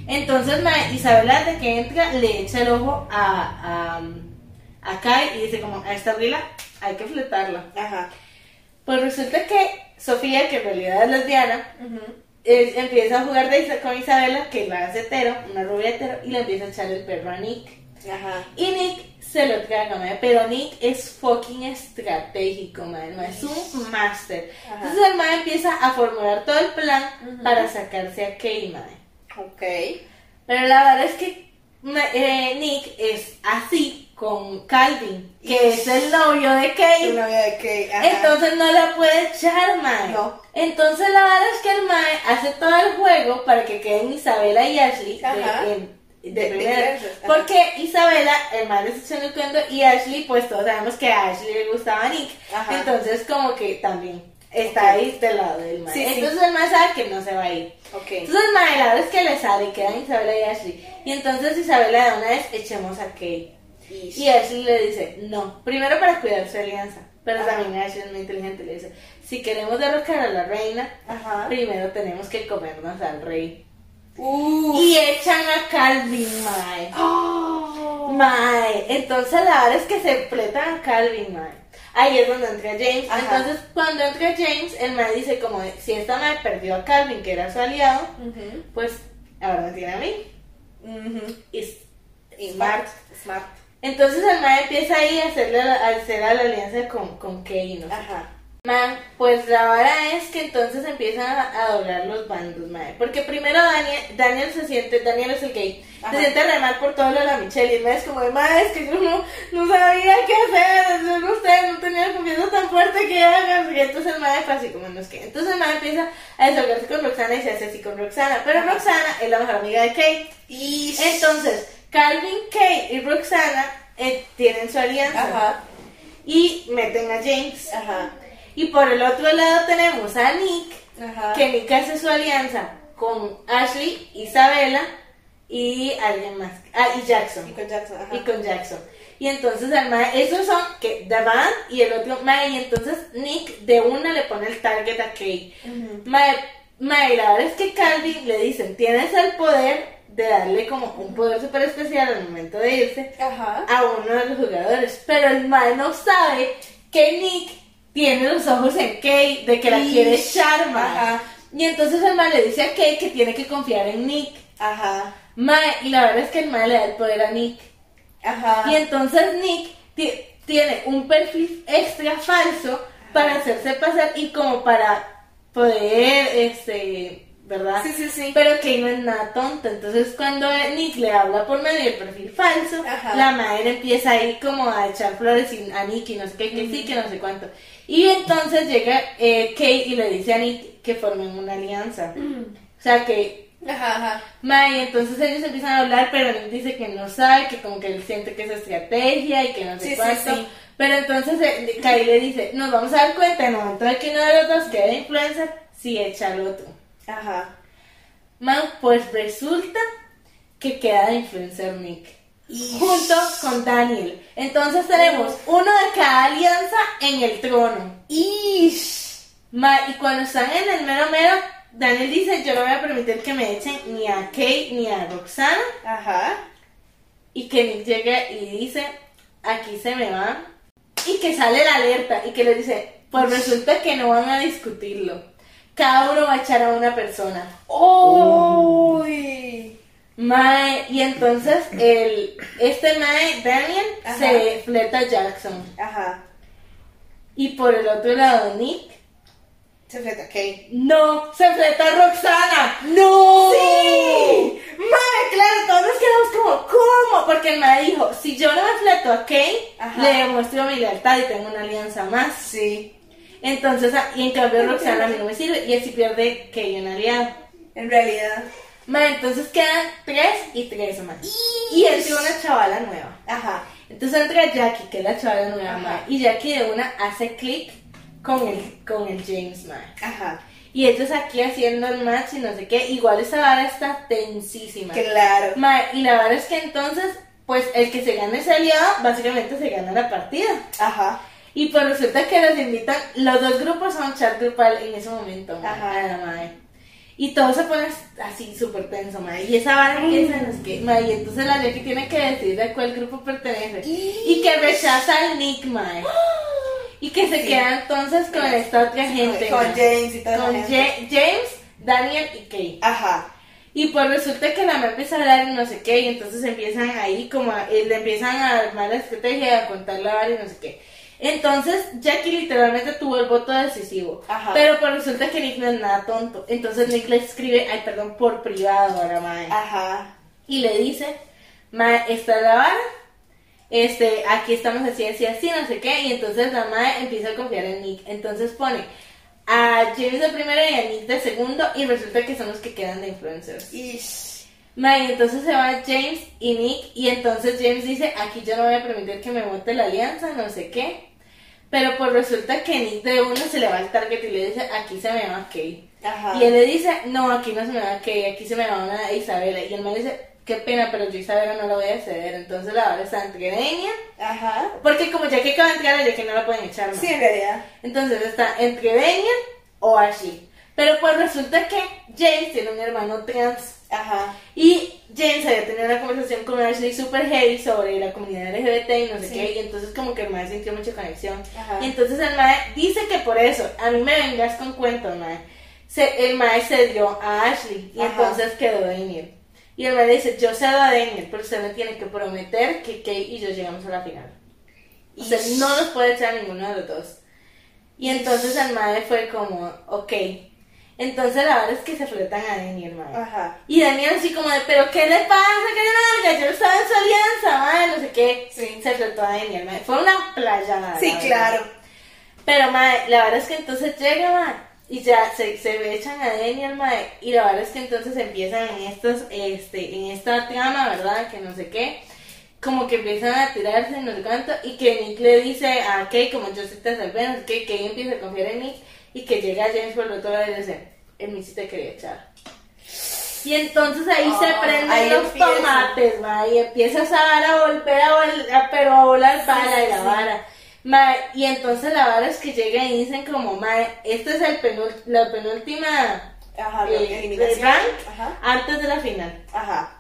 Speaker 1: Entonces Mae, Isabela de que entra le echa el ojo a, a, a Kai y dice como, a esta vila hay que fletarla.
Speaker 2: Ajá.
Speaker 1: Pues resulta que Sofía, que en realidad es lesbiana,
Speaker 2: Ujú.
Speaker 1: es- empieza a jugar de Isa- con Isabela, que la hace hetero, una rubia hetero, y le empieza a echar el perro a Nick.
Speaker 2: Ajá.
Speaker 1: Y Nick se lo traga, mae, pero Nick es fucking estratégico, mae, el mae es un máster.
Speaker 2: Ajá.
Speaker 1: Entonces el mae empieza a formular todo el plan
Speaker 2: Ujú.
Speaker 1: para sacarse a Kay, mae.
Speaker 2: Ok.
Speaker 1: Pero la verdad es que ma- eh, Nick es así con Calvin, que es el novio de Kay.
Speaker 2: Una vida de que. ajá.
Speaker 1: Entonces no la puede echar, mae.
Speaker 2: No.
Speaker 1: Entonces la verdad es que el mae hace todo el juego para que queden Isabela y Ashley de-
Speaker 2: Ajá.
Speaker 1: en- de
Speaker 2: De- de
Speaker 1: primera.
Speaker 2: diversos, ajá.
Speaker 1: Porque Isabela, el mae les echó en el cuento y Ashley, pues todos sabemos que a Ashley le gustaba a Nick.
Speaker 2: Ajá.
Speaker 1: Entonces como que también está
Speaker 2: Ok.
Speaker 1: ahí del lado del mae.
Speaker 2: Sí, sí.
Speaker 1: Entonces el mae sabe que no se va a ir.
Speaker 2: Ok.
Speaker 1: Entonces, madre, la verdad es que le sale y quedan Isabela y Ashley. Y entonces Isabela de una vez echemos a Kay. Y Ashley le dice, no, primero para cuidar su alianza. Pero
Speaker 2: Ajá.
Speaker 1: también Ashley es muy inteligente, le dice, si queremos derrocar a la reina,
Speaker 2: Ajá.
Speaker 1: primero tenemos que comernos al rey.
Speaker 2: Uh.
Speaker 1: Y echan a Calvin, mae. ¡ah!
Speaker 2: Oh.
Speaker 1: Mae, entonces la verdad es que se fletan a Calvin, mae. Ahí es donde entra James.
Speaker 2: Ajá.
Speaker 1: Entonces, cuando entra James, el mae dice como, si esta mae perdió a Calvin, que era su aliado,
Speaker 2: Ujú.
Speaker 1: pues ahora me tiene a mí.
Speaker 2: Ujú.
Speaker 1: Y
Speaker 2: Y
Speaker 1: Smart.
Speaker 2: Smart.
Speaker 1: Entonces el man empieza ahí a hacerle a hacer a la alianza con, con Kay, ¿no?
Speaker 2: Ajá.
Speaker 1: Man, pues la vara es que entonces empiezan a, a doblar los bandos, madre. Porque primero Daniel, Daniel se siente, Daniel es el gay,
Speaker 2: Ajá.
Speaker 1: se siente re mal por todo lo de la Michelle. Y el man es como, madre, es que yo no, no sabía qué hacer, yo no sé, no tenía confianza tan fuerte que hagan. Y entonces el man fue así como, no es que. Entonces el man empieza a desahogarse con Roxana y se hace así con Roxana. Pero Roxana es la mejor amiga de Kate.
Speaker 2: Y.
Speaker 1: Entonces, Calvin, Kay y Roxana eh, tienen su alianza
Speaker 2: Ajá.
Speaker 1: y meten a James.
Speaker 2: Ajá.
Speaker 1: Y por el otro lado tenemos a Nick,
Speaker 2: Ajá.
Speaker 1: que Nick hace su alianza con Ashley, Isabela y alguien más. Ah, y
Speaker 2: Y
Speaker 1: Jackson.
Speaker 2: con Jackson. Ajá.
Speaker 1: Y con Jackson. Y entonces al mae- esos son que The Band y el otro mae, y entonces Nick de una le pone el target a Kay.
Speaker 2: Ujú.
Speaker 1: Mae, mae, la verdad es que Calvin le dicen, tienes el poder de darle como un poder súper especial al momento de irse
Speaker 2: Ajá.
Speaker 1: a uno de los jugadores. Pero el mae no sabe que Nick tiene los ojos en Kay, de que la
Speaker 2: Ish.
Speaker 1: quiere echar, mae.
Speaker 2: Ajá.
Speaker 1: Y entonces el mae le dice a Kay que tiene que confiar en Nick.
Speaker 2: Ajá.
Speaker 1: Mae, y la verdad es que el mae le da el poder a Nick.
Speaker 2: Ajá.
Speaker 1: Y entonces Nick ti- tiene un perfil extra falso para hacerse pasar y como para poder, este, ¿verdad?
Speaker 2: Sí, sí, sí.
Speaker 1: Pero que no es nada tonta. Entonces cuando Nick le habla por medio del perfil falso,
Speaker 2: Ajá.
Speaker 1: la madre empieza ahí como a echar flores y- a Nick y no sé qué, que sí, que no sé cuánto. Y entonces llega eh, Kate y le dice a Nick que formen una alianza.
Speaker 2: Mm.
Speaker 1: O sea que
Speaker 2: Ajá, ajá.
Speaker 1: Ma, y entonces ellos empiezan a hablar, pero él dice que no sabe, que como que él siente que es estrategia y que no sé
Speaker 2: Sí, sí,
Speaker 1: cuánto.
Speaker 2: sí.
Speaker 1: Pero entonces eh, Kai le dice, nos vamos a dar cuenta en el momento de que uno de los dos quede influencer, si echa al otro.
Speaker 2: Ajá.
Speaker 1: Man, pues resulta que queda de influencer Nick.
Speaker 2: Y.
Speaker 1: Junto con Daniel. Entonces tenemos uno de cada alianza en el trono.
Speaker 2: Ish.
Speaker 1: Ma, y cuando están en el mero mero, Daniel dice, yo no voy a permitir que me echen ni a Kate ni a Roxana.
Speaker 2: Ajá.
Speaker 1: y que Nick llega y dice, aquí se me van, y que sale la alerta y que les dice, pues resulta que no van a discutirlo, cada uno va a echar a una persona.
Speaker 2: Uy.
Speaker 1: Mae, y entonces el, este Mae, Daniel,
Speaker 2: Ajá.
Speaker 1: se fleta a Jackson.
Speaker 2: Ajá.
Speaker 1: Y por el otro lado, Nick,
Speaker 2: Se enfrenta, ok.
Speaker 1: no, se fleta a Roxana.
Speaker 2: ¡No!
Speaker 1: ¡Sí! Mae, claro, todos nos quedamos como, ¿cómo? Porque el Mae dijo, si yo no me fleto a Kay,
Speaker 2: Ajá.
Speaker 1: le demuestro mi lealtad y tengo una alianza más.
Speaker 2: Sí.
Speaker 1: Entonces, a- y en cambio Roxana a mí no me sirve y así pierde que hay un aliado.
Speaker 2: En realidad.
Speaker 1: Ma, entonces quedan tres y tres más. Y entra una chavala nueva.
Speaker 2: Ajá.
Speaker 1: Entonces entra Jackie, que es la chavala nueva,
Speaker 2: Ajá.
Speaker 1: ma, y Jackie de una hace clic con el, con el James, ma.
Speaker 2: Ajá.
Speaker 1: Y ellos aquí haciendo el match y no sé qué. Igual esa vara está tensísima.
Speaker 2: Claro.
Speaker 1: Ma, y la verdad es que entonces, pues el que se gana ese aliado, básicamente se gana la partida.
Speaker 2: Ajá.
Speaker 1: Y pues resulta que los invitan, los dos grupos son chat grupal en ese momento, ma,
Speaker 2: Ajá.
Speaker 1: a la madre. Y todo se pone así súper tenso, madre. Y esa vara empieza en los que, madre, y entonces la que tiene que decidir a cuál grupo pertenece. Y, que rechaza eh. al Nick,
Speaker 2: [gasps]
Speaker 1: madre. Y que se queda entonces con esta otra gente.
Speaker 2: Con
Speaker 1: ma.
Speaker 2: James y toda esa
Speaker 1: Con
Speaker 2: gente.
Speaker 1: Ja- James, Daniel y Kay.
Speaker 2: Ajá.
Speaker 1: Y pues resulta que la mamá empieza a hablar y no sé qué, y entonces empiezan ahí como, a- eh, le empiezan a armar la estrategia, a contar la vara y no sé qué. Entonces Jackie literalmente tuvo el voto decisivo,
Speaker 2: Ajá.
Speaker 1: pero pues resulta que Nick no es nada tonto. Entonces Nick le escribe, ay perdón, por privado a la madre.
Speaker 2: Ajá.
Speaker 1: Y le dice, ma, está la vara, este, aquí estamos así, así, así, no sé qué. Y entonces la madre empieza a confiar en Nick. Entonces pone a James de primero y a Nick de segundo y resulta que son los que quedan de influencers.
Speaker 2: Ish.
Speaker 1: Ma, y entonces se va James y Nick y entonces James dice, aquí yo no voy a permitir que me vote la alianza, no sé qué. Pero pues resulta que Nick de uno se le va al target y le dice, aquí se me va Kay.
Speaker 2: Ajá.
Speaker 1: Y él le dice, no, aquí no se me va Kay, aquí se me va una Isabela. Y el man dice, qué pena, pero yo Isabela no la voy a ceder. Entonces la vara está entre ella,
Speaker 2: Ajá.
Speaker 1: porque como ya que acaba de entrar, ya que no la pueden echar. ma.
Speaker 2: Sí, en realidad.
Speaker 1: Entonces está entre Daniel o Ashley. Pero pues resulta que James tiene un hermano trans.
Speaker 2: Ajá.
Speaker 1: Y James había tenido una conversación con Ashley super heavy sobre la comunidad LGBT y no sé
Speaker 2: Sí.
Speaker 1: qué, y entonces como que el mae sintió mucha conexión.
Speaker 2: Ajá.
Speaker 1: Y entonces el mae dice que por eso, a mí me vengas con cuentos, mae. Se- el mae cedió a Ashley y
Speaker 2: Ajá.
Speaker 1: entonces quedó Daniel. Y el mae le dice, yo cedo a Daniel, pero usted me tiene que prometer que Kate y yo llegamos a la final. O sea,
Speaker 2: Ish.
Speaker 1: no nos puede echar a ninguno de los dos. Y entonces el mae fue como, ok. Entonces la verdad es que se fletan a Daniel, mae.
Speaker 2: Ajá.
Speaker 1: Y Daniel así como de, pero ¿qué le pasa? ¿Qué le Yo estaba en su alianza, madre, no sé qué.
Speaker 2: Sí.
Speaker 1: Se trató a Daniel, madre. Fue una playa,
Speaker 2: Sí, claro.
Speaker 1: Pero, madre, la verdad es que entonces llega, madre, y ya se, se echan a Daniel, madre, y la verdad es que entonces empiezan en estos, este, en esta trama, ¿verdad? Que no sé qué. Como que empiezan a tirarse, no sé cuánto, y que Nick le dice a Kay, como yo sí te salvé, no sé qué, Kay empieza a confiar en Nick, y que llega James por el otro lado y le dice, "Eh, el mí sí te quería echar. Y entonces ahí se
Speaker 2: Ah,
Speaker 1: prenden
Speaker 2: ahí
Speaker 1: los
Speaker 2: empieza.
Speaker 1: tomates, ma, pues, y empieza esa vara a volver a volar, pero a volar vara y la
Speaker 2: sí.
Speaker 1: vara. Ma, y entonces la vara es que llega y dicen como, ma, esta es el penul- la penúltima
Speaker 2: Ajá.
Speaker 1: eh,
Speaker 2: eliminación.
Speaker 1: rank
Speaker 2: Ajá.
Speaker 1: antes de la final.
Speaker 2: Ajá.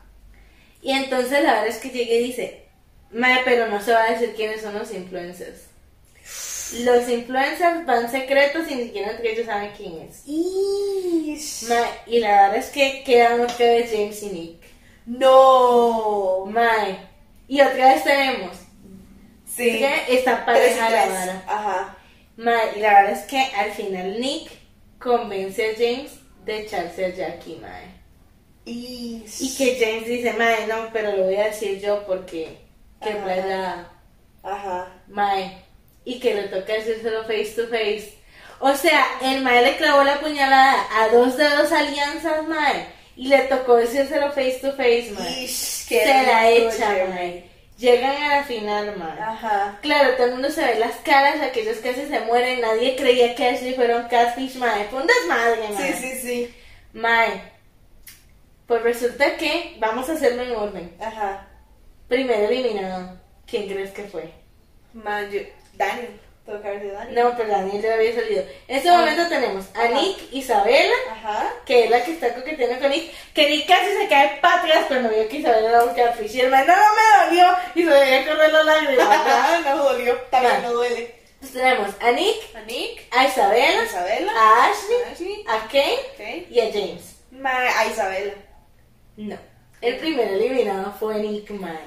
Speaker 1: Y entonces la vara es que llega y dice, ma, pero no se va a decir quiénes son los influencers. Los influencers van secretos y ni siquiera entre ellos saben quién es.
Speaker 2: Ish.
Speaker 1: Ma, y la verdad es que quedan otra vez James y Nick.
Speaker 2: No.
Speaker 1: Mae. Y otra vez tenemos.
Speaker 2: Sí.
Speaker 1: que Esta
Speaker 2: Tres y
Speaker 1: pareja la
Speaker 2: tres.
Speaker 1: vara.
Speaker 2: Ajá.
Speaker 1: Mae, y la verdad es que al final Nick convence a James de echarse a Jackie, mae.
Speaker 2: Ish.
Speaker 1: Y que James dice, mae, no, pero lo voy a decir yo porque que
Speaker 2: Ajá.
Speaker 1: playa,
Speaker 2: Ajá.
Speaker 1: mae. Y que le toca decírselo face to face. O sea, el mae le clavó la puñalada a dos de dos alianzas, mae. Y le tocó decírselo face to face, mae.
Speaker 2: Ish. qué
Speaker 1: Se la
Speaker 2: rico,
Speaker 1: echa,
Speaker 2: Jeremy.
Speaker 1: mae. Llegan a la final, mae.
Speaker 2: Ajá.
Speaker 1: Claro, todo el mundo se ve las caras, aquellos casi se mueren, nadie creía que Ashley fuera un catfish, mae, fue un desmadre,
Speaker 2: Sí,
Speaker 1: mae.
Speaker 2: sí, sí.
Speaker 1: Mae, pues resulta que vamos a hacerlo en orden.
Speaker 2: Ajá.
Speaker 1: Primero eliminado, ¿quién crees que fue?
Speaker 2: Man, yo... Daniel. Tengo que haber sido Daniel.
Speaker 1: No, pero Daniel ya había salido. En este
Speaker 2: Ah.
Speaker 1: momento tenemos a
Speaker 2: Ajá.
Speaker 1: Nick, Isabela, [laughs]
Speaker 2: Ajá.
Speaker 1: que es la que está coqueteando con Nick, que Nick casi se cae para atrás, pero no vio que Isabela era un catfish, y el mae, no, no me dolió, y se veía correr la lágrima. ¿verdad?
Speaker 2: [laughs] Ajá, no dolió. También
Speaker 1: Ma.
Speaker 2: no duele.
Speaker 1: Entonces tenemos a Nick,
Speaker 2: A Nick.
Speaker 1: a Isabela,
Speaker 2: A Isabela.
Speaker 1: a Ashley,
Speaker 2: Ashley.
Speaker 1: a Kane
Speaker 2: Ok.
Speaker 1: y a James.
Speaker 2: Ma- A Isabela.
Speaker 1: No. El primer eliminado fue Nick Mae.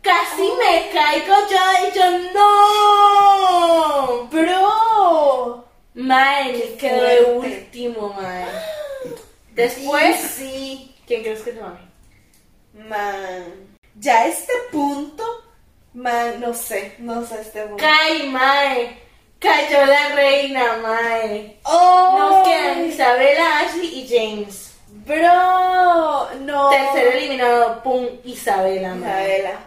Speaker 1: Casi
Speaker 2: Oh.
Speaker 1: me caigo yo y yo no.
Speaker 2: ¡Bro!
Speaker 1: Mae, Nick quedó de
Speaker 2: fuerte.
Speaker 1: último,
Speaker 2: [gasps]
Speaker 1: Mae. Después,
Speaker 2: Sí.
Speaker 1: ¿quién crees que se va?
Speaker 2: Man. Ya a este punto, man, no sé, no sé este punto.
Speaker 1: Cay, Mae. Cayó la reina, Mae.
Speaker 2: ¡Oh!
Speaker 1: Nos quedan Isabela, Ashley y James.
Speaker 2: ¡Bro! No.
Speaker 1: Tercer eliminado, pum, Isabela, Mae.
Speaker 2: Isabela.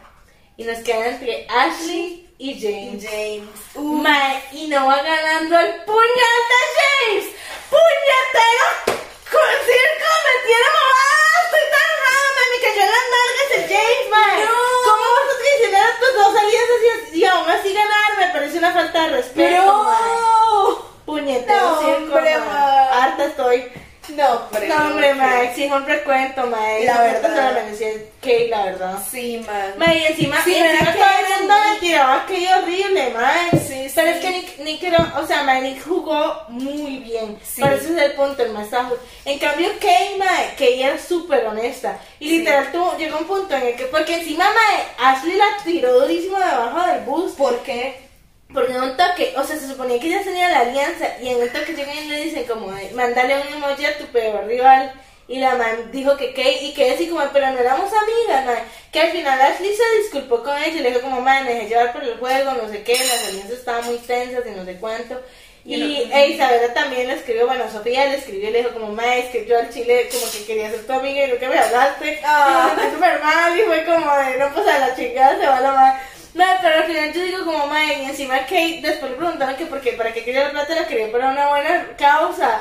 Speaker 1: Y nos quedan entre Ashley y
Speaker 2: Y
Speaker 1: James.
Speaker 2: James. Uh,
Speaker 1: Mae, y no va ganando el puñata James. ¡Puñatero! Con circo me tiene mamada. Estoy tan rara, me, me cayó en las nalgas el James, mae.
Speaker 2: No.
Speaker 1: ¿Cómo vas a traicionar a tus dos alianzas y, y aún así ganar? Me parece una falta de respeto, mae.
Speaker 2: ¡Bro!
Speaker 1: Puñetero
Speaker 2: No,
Speaker 1: circo,
Speaker 2: hombre,
Speaker 1: mae.
Speaker 2: mae.
Speaker 1: Harta estoy.
Speaker 2: No, hombre.
Speaker 1: No, hombre,
Speaker 2: no,
Speaker 1: mae, exijo un recuento, mae.
Speaker 2: La
Speaker 1: Esa
Speaker 2: verdad.
Speaker 1: Se la merecía Kate, la verdad.
Speaker 2: Sí, man.
Speaker 1: Mae, y encima,
Speaker 2: Sí,
Speaker 1: encima
Speaker 2: ¿verdad que
Speaker 1: todo
Speaker 2: era
Speaker 1: el mundo
Speaker 2: así?
Speaker 1: me tiraba aquello horrible, mae.
Speaker 2: Sí,
Speaker 1: Pero es
Speaker 2: sí.
Speaker 1: que Nick, Nick era- o sea, mae, Nick jugó muy bien.
Speaker 2: Sí.
Speaker 1: Pero ese es el punto, el mae estaba jug- En cambio, Kay, mae, Kay era súper honesta. Y literal tuvo, llegó un punto en el que, porque encima, mae, Ashley la tiró durísimo debajo del bus.
Speaker 2: ¿Por qué?
Speaker 1: Porque en un toque, o sea, se suponía que ya tenía la alianza y en un toque llegan y le dicen como, "Ay, mándale un emoji a tu peor rival. Y la man dijo que Kay, y que así como, pero no éramos amigas, man. Que al final Ashley se disculpó con ella y le dijo como, man, me dejé llevar por el juego, no sé qué, las alianzas estaban muy tensas y no sé cuánto. Y, e Isabela también le escribió, bueno, Sofía le escribió y le dijo como, ma, es que yo al chile como que quería ser tu amiga y nunca me hablaste.
Speaker 2: Ah.
Speaker 1: Y me sentí súper mal y fue como, de, no, pues a la chingada se va la madre. No, pero al final yo digo como, ma, y encima Kate, después le preguntaron que por qué, para qué quería la plata, la quería para una buena causa.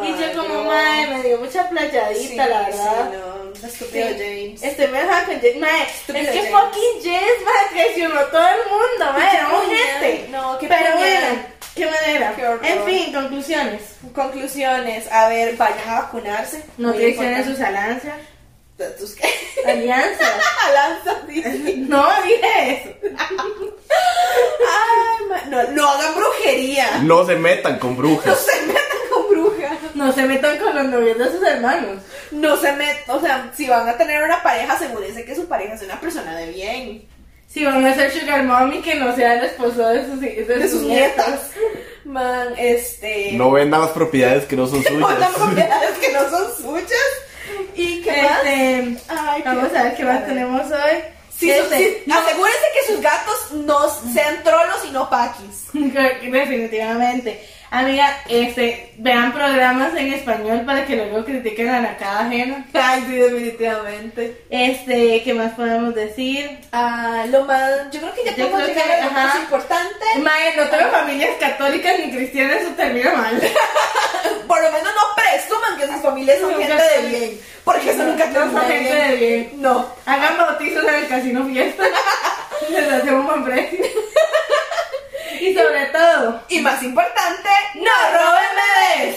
Speaker 1: y yo
Speaker 2: Ay,
Speaker 1: como,
Speaker 2: no.
Speaker 1: ma, me dio mucha playadita, la verdad.
Speaker 2: Sí, no. Estúpido
Speaker 1: Sí.
Speaker 2: James.
Speaker 1: Estoy muy enojada con Jess. Mae, es
Speaker 2: Estúpido
Speaker 1: que
Speaker 2: James.
Speaker 1: fucking Jess, mae, traicionó a todo
Speaker 2: [laughs]
Speaker 1: el mundo, mae, era un
Speaker 2: puñal.
Speaker 1: gente.
Speaker 2: No, qué
Speaker 1: Pero
Speaker 2: puñal.
Speaker 1: bueno, qué manera.
Speaker 2: Qué horror.
Speaker 1: en fin, conclusiones.
Speaker 2: Conclusiones, a ver, vayan a vacunarse.
Speaker 1: No
Speaker 2: Muy
Speaker 1: traicionen
Speaker 2: importante.
Speaker 1: sus alianzas.
Speaker 2: ¿Tus qué?
Speaker 1: Alianzas.
Speaker 2: [laughs]
Speaker 1: [laughs]
Speaker 2: Lanza, dice.
Speaker 1: No dije eso.
Speaker 2: Ay, ma- no, no hagan
Speaker 1: [laughs]
Speaker 2: brujería.
Speaker 3: No se metan con
Speaker 2: [laughs] No
Speaker 3: brujas.
Speaker 2: se metan con brujas.
Speaker 1: No se metan con los novios de sus hermanos.
Speaker 2: No se metan, o sea, si van a tener una pareja, asegúrense que su pareja sea una persona de bien.
Speaker 1: Si van a ser sugar mommy, que no sea el esposo de sus, de
Speaker 2: De
Speaker 1: sus
Speaker 2: sus nietas. Man, este...
Speaker 3: No vendan las propiedades que
Speaker 2: [laughs]
Speaker 3: no son suyas.
Speaker 2: Mandan propiedades que no son suyas. ¿Y qué más?
Speaker 1: Este,
Speaker 2: Ay, qué
Speaker 1: vamos a ver qué más
Speaker 2: padre.
Speaker 1: tenemos hoy.
Speaker 2: Sí,
Speaker 1: Este,
Speaker 2: sí, Asegúrense que sus gatos no sean trolos y no paquis.
Speaker 1: [laughs] Definitivamente. Amiga, este, vean programas en español para que luego critiquen a la cada ajena.
Speaker 2: Ay, sí, definitivamente.
Speaker 1: Este, ¿qué más podemos decir?
Speaker 2: Ah, lo más, yo creo que ya
Speaker 1: Yo
Speaker 2: podemos
Speaker 1: creo que,
Speaker 2: llegar a lo más
Speaker 1: ajá.
Speaker 2: importante.
Speaker 1: Mae, no tengo familias católicas ni cristianas, eso termina mal.
Speaker 2: Por lo menos no presuman que sus familias son
Speaker 1: Son
Speaker 2: gente de
Speaker 1: católicos.
Speaker 2: bien. Porque eso nunca
Speaker 1: No son
Speaker 2: termina
Speaker 1: gente de bien.
Speaker 2: No.
Speaker 1: Hagan bautizos en el casino
Speaker 2: [laughs]
Speaker 1: fiesta. Les hacemos un buen precio. Y sobre todo,
Speaker 2: Y más importante, no roben bebés.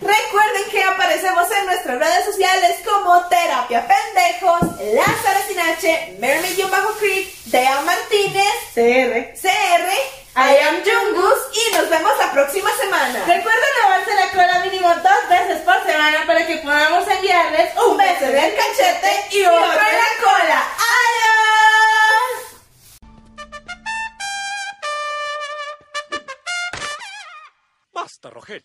Speaker 2: Recuerden que aparecemos en nuestras redes sociales como Terapia Pendejos, Lázaro Sinache, Mermaid-Creek, Dea Martínez,
Speaker 1: CR.
Speaker 2: CR, I am Jungus y nos vemos la próxima semana.
Speaker 1: Recuerden lavarse la cola mínimo dos veces por semana para que podamos enviarles
Speaker 2: Un beso en el cachete y otro en la cola. ¡Adiós!
Speaker 5: Basta, Rogelio.